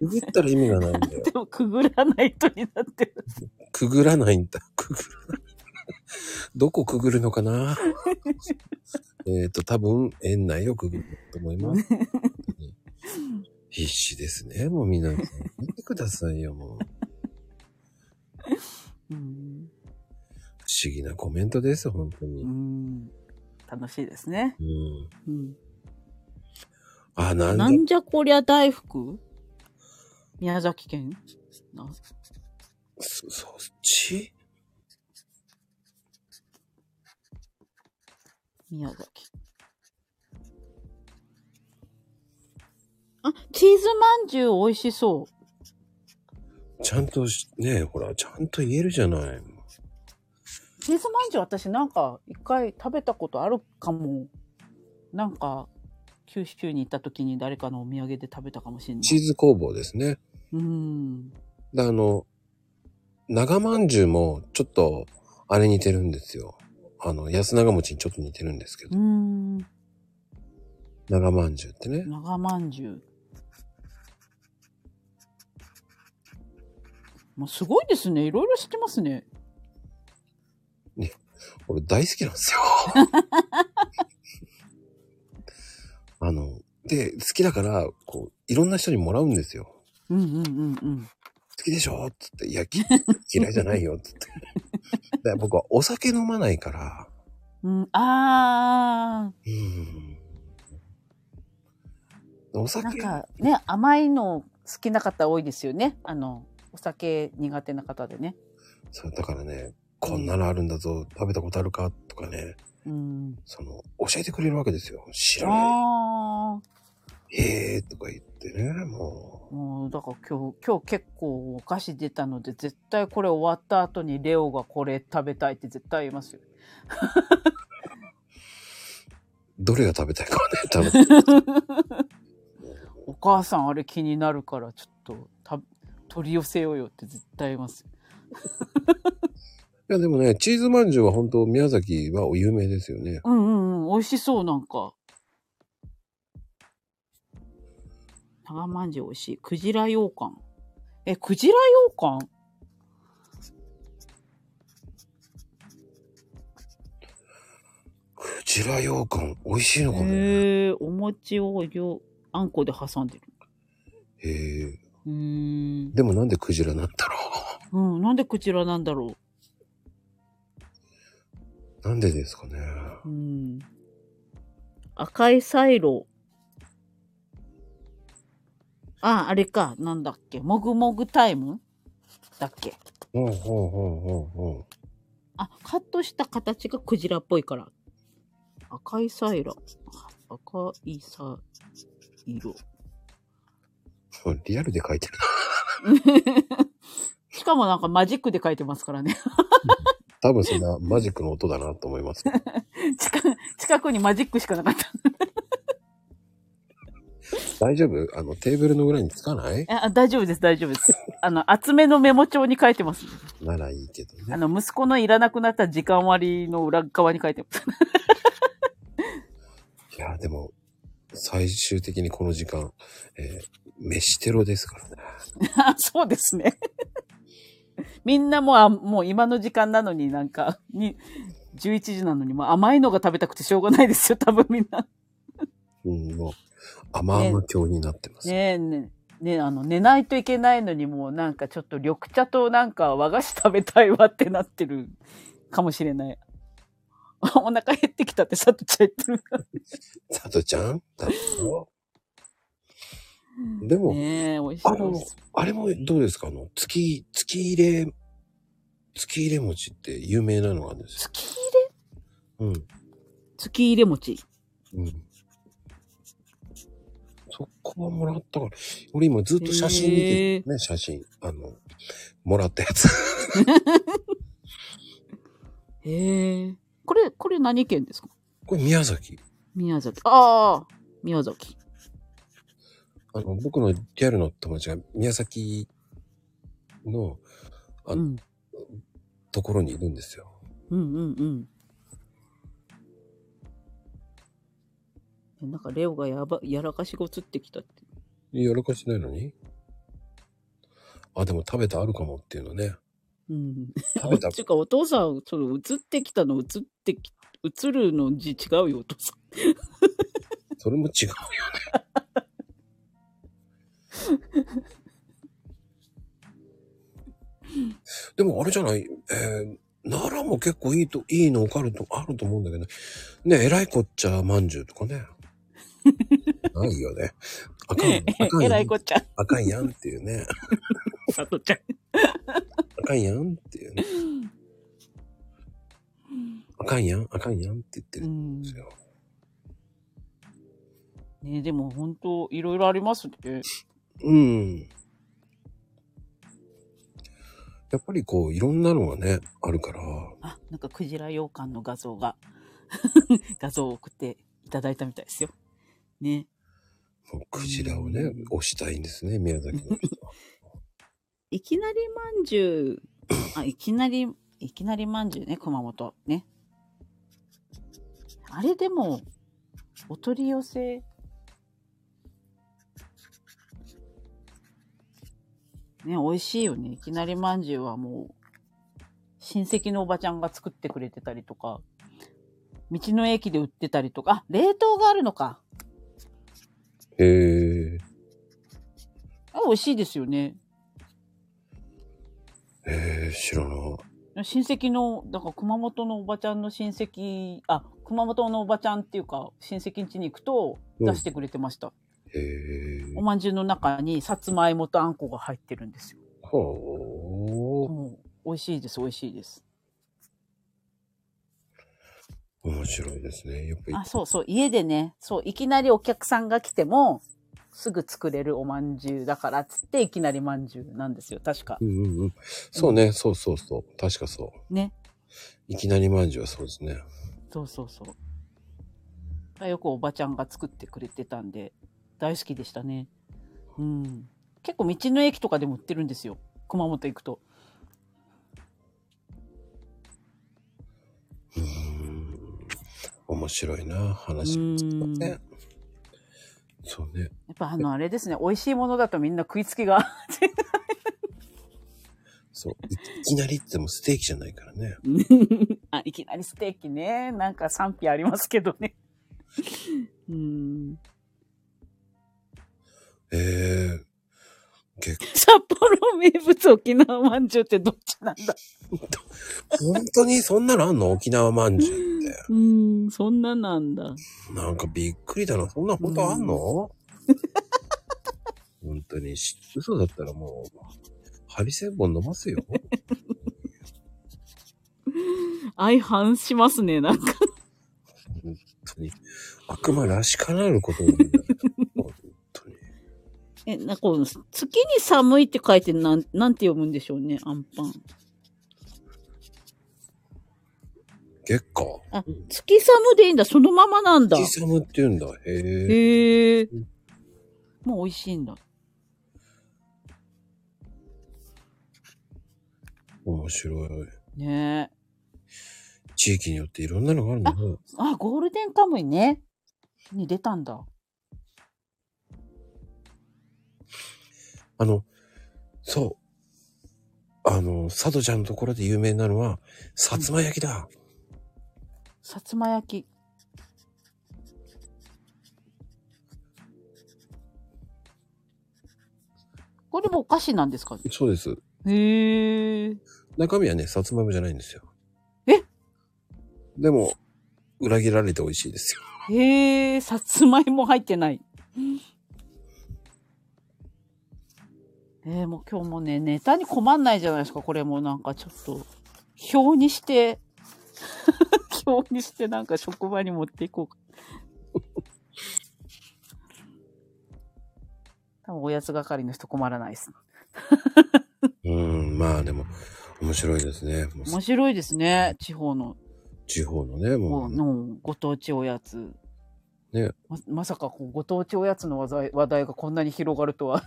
A: ググったら意味がないんだよ。
B: でも、くぐらないとになってる。
A: くぐらないんだ。 (laughs) くぐらない。どこくぐるのか
B: (laughs)
A: なえっと、多分、園内をくぐると思い
B: (laughs)
A: ます。本当に必死ですね、もう皆さん。見てくださいよ、もう。
B: うん。
A: 不思議なコメントです、本当に。
B: う
A: うん。
B: ん。楽しいですね。うん。
A: あ、なんだ
B: な。んじゃこりゃ大福宮崎県な
A: そ、そっち
B: 宮崎。あ、チーズまんじゅう美味しそ
A: ちゃんとし、ねえ、ほら、ちゃんと言えるじゃない。
B: う。チーズまんじゅう私なんか一回食べたことあるかも。なんか、九州に行った時に誰かのお土産で食べたかもしれな
A: チ
B: い。
A: ーズ工房ですね。
B: うん。
A: で、あの、長まんじゅうも、ちょっと、あれ似てるんですよ。あの、安長餅にちょっと似てるんですけど
B: う。ん。
A: 長まんじゅうってね。
B: 長まんじゅう。もうすごいですね。いろいろ知ってますね。
A: 俺大好きなんですよ。あの、で、好きだから、こう、いろんな人にもらうんですよ。
B: うんうんうんうん。
A: 好きでしょつって、いや、き嫌いじゃないよ。つって。で僕はお酒飲まないから、
B: うん、あ
A: うん。お
B: ー、な
A: 酒
B: ん、かね、甘いの好きな方多いですよね。あの、お酒苦手な方でね。
A: そう、だからね、こんなのあるんだぞ、食べたことあるかとかね、
B: うん。
A: その、教えてくれるわけですよ。知らな
B: あ
A: い。へえーとか言ってね、も
B: ー、もうだから今日、今日結構お菓子出たので、絶対これ終わった後にレオがこれ食べたいって絶対言いますよ。
A: う、どれが食べたいかね、多分。 (laughs)
B: お母さんあれ気になるから、ちょっとた取り寄せようよって絶対言いますよ。
A: いや、でもね、チーズまんじゅうは本当、宮崎は有名ですよね。
B: うんうんうん、美味しそうなんか。長まんじゅう美味しい。クジラ羊羹。え、クジラ羊羹
A: クジラ羊羹、美味しいのかね。
B: へえ、お餅をぎょあんこで挟んでる。
A: へえ。
B: うーん。
A: でもなんでクジラなんだろ
B: うん、なんでクジラなんだろ
A: う。なんでですかね。
B: う。うん。赤いサイロ。あ、あれか。なんだっけ。もぐもぐタイムだっけ。
A: ほうほうほうほうほ
B: あ、カットした形がクジラっぽいから。赤いサイロ。赤いサイロ。
A: うそう。リアルで書いてるな。
B: しかもなんかマジックで書いてますからね。 (laughs)
A: 多分そん (laughs) なマジックの音だなと思います。
B: 近近くにマジックしかなかった。
A: 大丈夫あの、テーブルの裏につかない
B: あ大丈夫です、大丈夫です。あの、厚めのメモ帳に書いてます。
A: ならいいけど
B: あ
A: ね。
B: の、息子のいらなくなった時間割の裏側に書いてます。
A: いや、でも、最終的にこの時間、えー飯テロですからね。
B: あ (laughs) そうですね。みんなもう、あもう今の時間なのになんか、に、11時なのにもう甘いのが食べたくてしょうがないですよ、多分みんな。
A: うん、もう、甘々教になってます。
B: ねえねえねえあの寝ないといけないのにもうなんかちょっと緑茶となんか和菓子食べたいわってなってるかもしれない。 (laughs) お腹減ってきたってさとちゃん言って
A: さとちゃんだったので
B: る。
A: も、
B: ねえ、美味し
A: あ
B: そうで
A: の
B: す。、
A: あれもどうですかあの、月、月入れ、月入れ餅って有名なのがあるんですよ。
B: 月入
A: う
B: れ
A: ん。
B: 月入れ餅。
A: うん。そこはもらったから、俺今ずっと写真見
B: へ
A: て
B: え
A: るね、写真。あの、もらったやつ。
B: へえ。これ、これ何県ですか
A: これ宮崎。
B: 宮崎。ああ、宮崎。
A: あの、僕のリアルの友達が宮崎のあ
B: うん。
A: ところにいるんですよ。
B: うんうんうん。なんかレオがやば、やらかしごつってきたって。
A: やらかしてないのにあ、でも食べたあるかもっていうのね。
B: うん。
A: 食
B: (laughs)
A: べた
B: ていうか、お父さん、その、映ってきたの、映ってき、映るの字違うよ、お父さ
A: それも違うよね。でもあれじゃない、えー奈良も結構いいと、いいのあると、あると思うんだけど、ね、えらいこっちゃまんじゅうとか
B: (laughs)
A: ね。ないよね。あかん、あか
B: ん。
A: ん
B: えら
A: や
B: い
A: ん
B: こ、っちゃん、
A: あかんやんっていうね。
B: さとちゃん。
A: あかんやんっていうね。あかんやん、あかんやんって言ってる
B: うんん。
A: ですよ。
B: ねでも本当いろいろありますね。
A: うん。やっぱりこう、いろんなのがね、あるから、
B: あ、なんかクジラ羊羹の画像が、 (laughs) 画像を送っていただいたみたいですよ。ね。
A: もうクジラをね、
B: うん
A: 押したいんですね、宮崎の人
B: (laughs)
A: は。
B: いきなりまんじゅう。あ、いきなり、いきなりまんじゅうね、熊本。ね。あれでも、お取り寄せ。ね、美味しいよね。いきなりまんじゅうはもう、親戚のおばちゃんが作ってくれてたりとか、道の駅で売ってたりとか、あ、冷凍があるのか。
A: へえ。
B: あ美味しいですよね。
A: へえ、知らない。
B: 親戚の、だから熊本のおばちゃんの親戚、あ、熊本のおばちゃんっていうか、親戚ん家に行くと
A: うん
B: 出してくれてました。
A: へえ。
B: おまんじゅうの中にさつまいもとあんこが入ってるんですよ。
A: ほ
B: もう美味しいです、美味しいです。
A: う。面白いですね。やっぱり
B: あ、そうそう、家でね、そう、いきなりお客さんが来ても、すぐ作れるおまんじゅうだからっつって、いきなりまんじゅうなんですよ、確か。。
A: うんうんうん。そうね、そうそうそう。確かそう。
B: ね。
A: いきなりまんじゅうはそうですね。
B: そうそうそう。よくおばちゃんが作ってくれてたんで、大好きでしたね。うん。結構道の駅とかでも売ってるんですよ。熊本行くと。
A: うーん。面白いな、
B: う
A: 話。
B: ん。や
A: ね。そうね。
B: っぱあの、あれですね。美味しいものだとみんな食いつきが。 (laughs)
A: そう。いいきなりって言ってもステーキじゃないからね。
B: あ、いきなりステーキね。なんか賛否ありますけどね。うん。
A: ええ結
B: 札幌名物沖縄まんじゅうってどっちなんだ
A: 構、本当にそんなのあんの沖縄まんじゅうって。
B: うん、そんななんだ。
A: なんかびっくりだな。そんなことあんの、本当にし、嘘だったらもう、ハリセンボン飲ますよ。
B: 相反しますね、なんか。
A: 本当に。悪魔らしからぬことになる。本当に。
B: え、なんかこの、月に寒いって書いてなん、なんて読むんでしょうね、アンパン。
A: 結構。
B: あ、月寒でいいんだ、そのままなんだ。
A: キサムって言うんだ。へえ。
B: へえ。もう美味しいの。
A: 面白い。
B: ねえ。
A: 地域によっていろんなのがあるんだね。
B: あ、ゴールデンカムイね。に出たんだ。
A: あの、そう。あの、佐渡ちゃんのところで有名なのは、さつま焼きだ。
B: さつま焼き。これもお菓子なんですか
A: そうです。
B: へえ。
A: 中身はね、さつまいもじゃないんですよ。
B: え
A: でも、裏切られて美味しいですよ。
B: へえ、さつまいも入ってない。えー、もう今日もね、ネタに困んないじゃないですか、これもなんかちょっと、表にして、 (laughs) 表にしてなんか職場に持っていこうか。多分おやつ係の人困らないです。
A: うーん、まあでも、面白いですね。もう
B: 面白いですね、地方の、
A: 地方のね、もう、
B: のご当地おやつ。
A: ね
B: ままさかこうご当地おやつの話題話題がこんなに広がるとは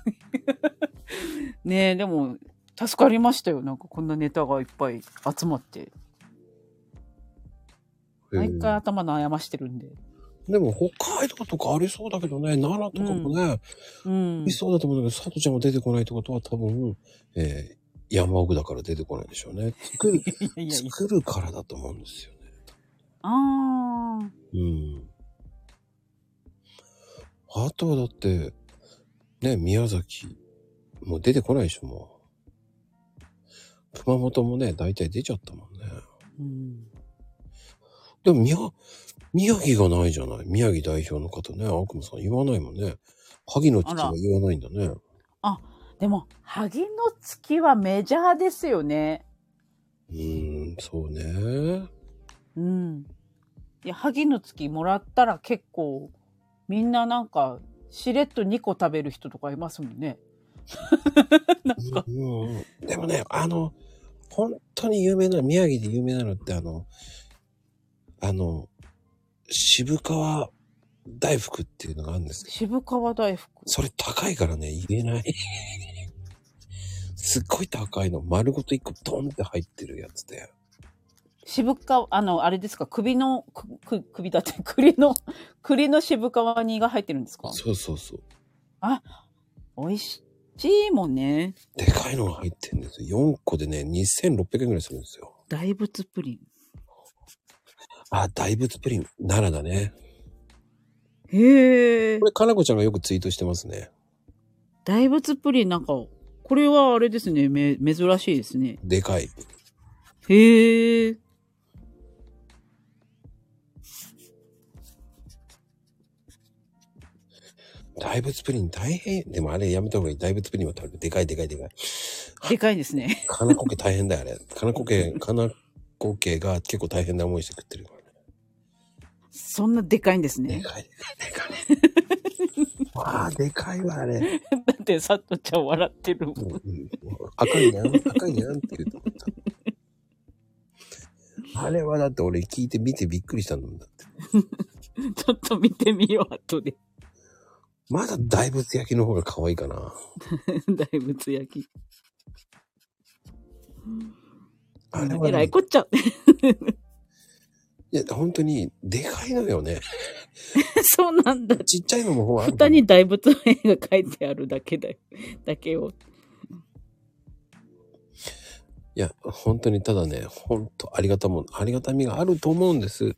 B: (laughs) ねえでも助かりましたよなんかこんなネタがいっぱい集まって
A: え
B: 毎
A: ー
B: 回頭悩ましてるんで、
A: でも北海道とかありそうだけどね、奈良とかもね、
B: うん
A: あり、そうだと思うんだけど、佐藤ちゃんも出てこないってことは多分、えー山奥だから出てこないでしょうね。作る、
B: いやいやいや
A: 作るからだと思うんですよね。
B: あ
A: う
B: ー
A: ん。あとはだって、ね、宮崎、もう出てこないでしょ、もう。熊本もね、大体出ちゃったもんね。
B: うん
A: でも宮、宮城がないじゃない。宮城代表の方ね、悪夢さん言わないもんね。萩の父
B: あ
A: は
B: ら
A: 言わないんだね。
B: でも萩の月はメジャーですよね
A: うーん、そうね。
B: うんいや萩の月もらったら結構みんななんかしれっと2個食べる人とかいますもんねなんか
A: うん、でもね、あの、本当に有名な、宮城で有名なのって、あの、あの、渋川大福っていうのがあるんですけど、
B: 渋川大福
A: それ高いからね、言えない。すっごい高いの。丸ごと一個ドンって入ってるやつで。
B: 渋川あのあれですか首のくく首だって (laughs) 栗の栗の渋川煮が入ってるんですか
A: そうそうそう。
B: 美味しいもんね
A: でかいのが入ってるんですよ。4個でね、2600円ぐらいするんですよ。
B: 大仏プリン
A: あ、大仏プリン、奈良だね。
B: へえ
A: これ、かなこちゃんがよくツイートしてますね。
B: 大仏プリンなんかこれはあれですねめ珍しいですね
A: でかい。
B: へえ
A: 大仏プリン大変。でもあれやめた方がいい。大仏プリンは食べる。でかいでかいでかい。
B: でかいですね (laughs)
A: かなこ家大変だよ、あれ。 (laughs) かなこ家、かなこ家が結構大変な思いして食ってるから
B: そんなでかいんです (laughs)
A: ね。で
B: ね
A: かいでかいでかい。わあ、でかいわ、あれ。
B: だってさっとちゃん笑ってるも
A: うん
B: ん
A: うん赤いにゃん、赤いにゃんって言うと思った。あれはだって俺聞いて見てびっくりしたんだもんだって。
B: ちょっと見てみよう後で (laughs)
A: まだ大仏焼きの方が可愛いかな。
B: 大仏焼き
A: あれは
B: えら
A: ね、
B: いこっちゃ
A: いや、本当に、でかいのよね。
B: (laughs) そうなんだ
A: ちっちゃいのもほうあるけど
B: 蓋に大仏の絵が書いてあるだけだよ。 (laughs) だけを。
A: いや、本当にただね、本当ありがたもん、ありがたみがあると思うんです。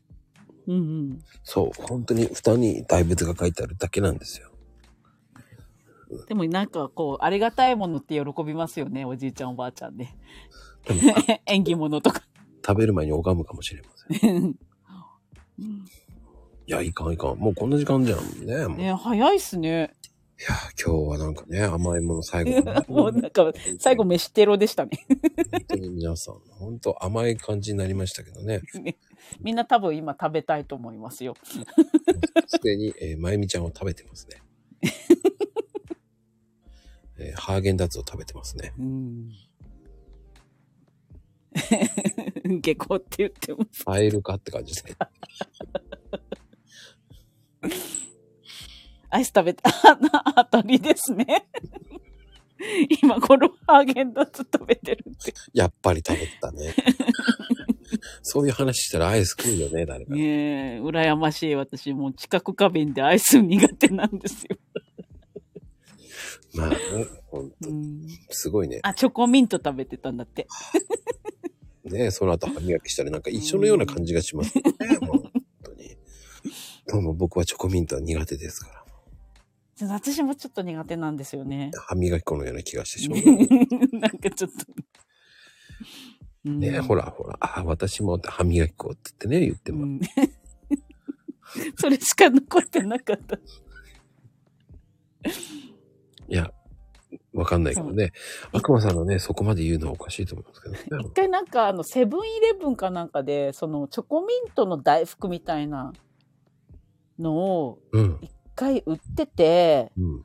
B: うんうん。
A: そう、本当に蓋に大仏が書いてあるだけなんですよ。
B: でもなんかこう、ありがたいものって喜びますよね。おじいちゃんおばあちゃんね。 (laughs)
A: (laughs)
B: 縁起物とか。
A: 食べる前に拝むかもしれません。いや、いかんいかん。もうこんな時間じゃん。ねもういや、
B: ね早いっすね。
A: 今日はなんかね、甘いもの最後まで
B: もうなんか、最後飯テロでしたね。 (laughs)
A: 本当に皆さん、本当甘い感じになりましたけどね。
B: みんな多分今食べたいと思いますよ。
A: すでに、えー、まゆみちゃんを食べてます (laughs) ね。えーハーゲンダッツを食べてますね。
B: うん。 (laughs) 下校って言っても。
A: 会えるかって感じですね。
B: アイス食べた、ああたりですね。 (laughs) 今、このハーゲンダッツ食べてるって。
A: やっぱり食べてた (laughs) ね。そういう話したらアイス食うよね、誰か。
B: ねえ、羨ましい。私、もう、知覚過敏でアイス苦手なんですよ。
A: まあね、ほんと
B: うん、
A: すごいね。
B: あ、チョコミント食べてたんだって。
A: ねその後歯磨きしたりなんか一緒のような感じがし (laughs) ますね。もう本当に。どうも僕はチョコミントは苦手ですから。
B: 私もちょっと苦手なんですよね。
A: 歯磨き粉のような気がしてしまう。
B: (laughs) なんかちょっと。
A: ね、
B: ね
A: ほらほら、あ、私もって歯磨き粉って言ってね、言っても。
B: うん (laughs) それしか残ってなかった。
A: いや、わかんないけどね。悪魔さんがね、そこまで言うのはおかしいと思うんですけどね
B: 一。回なんかあのセブンイレブンかなんかでそのチョコミントの大福みたいなのを
A: うん。
B: 一回売ってて
A: うん。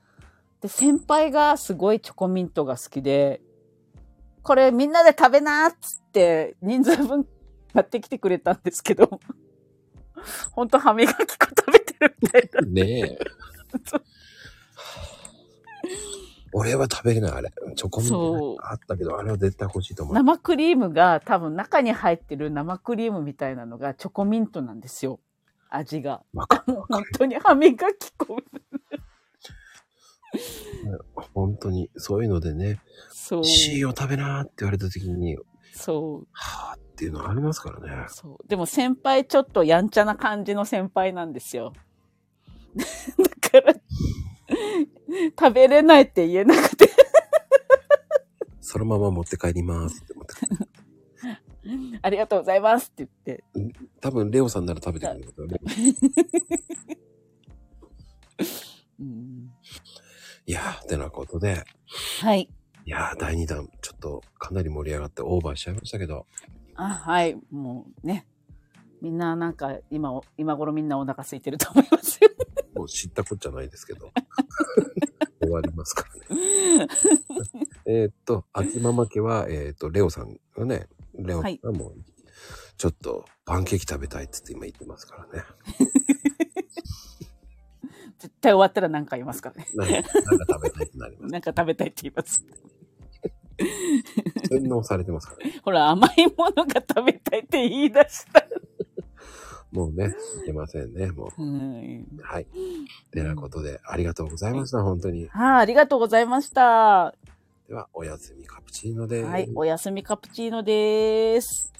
B: で先輩がすごいチョコミントが好きでこれみんなで食べなーっつって人数分買ってきてくれたんですけど (laughs) 本当歯磨き粉食べてるみたいな
A: ねえ
B: そう。
A: 俺は食べれない、あれ。チョコミン
B: そ
A: ト
B: う
A: あったけど、あれは絶対欲しいと思う。
B: 生クリームが多分中に入ってる生クリームみたいなのがチョコミントなんですよ味が。
A: わかる。
B: 本当に歯磨き粉。
A: 本当に、そういうのでね、
B: そう。
A: C を食べなーって言われた時に、
B: そう。
A: はーっていうのありますからね。
B: そう。でも先輩ちょっとやんちゃな感じの先輩なんですよ。 (laughs) だから、食べれないって言えなくて、
A: そのまま持って帰りますって思って。
B: ありがとうございますって言って。
A: 多分、レオさんなら食べてくれる
B: (laughs)
A: けどね。
B: うん
A: いやー、てなことで、
B: はい。
A: いやー、第2弾、ちょっとかなり盛り上がってオーバーしちゃいましたけど、
B: あ、はい。もうね。みんななんか今お、今頃みんなお腹空いてると思いますよ。 (laughs)
A: もう知ったこっちゃないですけど、 (laughs) 終わりますからね。えーっと、秋ママ家は、えーっと、レオさんがね、レオさんがもう、ちょっとパンケーキ食べたいっつって今言ってますからね。
B: 絶対終わったら何か言いますからね。 (laughs)
A: なんかなんか食べたいってなります。
B: なんか食べたいって言います。
A: 洗脳されてますからね。
B: ほら、甘いものが食べたいって言い出した。
A: もうね、いけませんね、もう。
B: うん
A: はい。てなことで、ありがとうございました、本当に。
B: はい、ありがとうございました。は
A: では、おやすみカプチーノでーす。
B: い、おやすみカプチーノです。